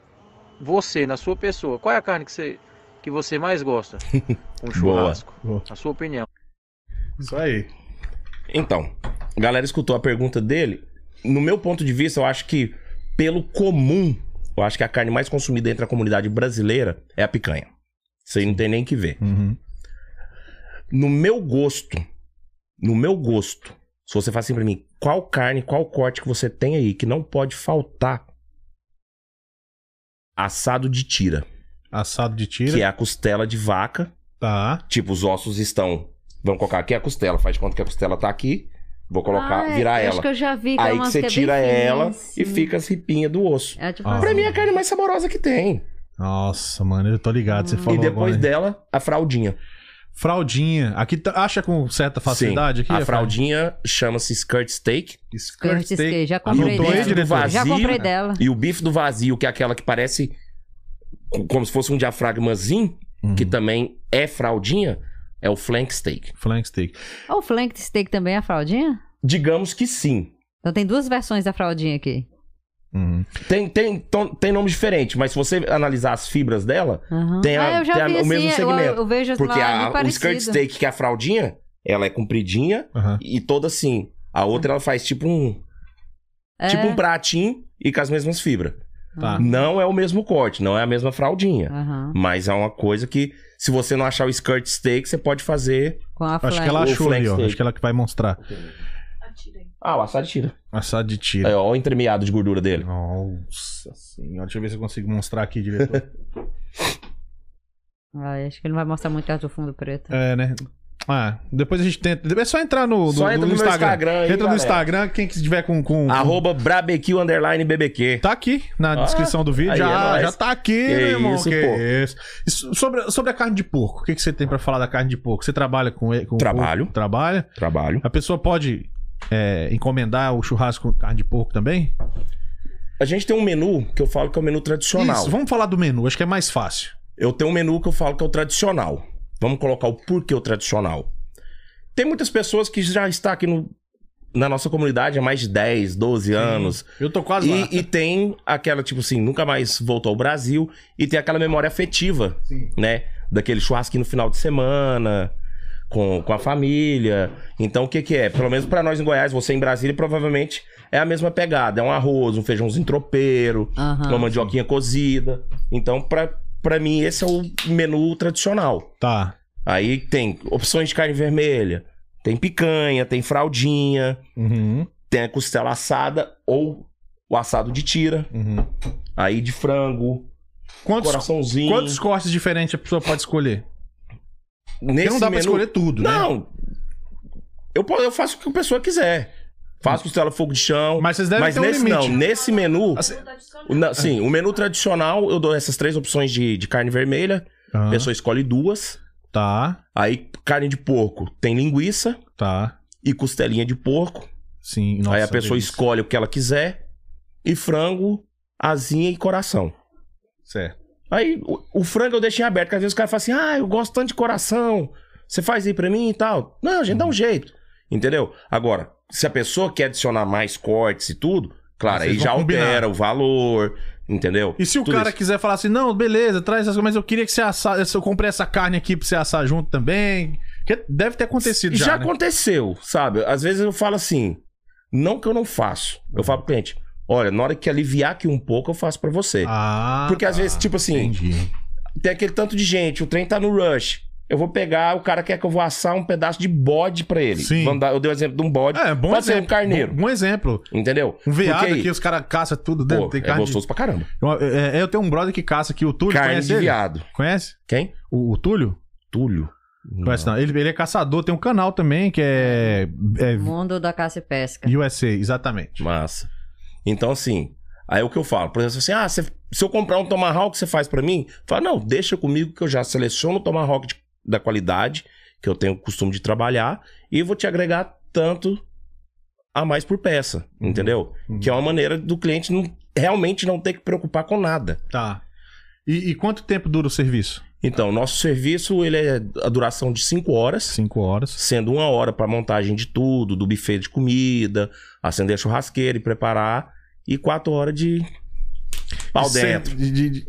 H: você, na sua pessoa, qual é a carne que você, que você mais gosta? Um churrasco.
A: Boa.
H: Na sua opinião.
A: Isso aí.
B: Então, a galera escutou a pergunta dele. No meu ponto de vista, eu acho que, pelo comum, eu acho que a carne mais consumida entre a comunidade brasileira é a picanha. Isso aí não tem nem que ver.
A: Uhum.
B: No meu gosto, no meu gosto, se você fala assim pra mim, qual carne, qual corte que você tem aí que não pode faltar? Assado de tira,
A: Assado de tira.
B: que é a costela de vaca.
A: Tá.
B: Tipo, os ossos estão. Vamos colocar aqui a costela, faz de conta que a costela tá aqui. Vou colocar,
C: Ah,
B: virar
C: eu
B: ela.
C: Acho que eu já vi. que é
B: Aí que
C: umas
B: você
C: que é bem
B: tira
C: fininha,
B: ela
C: assim.
B: e fica as ripinhas do osso.
C: É tipo
A: Ah.
C: assim.
B: Pra mim é a carne mais saborosa que tem.
A: Nossa, mano, eu tô ligado. Você falou
B: e
A: agora,
B: depois
A: hein?
B: dela, a fraldinha.
A: Fraldinha. Aqui tá- acha com certa facilidade
B: Sim,
A: aqui?
B: a fraldinha chama-se skirt steak.
A: Skirt
C: Curtis
A: steak.
C: Cage, já
B: E
C: comprei
B: o
A: Anotou aí,
C: dela.
B: bife do
A: diretor?
C: Já
B: vazio.
C: comprei dela.
B: E o bife do vazio, que é aquela que parece co- como se fosse um diafragmazinho,
A: Uhum.
B: que também é fraldinha, é o flank steak.
A: Flank steak.
C: O flank steak também é a fraldinha?
B: Digamos que sim.
C: Então tem duas versões da fraldinha aqui.
A: Uhum.
B: Tem, tem, ton- tem nome diferente, mas se você analisar as fibras dela,
C: Aham.
B: Tem a-
C: Ah, eu já
B: tem a-
C: vi,
B: o mesmo
C: assim, eu- Eu,
B: segmento.
C: vejo
B: porque
C: lá,
B: a,
C: muito
B: o skirt
C: parecido.
B: steak, que é a fraldinha, ela é compridinha,
A: Aham.
B: e toda assim. A outra ela faz tipo um.
C: É.
B: Tipo um pratinho e com as mesmas fibras.
A: Tá.
B: Não é o mesmo corte, não é a mesma fraldinha.
C: Aham.
B: Mas é uma coisa que, se você não achar o skirt steak, você pode fazer.
C: Com a
A: Acho
C: flank.
A: que ela
B: O
A: achou
B: flank
A: ali, ó.
B: steak.
A: Acho que ela que vai mostrar.
B: Ah, o assado tira.
A: Assado de tira.
B: É, ó, o entremeado de gordura dele.
A: Nossa senhora. Deixa eu ver se eu consigo mostrar aqui, diretor.
C: Ai, acho que ele não vai mostrar muito caso do fundo preto.
A: é, né? Ah, depois a gente tenta. É só entrar no, no-
B: Só entra no meu Instagram aí,
A: entra no
B: galera.
A: Instagram, quem que tiver com. com, com-
B: Arroba brabeq underline BBQ.
A: Tá aqui na
B: Ah,
A: descrição do vídeo.
B: aí é
A: Já,
B: nóis.
A: já tá aqui,
B: Que
A: meu irmão.
B: isso,
A: que
B: pô.
A: isso. E so- Sobre, sobre a carne de porco, o que, que você tem pra falar da carne de porco? Você trabalha com. e- com
B: Trabalho.
A: porco? Trabalha.
B: Trabalho.
A: A pessoa pode é, encomendar o churrasco com carne de porco também?
B: A gente tem um menu que eu falo que é o menu tradicional.
A: Isso, vamos falar do menu, acho que é mais fácil.
B: Eu tenho um menu que eu falo que é o tradicional. Vamos colocar o porquê o tradicional. Tem muitas pessoas que já está aqui no- na nossa comunidade há mais de 10, 12 anos.
A: Eu tô quase lá.
B: E, e tem aquela, tipo assim, nunca mais voltou ao Brasil. E tem aquela memória afetiva, né? Daquele churrasquinho no final de semana. com, com a família. Então, o que que é? Pelo menos pra nós em Goiás, você em Brasília, provavelmente é a mesma pegada. É um arroz, um feijãozinho tropeiro,
C: Aham.
B: uma mandioquinha cozida. Então, pra, pra mim, esse é o menu tradicional.
A: Tá.
B: Aí tem opções de carne vermelha, tem picanha, tem fraldinha,
A: Uhum,
B: tem a costela assada ou o assado de tira,
A: uhum.
B: aí de frango,
A: Quantos,
B: coraçãozinho.
A: quantos cortes diferentes a pessoa pode escolher? Porque
B: Nesse
A: não dá pra
B: menu-
A: escolher tudo, né?
B: Não. Eu, po- eu faço o que a pessoa quiser. Faço costela fogo de chão, mas,
A: Mas vocês devem ter
B: nesse
A: um limite.
B: não, nesse menu,
A: Assim,
B: o na- sim, o menu tradicional eu dou essas três opções de, de carne vermelha,
A: Ah,
B: a pessoa escolhe duas.
A: Tá,
B: Aí carne de porco tem linguiça
A: tá.
B: e costelinha de porco.
A: Sim, nossa,
B: aí a pessoa
A: delícia.
B: escolhe o que ela quiser. E frango, asinha e coração.
A: Certo.
B: Aí o, o frango eu deixei aberto, porque às vezes o cara fala assim: ah, eu gosto tanto de coração. Você faz aí pra mim e tal. Não, a gente dá
A: Uhum.
B: um jeito. Entendeu? Agora, se a pessoa quer adicionar mais cortes e tudo, claro,
A: Vocês
B: aí
A: vão
B: já
A: combinar.
B: altera o valor. Entendeu?
A: E se o
B: Tudo
A: cara
B: isso.
A: quiser falar assim, não, beleza, traz essas coisas, mas eu queria que você assasse, eu comprei essa carne aqui pra você assar junto também. Que deve ter acontecido
B: E
A: já,
B: já
A: né?
B: aconteceu, sabe? Às vezes eu falo assim, não que eu não faço. Eu falo pro cliente, olha, na hora que aliviar aqui um pouco, eu faço pra você.
A: Ah,
B: Porque às
A: tá.
B: vezes, tipo assim,
A: Entendi.
B: tem aquele tanto de gente, o trem tá no rush. Eu vou pegar, o cara quer que eu vou assar um pedaço de bode pra ele.
A: Sim.
B: Vamos dar- eu dei o exemplo de um bode.
A: É, bom
B: Pode ser um
A: exemplo.
B: carneiro.
A: Bom, bom exemplo.
B: Entendeu?
A: Um veado
B: Porque aí,
A: aqui, os caras caçam tudo dentro.
B: Pô,
A: tem
B: é
A: carne de-
B: gostoso pra caramba.
A: Eu, é, eu tenho um brother que caça aqui, o Túlio.
B: Carne
A: conhece
B: de
A: ele?
B: viado.
A: Conhece?
B: Quem?
A: O, o Túlio?
B: Túlio.
A: Conhece não. Ele, ele é caçador, tem um canal também que é, é
C: Mundo da caça e pesca.
A: USA, exatamente.
B: Massa. Então, assim, aí é o que eu falo. Por exemplo, assim, ah, você- se eu comprar um Tomahawk, você faz pra mim? Fala, não, deixa comigo que eu já seleciono o Tomahawk de- da qualidade, que eu tenho o costume de trabalhar, e vou te agregar tanto a mais por peça, entendeu?
A: Uhum.
B: Que é uma maneira do cliente não- realmente não ter que preocupar com nada.
A: Tá. E, e quanto tempo dura o serviço?
B: Então, nosso serviço, ele é a duração de 5 horas.
A: Cinco horas.
B: sendo uma hora para montagem de tudo, do buffet de comida, acender a churrasqueira e preparar, e quatro horas de pau
A: Cento-
B: dentro.
A: de- de- de-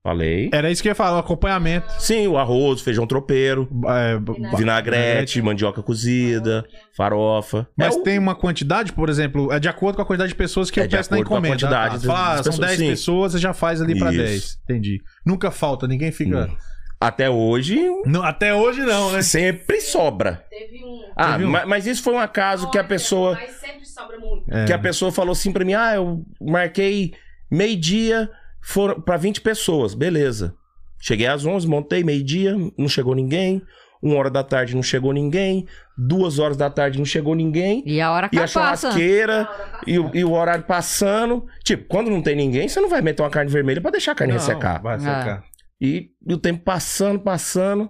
B: Falei.
A: Era isso que eu ia falar, o acompanhamento.
B: Sim, o arroz, feijão tropeiro,
A: É, b-
B: vinagrete, mandioca cozida, farofa.
A: mas
B: É o-
A: tem uma quantidade, por exemplo, é de acordo com a quantidade de pessoas que
B: É
A: eu
B: de
A: peço na
B: acordo com a
A: encomenda.
B: quantidade
A: tá?
B: das-
A: Fala,
B: das
A: são
B: pessoas,
A: 10
B: sim.
A: pessoas, você já faz ali pra
B: Isso.
A: 10. Entendi. Nunca falta, ninguém fica.
B: Hum. Até hoje,
A: Não, até hoje não, né?
B: sempre sobra.
D: Teve um.
B: Ah,
A: Teve um-
B: ma- mas isso foi um acaso que a
D: Olha,
B: pessoa...
D: Mas sempre sobra muito.
A: É.
B: Que a pessoa falou assim pra mim: ah, eu marquei meio-dia foram pra 20 pessoas, beleza. Cheguei às 11, montei meio-dia, não chegou ninguém. Uma hora da tarde não chegou ninguém. Duas horas da tarde não chegou ninguém.
C: E a hora
B: E
C: que
B: a
C: passa.
B: churrasqueira e o, e o horário passando. Tipo, quando não tem ninguém, você não vai meter uma carne vermelha pra deixar a carne
A: Não,
B: ressecar.
C: Ah.
A: Vai secar.
B: E, e o tempo passando, passando.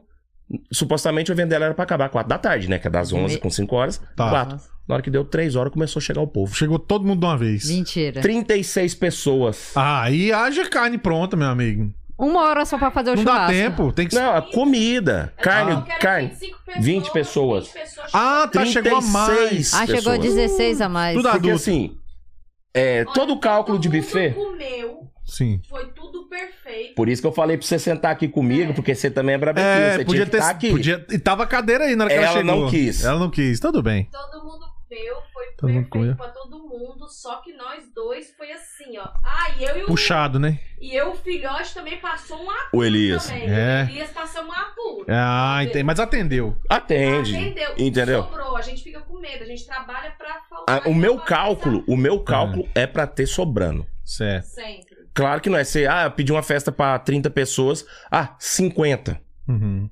B: Supostamente o evento dela era pra acabar 4 da tarde, né? Que é das 11 com 5 horas.
A: Tá.
B: Quatro. Na hora que deu 3 horas, começou a chegar o povo.
A: Chegou todo mundo de uma vez.
C: Mentira.
B: 36 pessoas.
A: Ah, e haja carne pronta, meu amigo.
C: Uma hora só pra fazer É o
A: Não dá
C: churrasco.
A: tempo, tem que.
B: Não, a comida. Carne,
D: Eu quero
B: carne.
D: 25
B: 20 pessoas.
D: 20 pessoas.
A: Ah, tá, chegou a mais.
B: 36
C: Ah, chegou
B: pessoas.
C: 16 a mais.
A: Tudo a-
B: Porque
A: adulto.
B: assim, é, todo o cálculo de
D: tá Todo
B: buffet...
D: mundo comeu,
A: Sim.
D: foi tudo perfeito.
B: Por isso que eu falei pra você sentar aqui comigo, porque você também é brabequinho.
A: É,
B: você
A: podia
B: tinha que
A: ter.
B: estar aqui.
A: Podia... E tava a cadeira aí na hora que ela
B: Ela
A: chegou.
B: não quis.
A: Ela não quis, tudo bem.
D: Todo mundo comeu, foi
A: Todo mundo
D: perfeito
A: comeu.
D: pra todo mundo, só que nós dois foi assim, ó. Ah, e eu e o,
A: Puxado, né?
D: e eu, o filhote também passou um apu
B: O Elias.
D: também.
A: É.
D: O Elias passou um apu.
A: Ah, entendi. Mas atendeu.
B: Atende.
D: Ah, Entendeu?
B: É. Entendeu?
D: Sobrou, a gente fica com medo, a gente trabalha pra faltar.
B: Ah, o meu
D: pra
B: cálculo, o
A: Ah.
B: meu cálculo é pra ter sobrando.
A: Certo.
D: passar Sempre.
B: Claro que não é ser, ah, eu pedi uma festa pra 30 pessoas, ah, 50.
A: Uhum.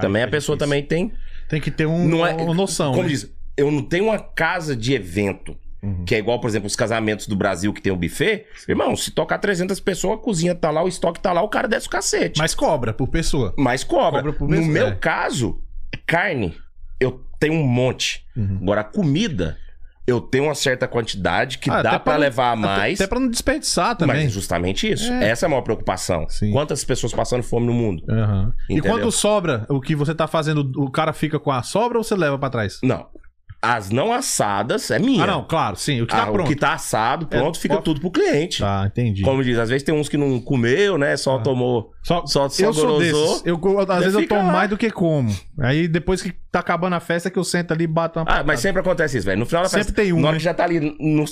B: Também
A: Aí
B: a
A: fica
B: pessoa
A: é difícil.
B: também tem,
A: Tem que ter um,
B: Não é-
A: uma noção.
B: como
A: né?
B: diz, eu não tenho uma casa de evento.
A: Uhum.
B: Que é igual, por exemplo, os casamentos do Brasil que tem o buffet. Irmão, se tocar 300 pessoas, a cozinha tá lá, o estoque tá lá, o cara desce o cacete. Mas,
A: Mas cobra por pessoa.
B: cobra.
A: Cobra por
B: no
A: mês,
B: meu
A: é.
B: caso, carne, eu tenho um monte.
A: Uhum.
B: Agora, a comida, eu tenho uma certa quantidade que
A: Ah, até
B: dá
A: pra
B: pra
A: não-
B: levar a
A: Até,
B: mais.
A: até pra não desperdiçar
B: mas
A: também.
B: é justamente isso.
A: É.
B: Essa é a maior preocupação.
A: Sim.
B: Quantas pessoas passando fome no mundo?
A: Aham. E
B: Entendeu?
A: quando sobra, o que você tá fazendo, o cara fica com a sobra ou você leva pra trás?
B: Não. As não assadas é minha.
A: Ah, não, claro, sim. O que tá
B: Ah,
A: pronto.
B: O que tá assado, pronto,
A: É,
B: fica
A: ó.
B: tudo pro cliente.
A: Tá, Ah. entendi.
B: Como diz, às vezes tem uns que não comeu, né? Só tomou.
A: Só,
B: Só- só
A: eu sou
B: gorozou.
A: desses. Eu, go- às
B: Já
A: vezes eu
B: fica
A: tomo
B: lá.
A: mais do que como. Aí depois que tá acabando a festa, que eu sento ali e bato uma
B: Ah,
A: patada.
B: mas sempre acontece isso, velho. No final da
A: um Sempre
B: festa,
A: tem um,
B: na hora
A: né?
B: que já tá ali no, no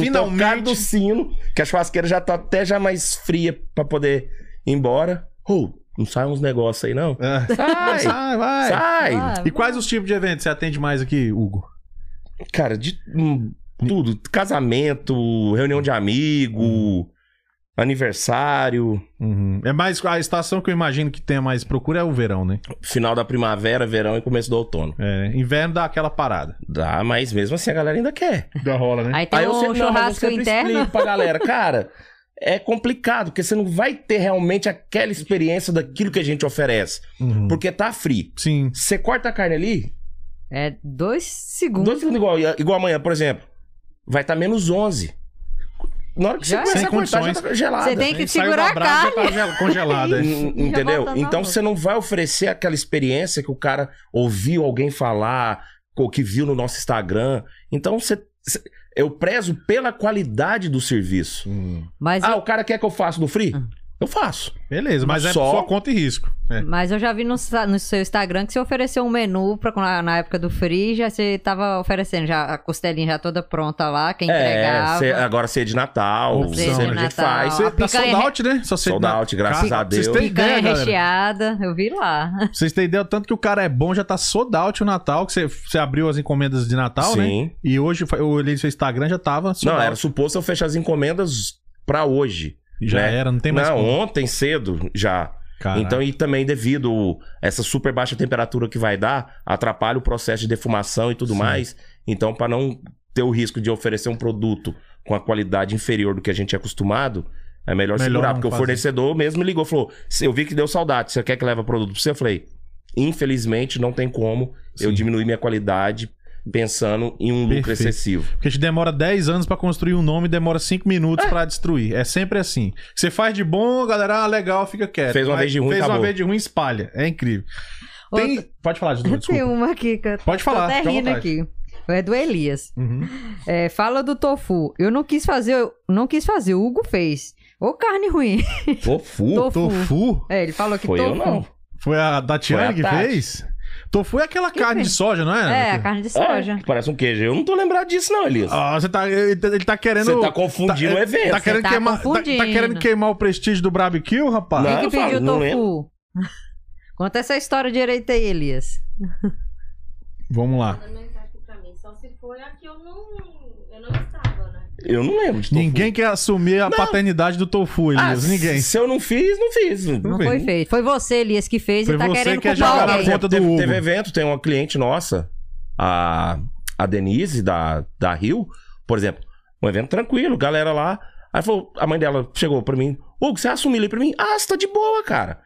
A: Finalmente.
B: tocar do sino, que a churrasqueira já tá até já mais fria pra poder ir embora. Ô, não sai uns negócios aí, não?
A: É.
B: Sai! sai!
A: Sai, vai. E quais os tipos de eventos você atende mais aqui, Hugo?
B: Cara, de hum, tudo. Casamento, reunião de amigo, aniversário,
A: Uhum. É mais a estação que eu imagino que tenha mais procura é o verão, né?
B: final da primavera, verão e começo do outono.
A: É, inverno dá aquela parada.
B: Dá, mas mesmo assim a galera ainda quer.
A: Da rola, né?
C: Aí tem
B: eu
C: um
B: sempre- não, mas eu
C: churrasco
B: sempre
C: interno.
B: explico pra galera, cara, é complicado, porque você não vai ter realmente aquela experiência daquilo que a gente oferece, porque tá frio.
A: Sim.
B: Você corta a carne ali,
C: É dois segundos.
B: dois segundos igual, igual amanhã, por exemplo, vai estar menos 11. Na hora que
C: Já é.
A: Sem
B: você começar a cortar,
A: condições.
B: já tá gelada.
C: Você tem que
A: Aí saiu
C: segurar
A: da
C: a
A: brasa,
C: carne. Uhum.
A: já Tá gelada. é.
B: N-
C: Já
B: Entendeu?
C: volta
B: Então
C: normal.
B: você não vai oferecer aquela experiência que o cara ouviu alguém falar, ou que viu no nosso Instagram. Então você. você- Eu prezo pela qualidade do serviço.
C: Mas, Ah.
B: Ah,
C: eu,
B: o cara quer que eu faça no free? Eu faço.
A: Beleza, mas é
B: Só-
A: sua conta e risco. É.
C: mas eu já vi no, sa- no seu Instagram que você ofereceu um menu pra, na, na época do Free, já você tava oferecendo já a costelinha já toda pronta lá, quem
B: É,
C: entregava.
B: cê- agora ceia de Natal,
A: Opção. Ceia
B: ceia
A: de
B: a gente
C: é Natal.
B: faz.
A: Você
C: a
A: tá
C: picanha
A: sold out, né? Só sei-
B: Sold out, graças
A: Cara,
B: a Deus.
A: Vocês têm
C: Picanha
A: ideia, galera?
C: recheada, eu vi lá.
A: Vocês têm ideia do tanto que o cara é bom, já tá sold out o Natal, que você, você abriu as encomendas de Natal, né?
B: Sim.
A: E hoje eu olhei seu Instagram, já tava sold
B: Não, era
A: out.
B: suposto eu fechar as encomendas pra hoje.
A: Já
B: né?
A: era, não tem mais
B: não,
A: como.
B: ontem cedo já.
A: Caraca.
B: Então, e também devido a essa super baixa temperatura que vai dar, atrapalha o processo de defumação e tudo
A: Sim.
B: mais. Então, para não ter o risco de oferecer um produto com a qualidade inferior do que a gente é acostumado, é melhor,
A: Melhor não
B: segurar. Porque
A: fazer.
B: o fornecedor mesmo me ligou, falou: "Se Eu vi que deu saudade, você quer que leve produto pra você? Eu falei: Infelizmente, não tem como eu
A: Sim.
B: diminuir minha qualidade pensando em um lucro
A: Perfeito.
B: excessivo.
A: Porque a gente demora 10 anos pra construir um nome e demora 5 minutos pra destruir. É sempre assim. Você faz de bom, a galera, ah, legal, fica quieto.
B: Fez uma
A: Mas
B: vez de ruim,
A: Fez uma
B: acabou.
A: vez de ruim, espalha. É incrível. Tem... Pode falar, Dudu,
C: Tem
A: desculpa.
C: uma aqui que eu
A: Pode falar,
C: tô até
A: fica à
C: rindo
A: vontade.
C: aqui. É do Elias.
A: Uhum.
C: É, fala do tofu. Eu não quis fazer, eu não quis fazer, o Hugo fez. Ô, carne ruim.
B: Tofu?
C: Tofu.
A: Tofu?
C: É, ele falou que
B: Foi
C: tofu.
B: eu não.
A: Foi a
B: Foi
A: Datiane
B: a
A: que
B: Tati.
A: fez? Tofu é aquela carne de soja, não é?
C: É, a carne de
B: É,
C: soja.
B: que parece um queijo. Eu não tô lembrado disso, não, Elisa.
A: Ah, você tá, ele tá- ele tá querendo.
B: Você tá confundindo
A: tá-
B: o evento.
A: Tá querendo,
C: Você tá
A: queimar, tá, tá
C: confundindo.
A: querendo queimar o prestígio do Barbecue, rapaz?
B: Não.
C: Quem
B: eu
C: que pediu
B: falo, não
C: tofu? Conta essa história direita aí, Elias.
A: Vamos lá.
D: Manda mensagem aqui é pra mim. Só se foi a que eu não. Eu não estava, né?
B: Eu não lembro de tofu.
A: Ninguém quer assumir a paternidade do tofu,
B: Ah,
A: Elias. Ninguém.
B: Se eu não fiz, não fiz.
A: Não
C: Não
A: fez.
C: foi feito. Foi você, Elias, que fez
A: Foi
C: e tá
A: você
C: querendo
A: que é
C: culpar
A: jogar na
C: alguém.
A: conta do
B: teve,
A: Hugo.
B: teve evento, tem uma cliente nossa, a, a Denise, da, da Rio, por exemplo. Um evento tranquilo, galera lá. Aí falou, a mãe dela chegou pra mim, Hugo, você assumiu ali pra mim? Ah, você tá de boa, cara.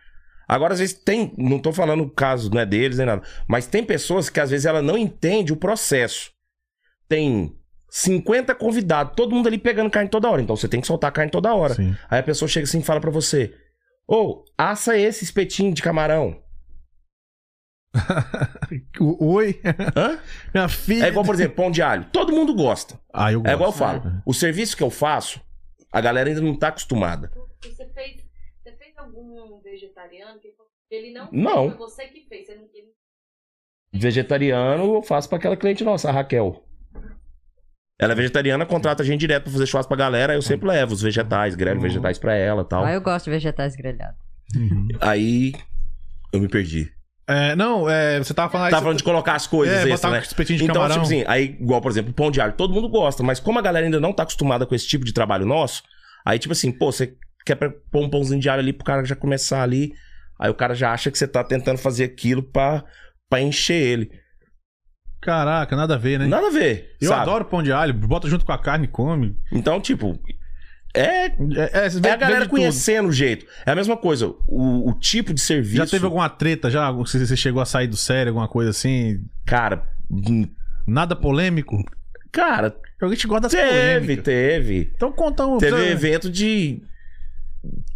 B: Agora, às vezes, tem. Não tô falando o caso, não é deles nem nada. Mas tem pessoas que às vezes ela não entende o processo. Tem 50 convidados, todo mundo ali pegando carne toda hora. Então você tem que soltar carne toda hora.
A: Sim.
B: Aí a pessoa chega assim e fala pra você: Ô, assa esse espetinho de camarão.
A: O- Oi,
B: Hã?
A: minha filha.
B: É igual, por exemplo, pão de alho. Todo mundo gosta.
A: Ah, eu
B: É igual eu
A: gosto.
B: falo. O serviço que eu faço, a galera ainda não tá acostumada.
D: E Você fez, você fez algum vegetariano que ele não,
B: Não.
D: fez, foi você que fez. Você não, ele-
B: Vegetariano, eu faço pra aquela cliente nossa, a Raquel. Ela é vegetariana, contrata a gente direto pra fazer churrasco pra galera. Eu sempre levo os vegetais, grelho vegetais pra ela e tal.
C: Ah, eu gosto de vegetais grelhados.
A: Uhum.
B: Aí eu me perdi.
A: É, não, é, você tava falando.
B: Tava falando de colocar as coisas,
A: É,
B: extra,
A: botar
B: né?
A: um espetinho de
B: então,
A: camarão.
B: tipo assim, aí, igual, por exemplo, pão de alho, todo mundo gosta, mas como a galera ainda não tá acostumada com esse tipo de trabalho nosso, aí, tipo assim, pô, você quer pre- pôr um pãozinho de alho ali pro cara já começar ali, aí o cara já acha que você tá tentando fazer aquilo pra, pra encher ele.
A: Caraca, nada a ver, né?
B: Nada a ver,
A: eu
B: sabe?
A: adoro pão de alho, bota junto com a carne e come.
B: Então, tipo, é,
A: É, é, você vê-
B: é a
A: vê
B: galera
A: de
B: conhecendo o jeito. É a mesma coisa, o, o tipo de
A: tudo.
B: serviço...
A: Já teve alguma treta? Já você você chegou a sair do sério, alguma coisa assim?
B: Cara... hum,
A: Nada polêmico?
B: Cara,
A: Alguém te gosta das
B: teve,
A: polêmicas.
B: teve.
A: Então conta um.
B: Teve um
A: você-
B: evento de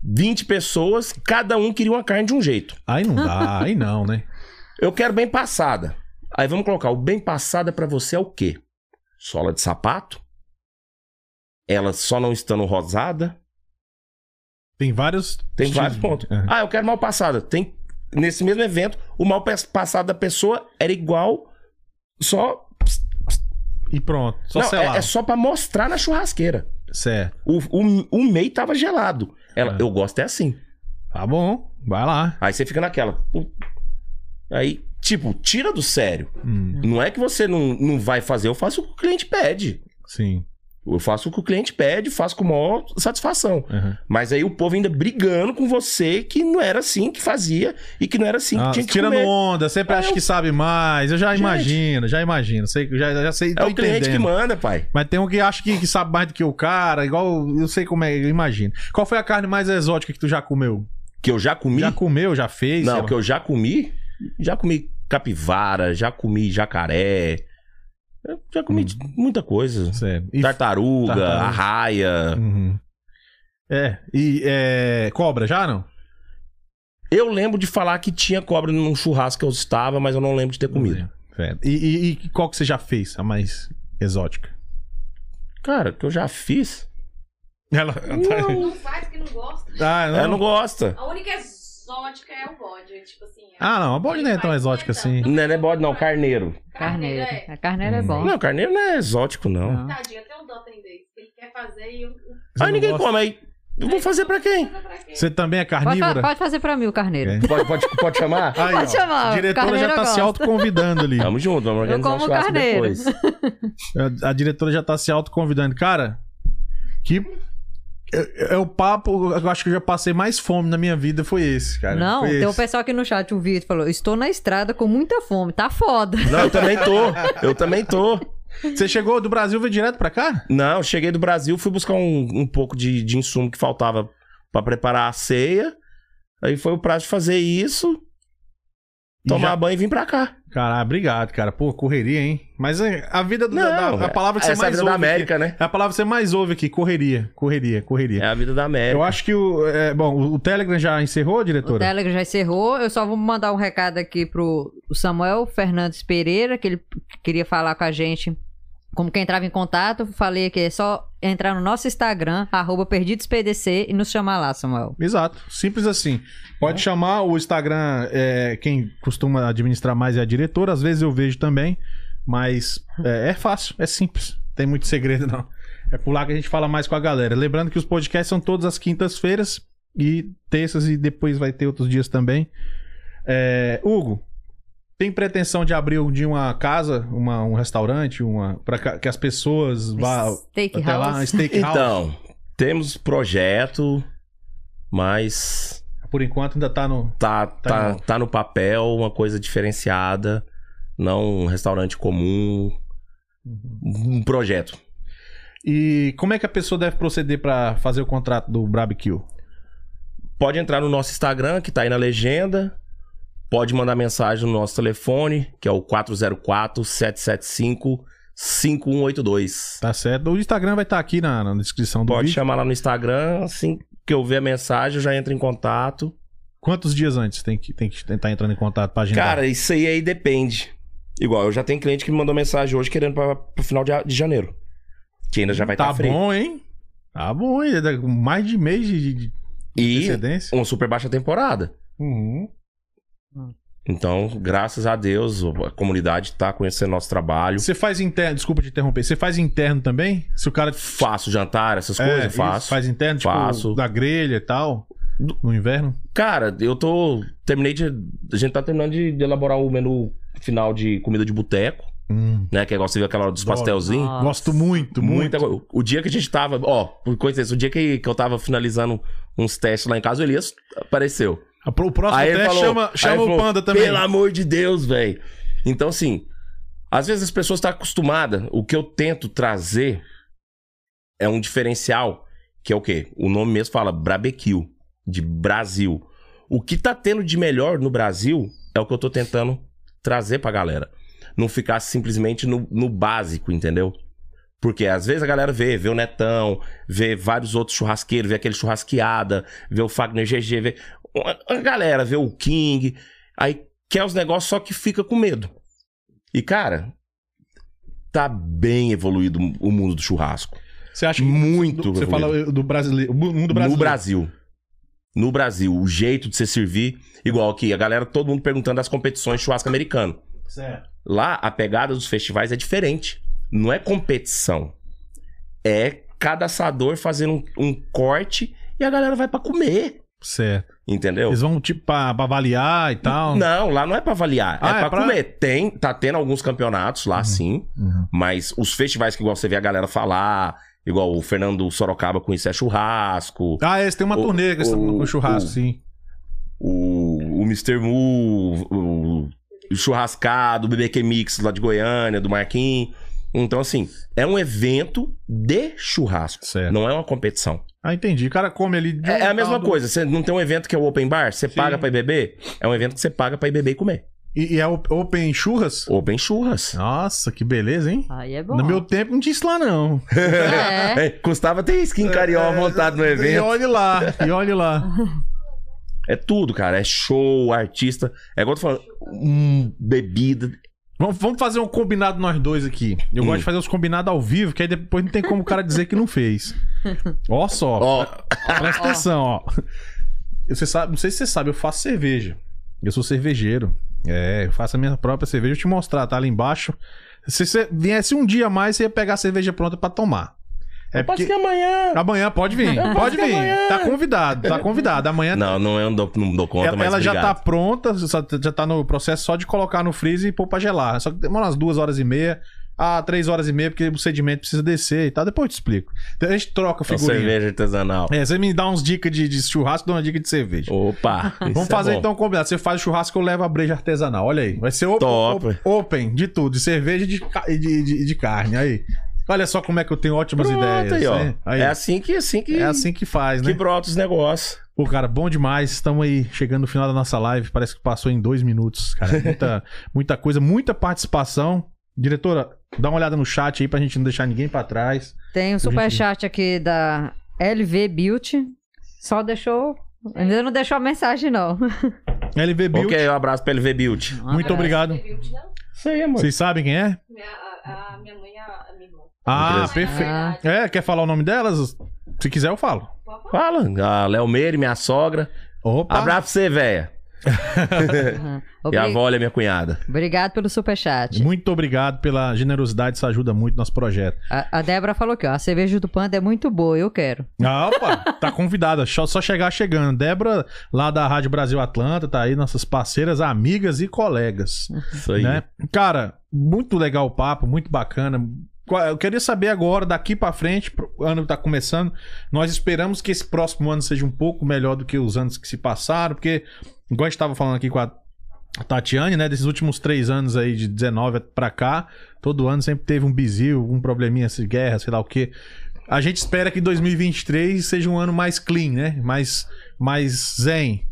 B: 20 pessoas, cada um queria uma carne de um jeito.
A: Aí não dá, aí não, né?
B: Eu quero bem passada. Aí vamos colocar o bem passada pra você é o quê? Sola de sapato? Ela só não estando rosada?
A: Tem vários.
B: Tem
A: tipos
B: vários
A: de-
B: pontos.
A: É.
B: Ah, eu quero mal passada. Tem nesse mesmo evento, o mal pes- passado da pessoa era igual só
A: E pronto. Só
B: não,
A: selar.
B: é, é só pra mostrar na churrasqueira.
A: Certo.
B: O, o, o meio tava gelado. Ela,
A: Ah.
B: eu gosto é assim.
A: Tá bom. Vai lá.
B: Aí você fica naquela. pu- Aí, tipo, tira do sério.
A: Hum,
B: Não é que você não, não vai fazer, eu faço o que o cliente pede.
A: sim.
B: Eu faço o que o cliente pede, faço com a maior satisfação.
A: Aham.
B: Mas aí o povo ainda brigando com você que não era assim que fazia e que não era assim que
A: Ah,
B: tinha que
A: tirando
B: comer.
A: onda, sempre
B: Ah,
A: acha
B: eu-
A: que sabe mais. Eu já
B: Gente.
A: imagino, já imagino. Sei, já, já sei,
B: É
A: tô
B: o cliente
A: entendendo.
B: que manda, pai.
A: Mas tem um que acha que, que sabe mais do que o cara, igual eu sei como é, eu imagino. Qual foi a carne mais exótica que tu já comeu?
B: Que eu já comi.
A: Já comeu, já fez?
B: não,
A: sei lá.
B: que eu já comi. Já comi capivara, já comi jacaré. eu Já comi de- muita coisa.
A: Sério. Hum. E-
B: Tartaruga,
A: tartaruga.
B: arraia.
A: Uhum. É, e é, cobra já não?
B: Eu lembro de falar que tinha cobra num churrasco que eu estava, mas eu não lembro de ter comido.
A: Certo. É. E, e- e qual que você já fez, a mais exótica?
B: Cara, que eu já fiz.
A: Ela.
D: Não faz que não gosta.
A: Ah, não.
B: Ela não gosta.
D: A única exótica é o bode. é Tipo assim. é-
A: Ah, não, a bode não é tão
D: Mas
A: exótica assim.
B: Não, não é bode, não, carneiro.
C: Carneiro.
D: é.
C: A carneira é
A: Hum.
C: bom.
B: Não, carneiro não é exótico, não.
C: Não.
D: Tadinho, eu tenho um dó tendência. Ele quer fazer e eu.
A: Você
B: Aí
A: não
B: ninguém
A: gosta?
B: come, aí. Eu vou fazer pra quem?
D: Pra quê?
A: Você também é
C: Pode, fa-
A: carnívora?
C: pode fazer pra mim o carneiro.
A: É.
B: Pode, pode, pode chamar?
A: Aí, ó,
C: Pode chamar,
A: A diretora já
C: carneiro
A: tá se
C: gosta.
A: autoconvidando ali.
B: Tamo junto, vamos organizar
C: como
B: um churrasco
C: carneiro.
B: depois.
A: A- A diretora já tá se autoconvidando. Cara, que. É, é o papo, eu acho que eu já passei mais fome na minha vida, foi esse, cara.
C: Não,
A: foi
C: tem o
A: esse.
C: pessoal aqui no chat, o Vitor falou: Estou na estrada com muita fome, tá foda.
B: Não, eu também tô. Eu também tô.
A: Você chegou do Brasil veio direto pra cá?
B: Não, eu cheguei do Brasil, fui buscar um, um pouco de, de insumo que faltava pra preparar a ceia. Aí foi o prazo de fazer isso,
A: E
B: tomar
A: já-
B: banho e vir pra cá.
A: Caralho, obrigado, cara. Pô, correria, hein? Mas é, a vida do- da, da- a palavra que você
B: essa é a
A: mais
B: vida
A: ouve.
B: da América, né?
A: aqui- é a palavra que você mais ouve aqui, correria, correria, correria.
B: É a vida da América.
A: Eu acho que o. é, bom, o- o Telegram já encerrou,
C: O
A: diretora?
C: Telegram já encerrou. Eu só vou mandar um recado aqui pro Samuel Fernandes Pereira, que ele queria falar com a gente. Como que entrava em contato, falei que é só entrar no nosso Instagram, arroba PerdidosPDC, e nos chamar lá, Samuel.
A: Exato, simples assim. Pode chamar o Instagram, é, quem costuma administrar mais é a diretora, às vezes eu vejo também, mas é, é fácil, é simples, não tem muito segredo não. É por lá que a gente fala mais com a galera. Lembrando que os podcasts são todas as quintas-feiras e terças e depois vai ter outros dias também. É, Hugo, tem pretensão de abrir um dia uma casa, uma- um restaurante, uma para que as pessoas vá
C: Steakhouse.
A: até lá, um steakhouse?
B: Então, temos projeto, mas
A: Por enquanto ainda tá no
B: tá,
A: Tá
B: tá,
A: em mão.
B: tá no papel uma coisa diferenciada, não um restaurante comum,
A: Uhum.
B: um projeto.
A: E como é que a pessoa deve proceder pra fazer o contrato do Barbecue?
B: Pode entrar no nosso Instagram, que tá aí na legenda. Pode mandar mensagem no nosso telefone, que é o 404-775-5182.
A: Tá certo? O Instagram vai estar aqui na, na descrição do
B: Pode
A: vídeo.
B: chamar lá no Instagram, assim que eu ver a mensagem, eu já entro em contato.
A: Quantos dias antes tem que, tem que tentar entrando em contato pra agendar?
B: Cara, isso aí aí depende. Igual, eu já tenho cliente que me mandou mensagem hoje querendo pra, pro final de, a- de janeiro. Que ainda já vai estar
A: tá
B: tá frio.
A: bom, hein? Tá bom, hein? Dá Mais de mês de, de
B: E um
A: antecedência.
B: uma super baixa temporada.
A: Uhum.
B: Então, graças a Deus, a comunidade tá conhecendo nosso trabalho.
A: Você faz interno, desculpa te interromper, você faz interno também? Se o cara...
B: Faço jantar, essas
A: É,
B: coisas,
A: isso,
B: faço.
A: Faz interno, tipo,
B: Faço.
A: da grelha e tal, no inverno?
B: Cara, eu tô. Terminei de. A gente tá terminando de, de elaborar o menu final de comida de boteco,
A: Hum.
B: né? Que é igual você viu aquela hora dos
A: Adoro.
B: pastelzinhos.
C: Nossa.
A: Gosto muito, muito.
B: Muita coisa. O dia que a gente tava. Ó, por coincidência, o dia que, que eu tava finalizando uns testes lá em casa, o Elias apareceu.
A: O próximo
B: Aí ele
A: teste
B: falou-
A: chama,
B: aí
A: chama
B: ele
A: o
B: falou,
A: Panda também.
B: Pelo amor de Deus, velho. Então, assim, às vezes as pessoas estão acostumadas. O que eu tento trazer é um diferencial, que é o quê? O nome mesmo fala barbecue, de Brasil. O que tá tendo de melhor no Brasil é o que eu tô tentando trazer pra galera. Não ficar simplesmente no, no básico, entendeu? Porque às vezes a galera vê, vê o Netão, vê vários outros churrasqueiros, vê aquele churrasqueada, vê o Fagner GG, vê a galera vê o King, aí quer os negócios, só que fica com medo. E, cara, tá bem evoluído o mundo do churrasco.
A: Você acha que.
B: Muito
A: do- Você
B: evoluído.
A: fala do brasileiro. O mundo brasileiro.
B: No Brasil. No Brasil, o jeito de você servir, igual aqui, a galera, todo mundo perguntando das competições de churrasco americano.
A: Certo.
B: Lá, a pegada dos festivais é diferente. Não é competição. É cada assador fazendo um, um corte e a galera vai pra comer.
A: Certo.
B: Entendeu?
A: Eles vão, tipo, pra, pra avaliar e tal.
B: Não, lá não é pra avaliar,
A: Ah,
B: é,
A: é
B: pra
A: pra-
B: comer. Tem, tá tendo alguns campeonatos lá, sim,
A: Uhum.
B: mas os festivais que igual você vê a galera falar, igual o Fernando Sorocaba com isso é churrasco,
A: Ah, eles têm uma
B: O-
A: turnê com esse-
B: o-
A: com churrasco,
B: o-
A: sim.
B: o, o Mr. Mu, o, o churrascado, o BBQ Mix lá de Goiânia, do Marquinhos. Então, assim, é um evento de churrasco,
A: Certo.
B: não é uma competição.
A: Ah, entendi. O cara come ali. de um
B: É, é a mesma
A: caldo-
B: coisa, você não tem um evento que é o open bar, você
A: Sim.
B: paga pra ir beber, é um evento que você paga pra ir beber e comer.
A: E, e é o- open churras?
B: Open churras.
A: Nossa, que beleza, hein?
C: Aí é bom.
A: No meu tempo não tinha isso lá, não. É,
C: É.
B: É, custava ter skin carioca montado no
A: E
B: evento.
A: olhe lá, e olhe lá.
B: É tudo, cara. É show, artista. É igual eu tô falando, hum, bebida.
A: Vamos, vamos fazer um combinado nós dois aqui. Eu
B: Hum.
A: gosto de fazer os combinados ao vivo, que aí depois não tem como o cara dizer que não fez. Ó só,
B: Ó,
A: presta atenção, ó. Você sabe, não sei se você sabe, eu faço cerveja. Eu sou cervejeiro. É, eu faço a minha própria cerveja. Vou te mostrar, tá ali embaixo. Se você viesse um dia a mais, você ia pegar a cerveja pronta pra tomar. É
B: pode
A: porque...
B: ser amanhã.
A: Amanhã pode vir, pode vir. Tá convidado, tá convidado. Amanhã
B: Não, não, eu não dou, não dou conta,
A: ela
B: mas
A: ela já tá
B: obrigado. É
A: pronta, só- já tá no processo só de colocar no freezer e pôr pra gelar. Só que demora umas duas horas e meia, a três horas e meia, porque o sedimento precisa descer e tal. Depois eu te explico. Então a gente troca
B: Então,
A: figurinha.
B: cerveja artesanal.
A: É, você me dá uns dicas de, de churrasco, dá uma dica de cerveja.
B: Opa. é
A: Vamos fazer então um combinado. Você faz o churrasco, eu levo a breja artesanal. Olha aí. Vai ser open,
B: Top.
A: op- open de tudo, de cerveja e de, ca- e de, de- de carne. Aí. Olha só como é que eu tenho ótimas
B: Pronto,
A: ideias.
B: aí, ó.
A: né? Aí.
B: É assim que, assim que,
A: É assim que faz, né?
B: que brota os negócios.
A: Pô, cara, bom demais. Estamos aí chegando no final da nossa live. Parece que passou em dois minutos, cara. Muita, muita coisa, muita participação. Diretora, dá uma olhada no chat aí pra gente não deixar ninguém pra trás.
C: Tem um superchat aqui da LV Beauty. Só deixou. Ainda não deixou a mensagem, não.
A: LV Build,
B: Ok, um abraço pra LV Build.
A: muito obrigado.
B: Isso aí, amor.
A: Vocês sabem quem é?
D: Minha, a, a minha mãe e a a minha irmã.
A: Ah,
B: Interessante.
A: perfeito.
C: Ah.
A: É, quer falar o nome delas? Se quiser, eu falo.
D: Por favor.
B: Fala, a Léo Meire, minha sogra.
A: Opa!
B: Abraço pra você, véia. E a
C: Obri-
B: avó olha minha cunhada.
C: Obrigado pelo superchat.
A: Muito obrigado pela generosidade, isso ajuda muito nosso projeto.
C: A, a Débora falou aqui, ó. A cerveja do Panda é muito boa, eu quero.
A: Ah, opa, tá convidada, só só chegar chegando. Débora, lá da Rádio Brasil Atlanta, tá aí, nossas parceiras, amigas e colegas.
B: Isso aí.
A: né? Cara, muito legal o papo, muito bacana. Qua- Eu queria saber agora, daqui pra frente, pro- o ano tá começando, nós esperamos que esse próximo ano seja um pouco melhor do que os anos que se passaram, porque, igual a gente tava falando aqui com a Tatiane, né, desses últimos três anos aí, de 19 pra cá, todo ano sempre teve um bizil, um probleminha, se guerra, sei lá o quê. A gente espera que 2023 seja um ano mais clean, né? Mais, mais zen.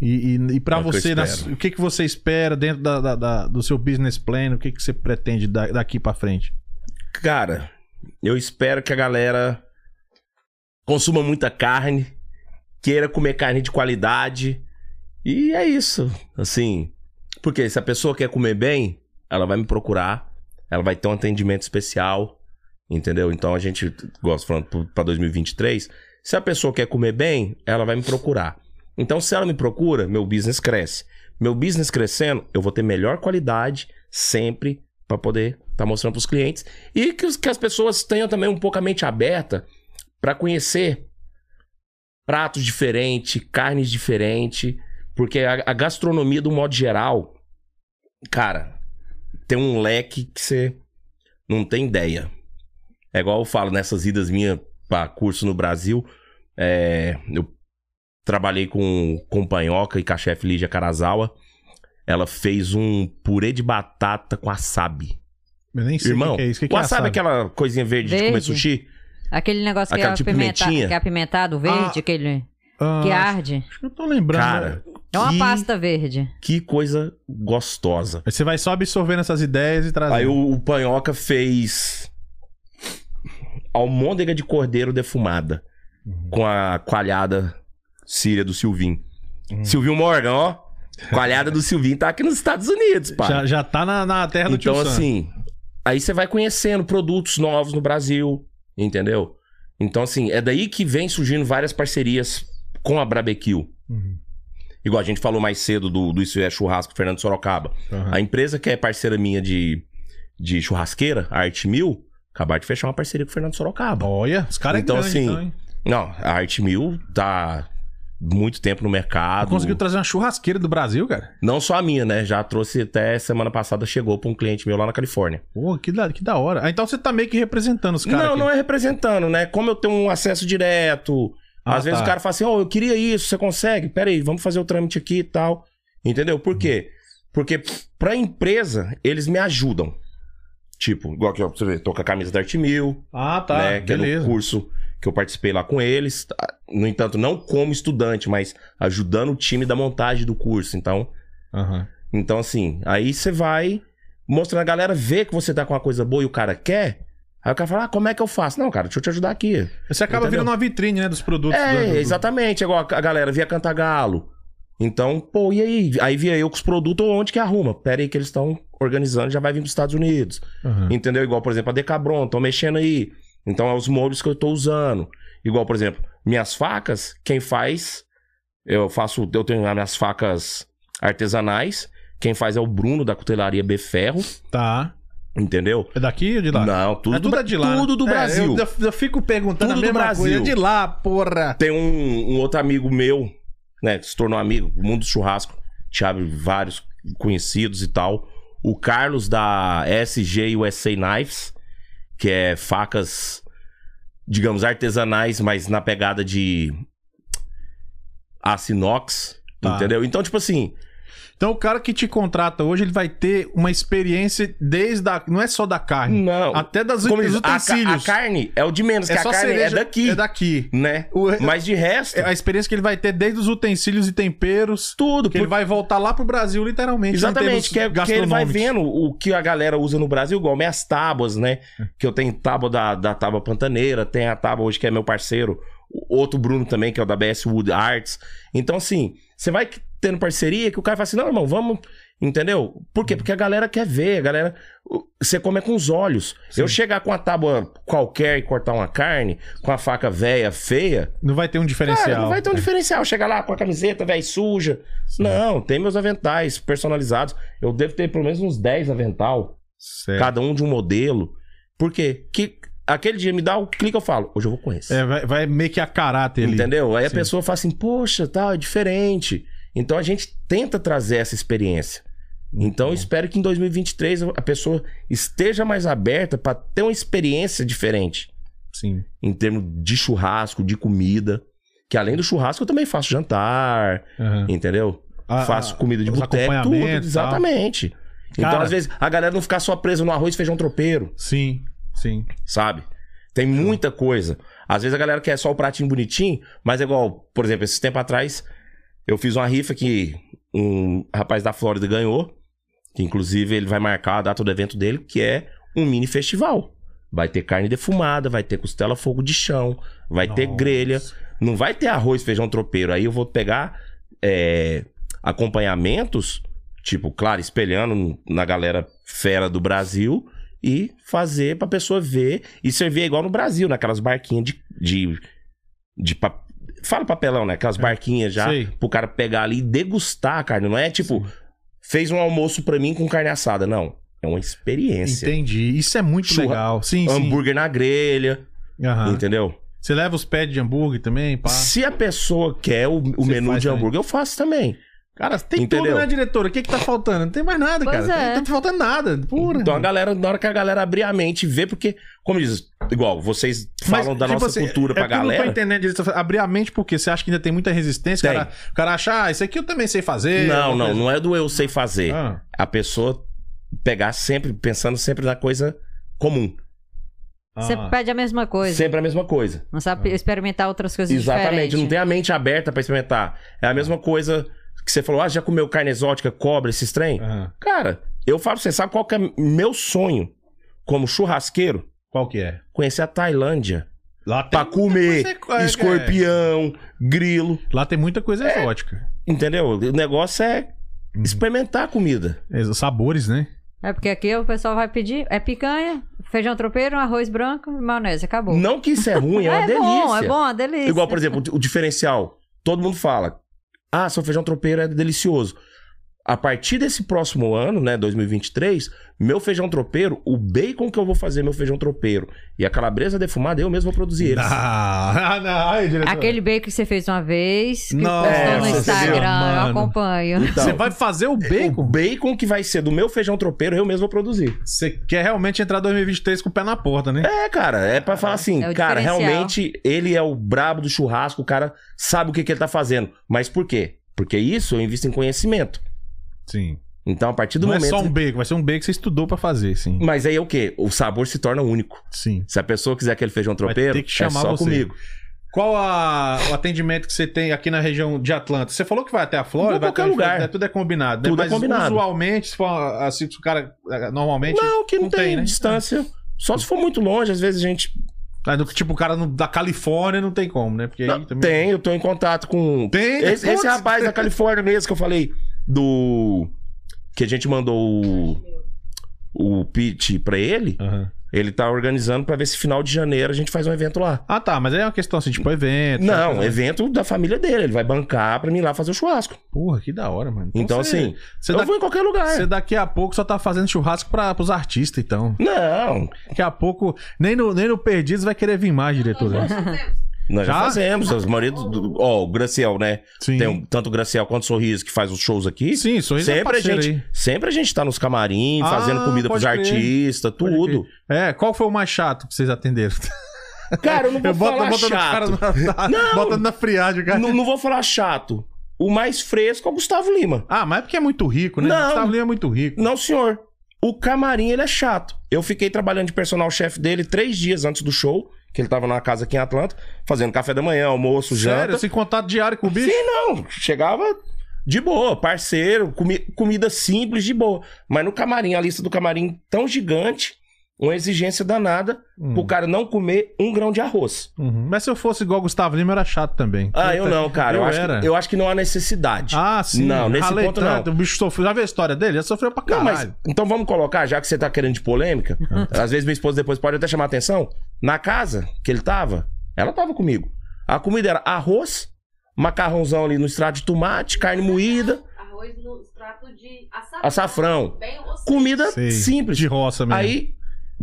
A: E, e, e para
B: É o que eu
A: você, nas-
B: espero.
A: o que, que você espera dentro da, da- da- do seu business plan? O que, que você pretende da- daqui pra frente?
B: Cara, eu espero que a galera consuma muita carne, queira comer carne de qualidade. E é isso. Assim, porque se a pessoa quer comer bem, ela vai me procurar, ela vai ter um atendimento especial, entendeu? Então a gente gosta falando para 2023, se a pessoa quer comer bem, ela vai me procurar. Então se ela me procura, meu business cresce. Meu business crescendo, eu vou ter melhor qualidade sempre para poder estar mostrando para os clientes e que, os- que as pessoas tenham também um pouco a mente aberta para conhecer pratos diferentes, carnes diferentes, porque a, a gastronomia, do modo geral, cara, tem um leque que você não tem ideia. É igual eu falo nessas idas minhas para curso no Brasil, é, eu trabalhei com, com Panhoca e com a chefe Lídia Karazawa. Ela fez um purê de batata com wasabi.
A: Eu nem sei
B: Irmão,
A: o que que é isso. O que que é
B: Wasabi
A: assado?
B: é aquela coisinha verde, de
C: Verde?
B: comer sushi?
C: Aquele negócio
B: Aquela
C: que,
B: tipo
C: é apimenta-
B: pimentinha?
C: que é apimentado, verde, aquele
A: Ah,
C: que é arde.
A: acho que eu tô lembrando. né?
B: Cara,
C: É uma
B: que,
C: pasta verde.
B: que coisa gostosa.
A: Aí Você vai só absorvendo essas ideias e trazendo.
B: Aí o, o Panhoca fez almôndega de cordeiro defumada
A: Uhum. Uhum.
B: com a coalhada síria do Silvinho. Silvinho Morgan, ó. Coalhada do Silvinho tá aqui nos Estados Unidos, pá.
A: Já, já tá na, na terra do tio
B: Então,
A: Sam.
B: assim, aí você vai conhecendo produtos novos no Brasil, entendeu? Então, assim, é daí que vem surgindo várias parcerias com a Brabequil.
A: Uhum.
B: Igual a gente falou mais cedo do, do Isso é Churrasco, Fernando Sorocaba.
A: Aham.
B: A empresa que é parceira minha de, de churrasqueira, a Arte Mil, acabaram de fechar uma parceria com o Fernando Sorocaba.
A: Olha, Ah, os caras
B: Então,
A: é grande,
B: assim,
A: então, hein?
B: Não, a Arte Mil tá muito tempo no mercado.
A: Conseguiu trazer uma churrasqueira do Brasil, cara.
B: Não só a minha, né? Já trouxe até semana passada, chegou pra um cliente meu lá na Califórnia.
A: Pô, que da, que da hora. Ah, Então você tá meio que representando os caras.
B: não,
A: aqui.
B: não é representando, né? Como eu tenho um acesso direto,
A: Ah,
B: às vezes
A: tá.
B: o cara fala assim, ó, eu queria isso, você consegue? Pera aí, vamos fazer o trâmite aqui e tal. Entendeu? Por quê? Porque pra empresa, eles me ajudam. Tipo, igual aqui, ó, pra você ver, tô com a camisa da Artmil,
A: Ah, tá.
B: né? Que é no
A: Beleza.
B: curso que eu participei lá com eles. Tá? No entanto, não como estudante, mas ajudando o time da montagem do curso. Então,
A: Aham.
B: então, assim, aí você vai mostrando a galera, vê que você tá com uma coisa boa e o cara quer. Aí o cara fala, ah, como é que eu faço? Não, cara, deixa eu te ajudar aqui.
A: Você acaba
B: Entendeu?
A: virando uma vitrine, né, dos produtos. do- do-
B: É,
A: do-
B: exatamente. Igual a a galera via cantar galo. Então, pô, e aí? Aí via eu com os produtos, onde que arruma? Pera aí que eles estão organizando, já vai vir dos Estados Unidos.
A: Aham.
B: Entendeu? Igual, por exemplo, a Decabron, estão mexendo aí. Então, é os moldes que eu tô usando. Igual, por exemplo, minhas facas, quem faz... Eu faço... Eu tenho as minhas facas artesanais. Quem faz é o Bruno, da Cutelaria B Ferro.
A: Tá.
B: Entendeu?
A: É daqui ou de lá?
B: Não, tudo,
A: é tudo
B: do,
A: é de lá. né?
B: tudo do
A: É,
B: Brasil.
A: eu- eu, eu fico perguntando
B: Tudo
A: a
B: do
A: mesma
B: Brasil.
A: coisa. É de lá, porra.
B: Tem um, um outro amigo meu, né, que se tornou amigo, o mundo do churrasco, Thiago, vários conhecidos e tal. O Carlos da SG USA Knives, que é facas, digamos, artesanais, mas na pegada de aço inox,
A: Tá.
B: entendeu? Então, tipo assim,
A: Então o cara que te contrata hoje, ele vai ter uma experiência desde a... Não é só da carne.
B: não.
A: Até das
B: Como diz,
A: dos
B: a ca- a,
A: utensílios.
B: carne é o de menos, que a carne é daqui,
A: É daqui.
B: né?
A: O-
B: Mas de resto,
A: é a experiência que ele vai ter desde os utensílios e temperos.
B: tudo.
A: Que ele
B: porque-
A: vai voltar lá pro Brasil, literalmente.
B: Exatamente, que, é-
A: é
B: que ele vai vendo o que a galera usa no Brasil, igual minhas tábuas, né? Que eu tenho tábua da, da tábua pantaneira, tem a tábua hoje que é meu parceiro, o outro Bruno também, que é o da BS Wood Arts. Então, assim, você vai tendo parceria que o cara fala assim, não, irmão, vamos. Entendeu? Por quê? Porque a galera quer ver, a galera. o- Você come é com os olhos. Eu chegar com a tábua qualquer e cortar uma carne, com a faca velha, feia,
A: Não vai ter um diferencial.
B: Cara, não vai ter um diferencial. Chegar lá com a camiseta, velho, suja. Não, tem meus aventais personalizados. Eu devo ter pelo menos uns 10 avental,
A: Certo.
B: cada um de um modelo. Por quê? Que aquele dia me dá o clique, eu falo, hoje eu vou com esse.
A: É, vai, vai meio que a caráter ali.
B: Entendeu? Aí a
A: Sim.
B: pessoa fala assim, poxa, tá, é diferente. Então a gente tenta trazer essa experiência. Então eu espero que em 2023 a pessoa esteja mais aberta para ter uma experiência diferente
A: Sim.
B: em termos de churrasco, de comida. Que além do churrasco, eu também faço jantar,
A: Aham.
B: entendeu?
A: A-
B: faço
A: Uhum. a-
B: comida de
A: Ah, os
B: boteco, tudo.
A: acompanhamentos e tal.
B: Exatamente. então,
A: Cara-
B: às vezes, a galera não ficar só presa no arroz e feijão tropeiro,
A: Sim, sim.
B: sabe? Tem muita coisa. Às vezes a galera quer só o pratinho bonitinho, mas é igual, por exemplo, esses tempo atrás, eu fiz uma rifa que um rapaz da Flórida ganhou, que inclusive ele vai marcar a data do evento dele, que é um mini festival. Vai ter carne defumada, vai ter costela fogo de chão, vai ter
A: Nossa.
B: grelha, não vai ter arroz, feijão tropeiro. Aí eu vou pegar é, acompanhamentos, tipo, claro, espelhando na galera fera do Brasil e fazer pra pessoa ver e servir igual no Brasil, naquelas barquinhas de. de, de pa- Fala papelão, né? Aquelas barquinhas já
A: É. Sei.
B: pro cara pegar ali e degustar a carne. Não é tipo, fez um almoço pra mim com carne assada. Não. É uma experiência.
A: Entendi. Isso é muito
B: Churra-
A: legal. Sim, sim.
B: Hambúrguer na grelha,
A: Aham.
B: entendeu?
A: Você leva os pés de hambúrguer também, pá.
B: Se a pessoa quer o, o
A: Você
B: menu
A: faz
B: de
A: também.
B: hambúrguer, eu faço também.
A: Cara, tem
B: Entendeu?
A: tudo, né, diretora? O que que tá faltando? Não tem mais nada,
C: Pois
A: cara.
C: é.
A: Não tá faltando nada. Pura.
B: Então a galera, na hora que a galera abrir a mente e ver, porque, como diz, igual, vocês falam da
A: tipo
B: nossa
A: assim,
B: cultura pra
A: é porque Eu não
B: galera.
A: tô entendendo direito. Abrir a mente porque você acha que ainda tem muita resistência. O
B: Tem.
A: Cara, o cara acha, ah, isso aqui eu também sei fazer.
B: Não,
A: alguma
B: não,
A: coisa.
B: não é do eu sei fazer.
A: Ah,
B: A pessoa pegar sempre, pensando sempre na coisa comum.
A: ah.
C: Você pede a mesma coisa.
B: Sempre a mesma coisa.
C: Não sabe experimentar outras coisas
B: Exatamente,
C: diferentes.
B: não tem a mente aberta pra experimentar. É a mesma coisa que você falou, ah, já comeu carne exótica, cobra, esses trem?
A: Ah,
B: Cara, eu falo, pra você sabe qual que é meu sonho como churrasqueiro?
A: Qual que é?
B: Conhecer a Tailândia.
A: Lá tem,
B: Pra comer
A: muita coisa, é,
B: escorpião, grilo.
A: Lá tem muita coisa exótica.
B: Entendeu? O negócio é
A: Uhum.
B: experimentar a comida.
A: É, os Sabores, né?
C: É porque aqui o pessoal vai pedir, é picanha, feijão tropeiro, arroz branco e maionese, acabou.
B: Não que isso é ruim, é uma
C: é
B: delícia.
C: bom, é bom, é delícia.
B: Igual, por exemplo, o diferencial. Todo mundo fala, ah, seu feijão tropeiro é delicioso. A partir desse próximo ano, né, 2023, meu feijão tropeiro, o bacon que eu vou fazer meu feijão tropeiro e a calabresa defumada, eu mesmo vou produzir eles.
A: Ah, não, aí, diretor.
C: Aquele bacon que você fez uma vez, que
A: Nossa,
C: postou no Instagram,
A: mano.
C: eu acompanho.
A: Então, Você vai fazer o
B: Então, O
A: bacon?
B: bacon que vai ser do meu feijão tropeiro, eu mesmo vou produzir.
A: Você quer realmente entrar 2023 com o pé na porta, né?
B: É, cara, é pra falar assim,
C: É o
B: cara,
C: diferencial.
B: realmente ele é o brabo do churrasco, o cara sabe o que, que ele tá fazendo. Mas por quê? Porque isso eu invisto em conhecimento.
A: Sim.
B: Então, a partir do
A: não
B: momento.
A: é só um bacon, vai ser um bacon que você estudou pra fazer, sim.
B: Mas aí é o quê? O sabor se torna único.
A: Sim.
B: Se a pessoa quiser aquele feijão
A: Vai
B: tropeiro,
A: ter que chamar
B: é só
A: você.
B: comigo.
A: Qual a- o atendimento que você tem aqui na região de Atlanta? Você falou que vai até a Flórida,
B: Vou
A: vai
B: qualquer
A: até o-
B: lugar.
A: é- tudo é combinado, né?
B: Tudo é
A: Mas
B: combinado.
A: usualmente, se for assim, se o cara eh, normalmente,
B: Não, que não,
A: não
B: tem,
A: tem, né?
B: distância. Só se for muito longe, às vezes a gente.
A: Ah, do- tipo o cara no- da Califórnia não tem como, né? Porque aí
B: Não,
A: também
B: Tem, eu tô em contato com. um
A: Tem?
B: Esse, esse
A: Putz.
B: rapaz da Califórnia mesmo que eu falei do. Que a gente mandou o, o pitch pra ele.
A: Aham.
B: Ele tá organizando pra ver se final de janeiro a gente faz um evento lá.
A: Ah, tá, mas aí é uma questão assim, tipo evento.
B: Não,
A: sabe?
B: evento da família dele. Ele vai bancar pra mim ir lá fazer o churrasco.
A: Porra, que da hora, mano.
B: Então,
A: você-
B: assim,
A: você
B: eu
A: daqui,
B: vou em qualquer lugar.
A: você daqui a pouco só tá fazendo churrasco para pros artistas, então.
B: Não,
A: Daqui a pouco, nem no, nem no Perdidos vai querer vir mais,
D: então,
A: diretor.
B: Uhum.
A: né?
B: nós já,
A: Já?
B: fazemos. Os maridos do. Ó, o Graciel, né?
A: Sim.
B: Tem um- tanto o Graciel quanto o Sorriso que faz os shows aqui.
A: Sim, sorriso é
B: Sempre a,
A: parceiro
B: gente,
A: aí.
B: sempre a gente tá nos camarim,
A: Ah,
B: fazendo comida pros
A: pode crer.
B: artistas,
A: Pode
B: tudo.
A: É, qual foi o mais chato que vocês atenderam?
B: Cara, eu não vou falar
A: boto no
B: chato.
A: cara na,
B: Não.
A: bota na friagem, cara.
B: Não, não vou falar chato. O mais fresco é o Gustavo Lima.
A: Ah, mas é porque é muito rico, né?
B: Não.
A: Gustavo Lima é muito rico.
B: Não, senhor. O camarim, ele é chato. Eu fiquei trabalhando de personal chefe dele três dias antes do show, que ele tava numa casa aqui em Atlanta, fazendo café da manhã, almoço,
A: Sério,
B: janta.
A: esse contato diário com o bicho?
B: Sim, não. Chegava de boa, parceiro, comi- comida simples, de boa. Mas no camarim, a lista do camarim tão gigante, uma exigência danada
A: Hum.
B: pro cara não comer um grão de arroz.
A: Uhum. Mas se eu fosse igual o Gustavo Lima, eu era chato também.
B: Ah, eu
A: Puta
B: não,
A: que-
B: cara. Eu, acho,
A: era.
B: Que, eu acho que não há necessidade.
A: Ah, sim.
B: Não, nesse
A: Ralei
B: ponto, não.
A: tanto, O bicho sofreu. Já viu a história dele? Já sofreu pra
B: Não,
A: caralho.
B: mas então vamos colocar, já que você tá querendo de polêmica, às vezes minha esposa depois pode até chamar atenção. Na casa que ele tava, ela tava comigo. A comida era arroz, macarrãozão ali no extrato de tomate, carne moída,
D: Arroz no extrato de açafrão.
B: açafrão.
D: Bem rocinho.
B: Comida
A: Sei,
B: simples.
A: De roça mesmo.
B: Aí,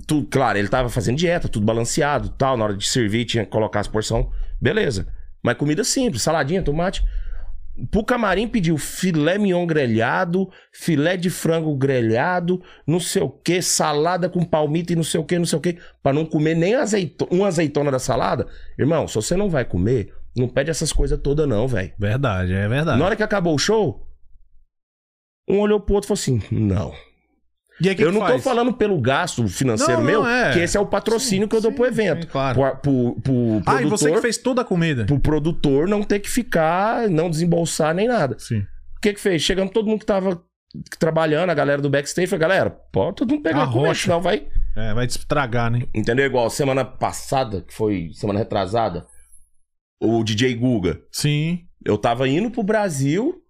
B: tu, claro, ele tava fazendo dieta, tudo balanceado tal. Na hora de servir, tinha que colocar as porção. Beleza. Mas comida simples, saladinha, tomate. Pro camarim pediu filé mignon grelhado, filé de frango grelhado, não sei o que, salada com palmito e não sei o que, não sei o que, pra não comer nem azeito, uma azeitona da salada. Irmão, se você não vai comer, não pede essas coisas todas não, velho.
A: Verdade, é verdade.
B: Na hora que acabou o show, um olhou pro outro e falou assim, não
A: E aí, que
B: eu
A: que
B: não tô
A: faz?
B: falando pelo gasto financeiro
A: Não, não,
B: meu,
A: é.
B: que esse é o patrocínio que eu dou
A: Sim,
B: pro
A: sim,
B: evento.
A: claro.
B: Pro, pro- pro
A: Ah, e você que
B: produtor-
A: fez toda a comida.
B: pro produtor não ter que ficar, não desembolsar nem nada.
A: Sim.
B: O que que fez? Chegando todo mundo que tava trabalhando, a galera do backstage, falou, galera, pode todo mundo pegar
A: Arrocha.
B: comer, senão vai...
A: É, vai te estragar, né?
B: Entendeu? Igual semana passada, que foi semana retrasada, o DJ Guga,
A: Sim.
B: eu tava indo pro Brasil,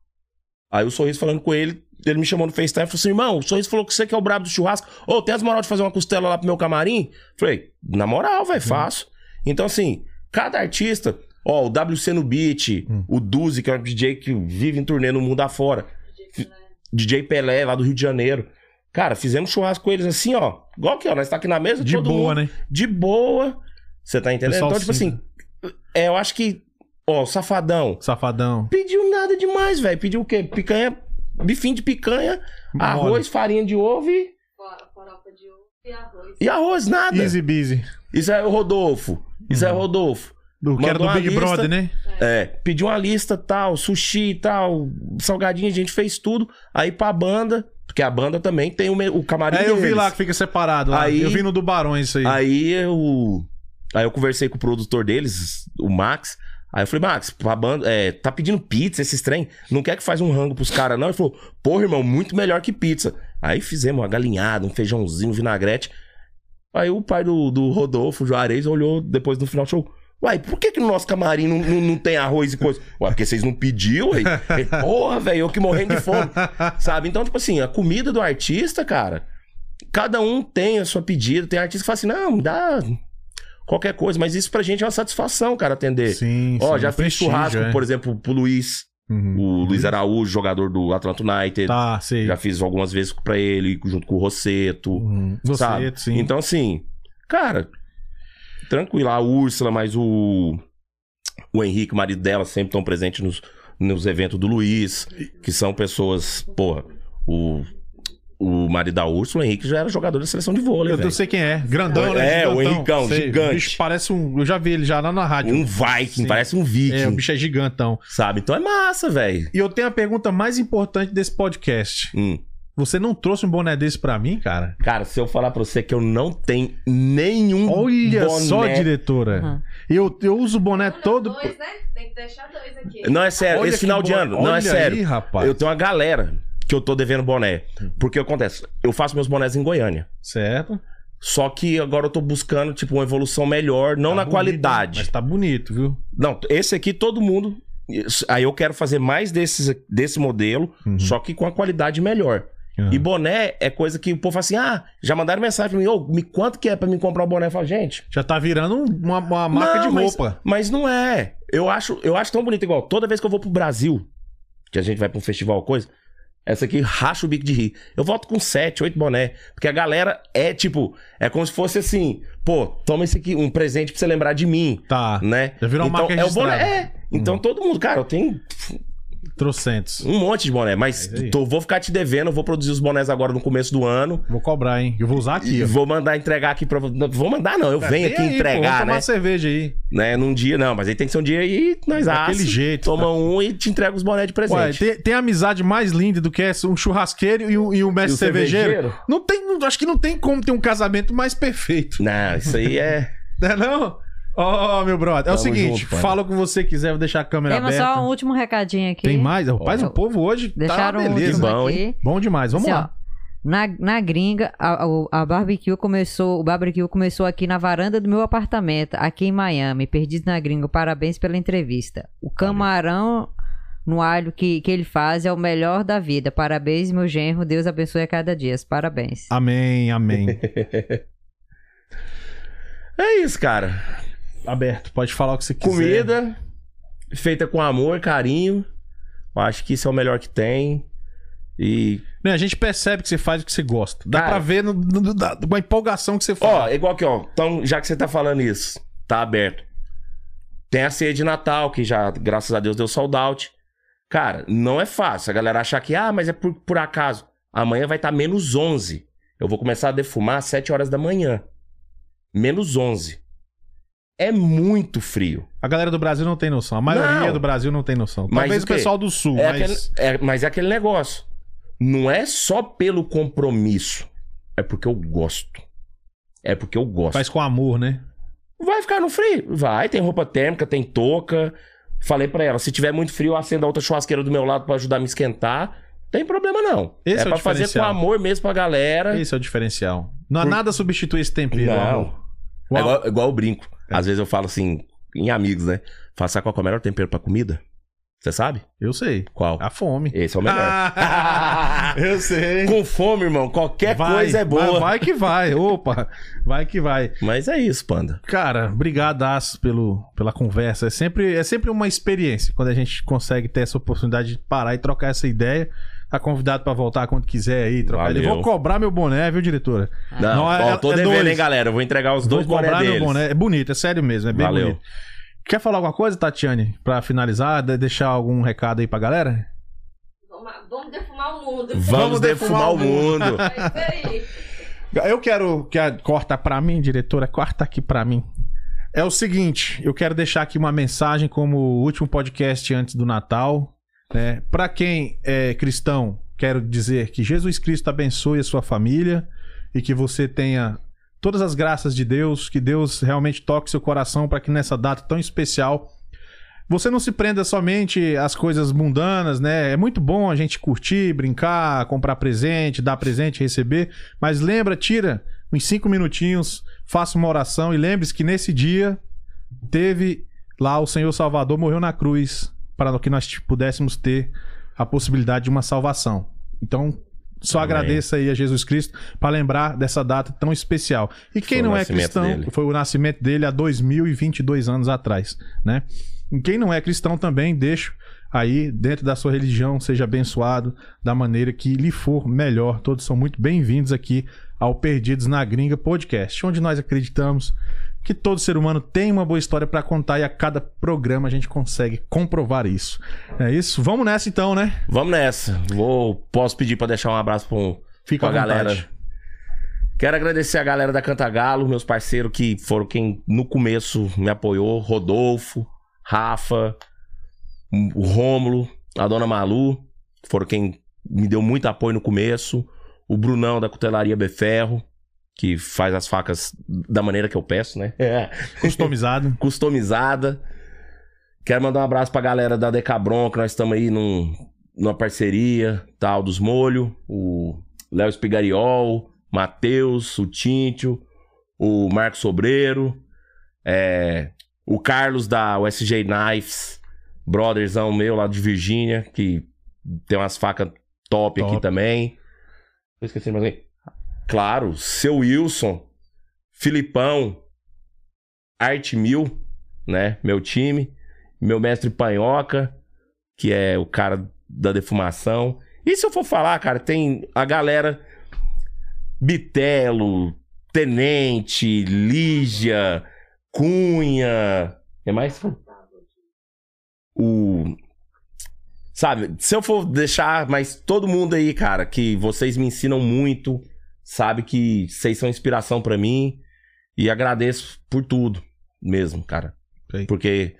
B: aí o Sorriso falando com ele, ele me chamou no FaceTime e falou assim: irmão, o Sorriso falou que você que é o brabo do churrasco. Ô, tem as moral de fazer uma costela lá pro meu camarim? Falei, na moral,
A: Uhum.
B: velho, faço. Então, assim, cada artista, ó, o WC no Beat,
A: Hum.
B: o Duzi, que é um DJ que vive em turnê no mundo afora, fi- DJ Pelé, lá do Rio de Janeiro. Cara, fizemos churrasco com eles assim, ó. Igual que, ó, nós tá aqui na mesa,
A: De
B: todo mundo
A: boa, né?
B: de boa. Você tá entendendo?
A: Pessoal
B: então, tipo
A: simples.
B: assim, é, eu acho que, ó, o Safadão,
A: Safadão.
B: Pediu nada demais, velho. Pediu o quê? Picanha, bifinho de picanha, Ah, arroz, farinha de ovo e-
D: Fora- Farofa de ovo e arroz.
B: e arroz, nada.
A: Mole. Easy Uhum. busy. Hum.
B: Israel Rodolfo. Israel Rodolfo.
A: Do que era
B: Mandou
A: do
B: uma
A: Big
B: lista.
A: Brother, né?
B: É, pediu uma lista tal, sushi e tal, salgadinho, a gente fez tudo. Aí pra banda, porque a banda também tem o, me- o camarim
A: É, eu vi
B: deles.
A: lá que fica separado. Lá.
B: Aí-
A: Eu vi no do Barões isso aí.
B: Aí eu. Aí eu conversei com o produtor deles, o Max. Aí eu falei, Max, pra banda, é, tá pedindo pizza esses trem? Não quer que faz um rango pros caras, não? Ele falou, porra, irmão, muito melhor que pizza. Aí fizemos uma galinhada, um feijãozinho, um vinagrete. Aí o pai do, do Rodolfo Juarez olhou depois no final do show. Uai, por que, que no nosso camarim não, não, não tem arroz e coisa? Uai, porque vocês não pediu, uai. Porra, velho, eu que morrendo de fome. Sabe? Então, tipo assim, a comida do artista, cara, cada um tem a sua pedida. Tem artista que fala assim, não, dá qualquer coisa. Mas isso pra gente é uma satisfação, cara, atender.
A: Sim,
B: Ó,
A: sim,
B: já
A: um
B: fiz
A: prestígio,
B: churrasco,
A: é.
B: por exemplo, pro Luiz.
A: Uhum.
B: O Luiz Araújo, jogador do Atlanta United.
A: Tá, sei.
B: Já fiz algumas vezes pra ele, junto com o Rosseto.
A: Uhum. Você,
B: sabe?
A: sim.
B: Então, assim, cara, tranquilo. A Úrsula, mas o, o Henrique, o marido dela, sempre estão presentes nos, nos eventos do Luiz, que são pessoas, porra, o, o marido da Úrsula, o Henrique, já era jogador da seleção de vôlei,
A: eu, eu
B: velho.
A: sei quem é. Grandão, né?
B: É, o
A: Gigantão.
B: Henricão,
A: Sei.
B: gigante.
A: O bicho parece um. Eu já vi ele já lá na rádio.
B: Um Viking,
A: Sim.
B: parece um
A: É, o
B: Viking,
A: bicho é gigantão.
B: sabe? Então é massa, velho.
A: E eu tenho a pergunta mais importante desse podcast.
B: Hum.
A: Você não trouxe um boné desse pra mim, cara?
B: Cara, se eu falar pra você que eu não tenho nenhum
A: Olha só,
B: Um boné-
A: diretora.
C: Uhum.
A: Eu, eu uso o boné
D: Olha,
A: todo.
D: Dois, né? Tem que deixar dois aqui.
B: Não, é sério.
A: Olha
B: Esse
A: que
B: final de
A: boné.
B: ano, não
A: Olha
B: é sério.
A: Aí, rapaz.
B: Eu tenho uma galera que eu tô devendo boné. Porque acontece, eu faço meus bonés em Goiânia.
A: Certo.
B: Só que agora eu tô buscando, tipo, uma evolução melhor, não
A: Tá
B: na
A: bonito,
B: qualidade.
A: Mas tá bonito, viu?
B: Não, esse aqui todo mundo. isso- Aí eu quero fazer mais desses, desse modelo,
A: Uhum.
B: só que com a qualidade melhor.
A: Uhum.
B: E boné é coisa que o povo fala assim: ah, já mandaram mensagem pra mim, ô, me quanto que é pra mim comprar o boné? Eu falo, gente.
A: Já tá virando uma, uma marca
B: Não,
A: de
B: mas-
A: roupa.
B: Mas não é. Eu acho, eu acho tão bonito igual. Toda vez que eu vou pro Brasil, que a gente vai pra um festival ou coisa, essa aqui racha o bico de rir. Eu volto com sete, oito boné. Porque a galera é tipo, é como se fosse assim, pô, toma esse aqui, um presente pra você lembrar de mim,
A: Tá.
B: né?
A: Já virou uma marca
B: é o boné.
A: registrada. Uhum.
B: É. Então todo mundo, cara, eu tenho
A: Trocentos.
B: um monte de boné, mas
A: É isso aí.
B: tô- vou ficar te devendo, eu vou produzir os bonés agora no começo do ano.
A: Vou cobrar, hein? Eu vou usar aqui,
B: E
A: ó.
B: vou mandar entregar aqui pra. não, Vou mandar, não. Eu venho
A: Vem
B: aqui
A: aí, pô,
B: entregar,
A: vamos
B: né?
A: tomar cerveja aí.
B: né? Num dia, não, mas aí tem que ser um dia e nós
A: Daquele
B: assa,
A: jeito,
B: Toma um e te entrega os boné de presente.
A: Ué, tem, tem amizade mais linda do que essa, um churrasqueiro e um, e um
B: E
A: mestre
B: o
A: cervejeiro? Não tem, não- acho que não tem como ter um casamento mais perfeito.
B: Não, isso aí é.
A: Não é não? Ó, ó, meu brother. É o
B: Tamo
A: seguinte,
B: junto, pai.
A: fala o que você quiser, vou deixar a câmera
C: Temos
A: aberta.
C: só um último recadinho aqui.
A: Tem mais? Rapaz,
C: Ó.
A: o povo hoje
C: Deixaram
A: tá
C: um
A: uma beleza.
C: último
B: Bom,
C: aqui.
A: Bom demais, vamos
C: Assim,
A: lá.
C: ó, na, na gringa, a, a- a barbecue começou, o barbecue começou aqui na varanda do meu apartamento, aqui em Miami. Perdido na gringa, parabéns pela entrevista. O camarão no alho que, que ele faz é o melhor da vida. Parabéns, meu genro. Deus abençoe a cada dia. Parabéns.
A: Amém, amém.
B: É isso, cara.
A: Aberto, pode falar o que você quiser.
B: Comida feita com amor, carinho. Eu acho que isso é o melhor que tem. E.
A: Né, a gente percebe que você faz o que você gosta. Dá
B: Cara.
A: pra ver no, no- no- da- uma empolgação que você faz.
B: Ó, igual que, ó. Então, já que você tá falando isso, tá aberto. Tem a ceia de Natal, que já, graças a Deus, deu sold out. Cara, não é fácil. A galera achar que, ah, mas é por, por acaso. Amanhã vai estar menos 11. Eu vou começar a defumar às 7 horas da manhã. Menos 11. É muito frio.
A: A galera do Brasil não tem noção. A maioria
B: Não.
A: do Brasil não tem noção.
B: Mas
A: Talvez
B: o
A: o
B: quê?
A: pessoal do Sul,
B: É aquele-
A: mas...
B: é- mas é aquele negócio. Não é só pelo compromisso. É porque eu gosto. É porque eu gosto.
A: Faz com amor, né?
B: Vai ficar no frio? Vai, tem roupa térmica, tem touca. Falei pra ela, se tiver muito frio, eu acendo a outra churrasqueira do meu lado pra ajudar a me esquentar. Tem problema não.
A: Esse é
B: é
A: o
B: pra fazer com
A: diferencial.
B: amor mesmo pra galera.
A: Esse é o diferencial. Não há
B: Por-
A: nada substitui esse tempero,
B: Não.
A: amor. O É.
B: É
A: amor-
B: igual, igual o brinco. Às vezes eu falo assim, em amigos, né? Fala, sabe qual que é o melhor tempero pra comida? Você sabe?
A: Eu sei.
B: Qual?
A: A fome.
B: Esse é o melhor.
A: Ah. eu sei.
B: com fome, irmão, qualquer
A: Vai,
B: coisa é boa.
A: Vai, vai que vai. Opa, vai que vai.
B: Mas é isso, panda.
A: Cara, brigadaço pelo pela conversa. É sempre, é sempre uma experiência quando a gente consegue ter essa oportunidade de parar e trocar essa ideia. Tá convidado pra voltar quando quiser aí, trocar
B: Valeu.
A: ele. Vou cobrar meu boné, viu, diretora?
B: Não,
A: Não, é-
B: ó, tô
A: é
B: devendo,
A: dois.
B: hein, galera. Eu vou entregar os dois
A: Vou
B: boné
A: cobrar
B: deles.
A: meu boné. É bonito, é sério mesmo, é bem
B: Valeu.
A: bonito. Quer falar alguma coisa, Tatiane? Pra finalizar, de- deixar algum recado aí pra galera?
D: Vamos, vamos defumar o mundo.
B: Vamos, defumar, o mundo.
D: É isso aí.
A: Eu quero que a corta pra mim, diretora, corta aqui pra mim. É o seguinte, eu quero deixar aqui uma mensagem como o último podcast antes do Natal, né? Para quem é cristão, quero dizer que Jesus Cristo abençoe a sua família e que você tenha todas as graças de Deus, que Deus realmente toque seu coração para que nessa data tão especial você não se prenda somente às coisas mundanas, né? É muito bom a gente curtir, brincar, comprar presente, dar presente, receber, mas lembra, tira uns cinco minutinhos, faça uma oração e lembre-se que nesse dia teve lá o Senhor Salvador morreu na cruz para que nós pudéssemos ter a possibilidade de uma salvação. Então, só
B: Amém.
A: agradeça aí a Jesus Cristo para lembrar dessa data tão especial. E quem
B: o
A: não é
B: nascimento
A: cristão,
B: dele.
A: foi o nascimento dele há 2022 anos atrás, né? E quem não é cristão também, deixo aí dentro da sua religião, seja abençoado da maneira que lhe for melhor. Todos são muito bem-vindos aqui ao Perdidos na Gringa podcast, onde nós acreditamos que todo ser humano tem uma boa história para contar e a cada programa a gente consegue comprovar isso. É isso? Vamos nessa então, né?
B: Vamos nessa. Vou, posso pedir pra deixar um abraço pra, um,
A: Fica à
B: pra galera.
A: vontade.
B: Quero agradecer a galera da Cantagalo, meus parceiros que foram quem no começo me apoiou, Rodolfo, Rafa, hum, o Rômulo, a Dona Malu, que foram quem me deu muito apoio no começo, o Brunão da Cutelaria Beferro, que faz as facas da maneira que eu peço, né? É
A: Customizado.
B: customizada. Quero mandar um abraço pra galera da Decabron, que nós estamos aí num, numa parceria, tal, dos molhos, o Léo Espigariol, Matheus, o Tíntio, o Marco Sobreiro, é, o Carlos da USJ Knives, brotherzão meu lá de Virgínia, que tem umas facas top,
A: Top.
B: aqui também. Eu esqueci mais alguém. Claro, seu Wilson, Filipão, Arte Mil, né? Meu time, meu mestre Panhoca, que é o cara da defumação. E se eu for falar, cara, tem a galera Bitelo, Tenente, Lígia, Cunha. É mais? O. Sabe, se eu for deixar, mas todo mundo aí, cara, que vocês me ensinam muito, sabe que vocês são inspiração pra mim e agradeço por tudo mesmo, cara.
A: Sei.
B: Porque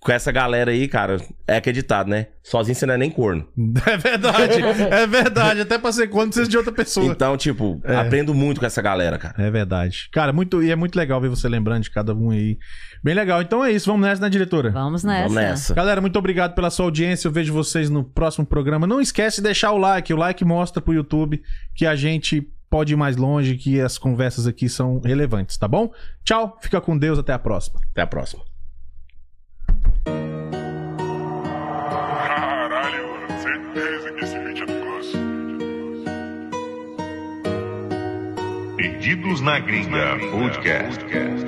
B: com essa galera aí, cara, é acreditado, né? Sozinho você não é nem corno.
A: É verdade, é verdade. Até pra ser quando precisa de outra pessoa.
B: Então, tipo,
A: É.
B: aprendo muito com essa galera, cara.
A: É verdade. Cara, muito, e é muito legal ver você lembrando de cada um aí. Bem legal. Então é isso. Vamos nessa, né, diretora?
C: Vamos nessa.
B: Vamos nessa.
A: Galera, muito obrigado pela sua audiência. Eu vejo vocês no próximo programa. Não esquece de deixar o like. O like mostra pro YouTube que a gente pode ir mais longe, que as conversas aqui são relevantes, tá bom? Tchau, fica com Deus, até a próxima.
B: Até a próxima.
I: Caralho, mano, certeza que esse vídeo é do Gus. Perdidos na Gringa Podcast.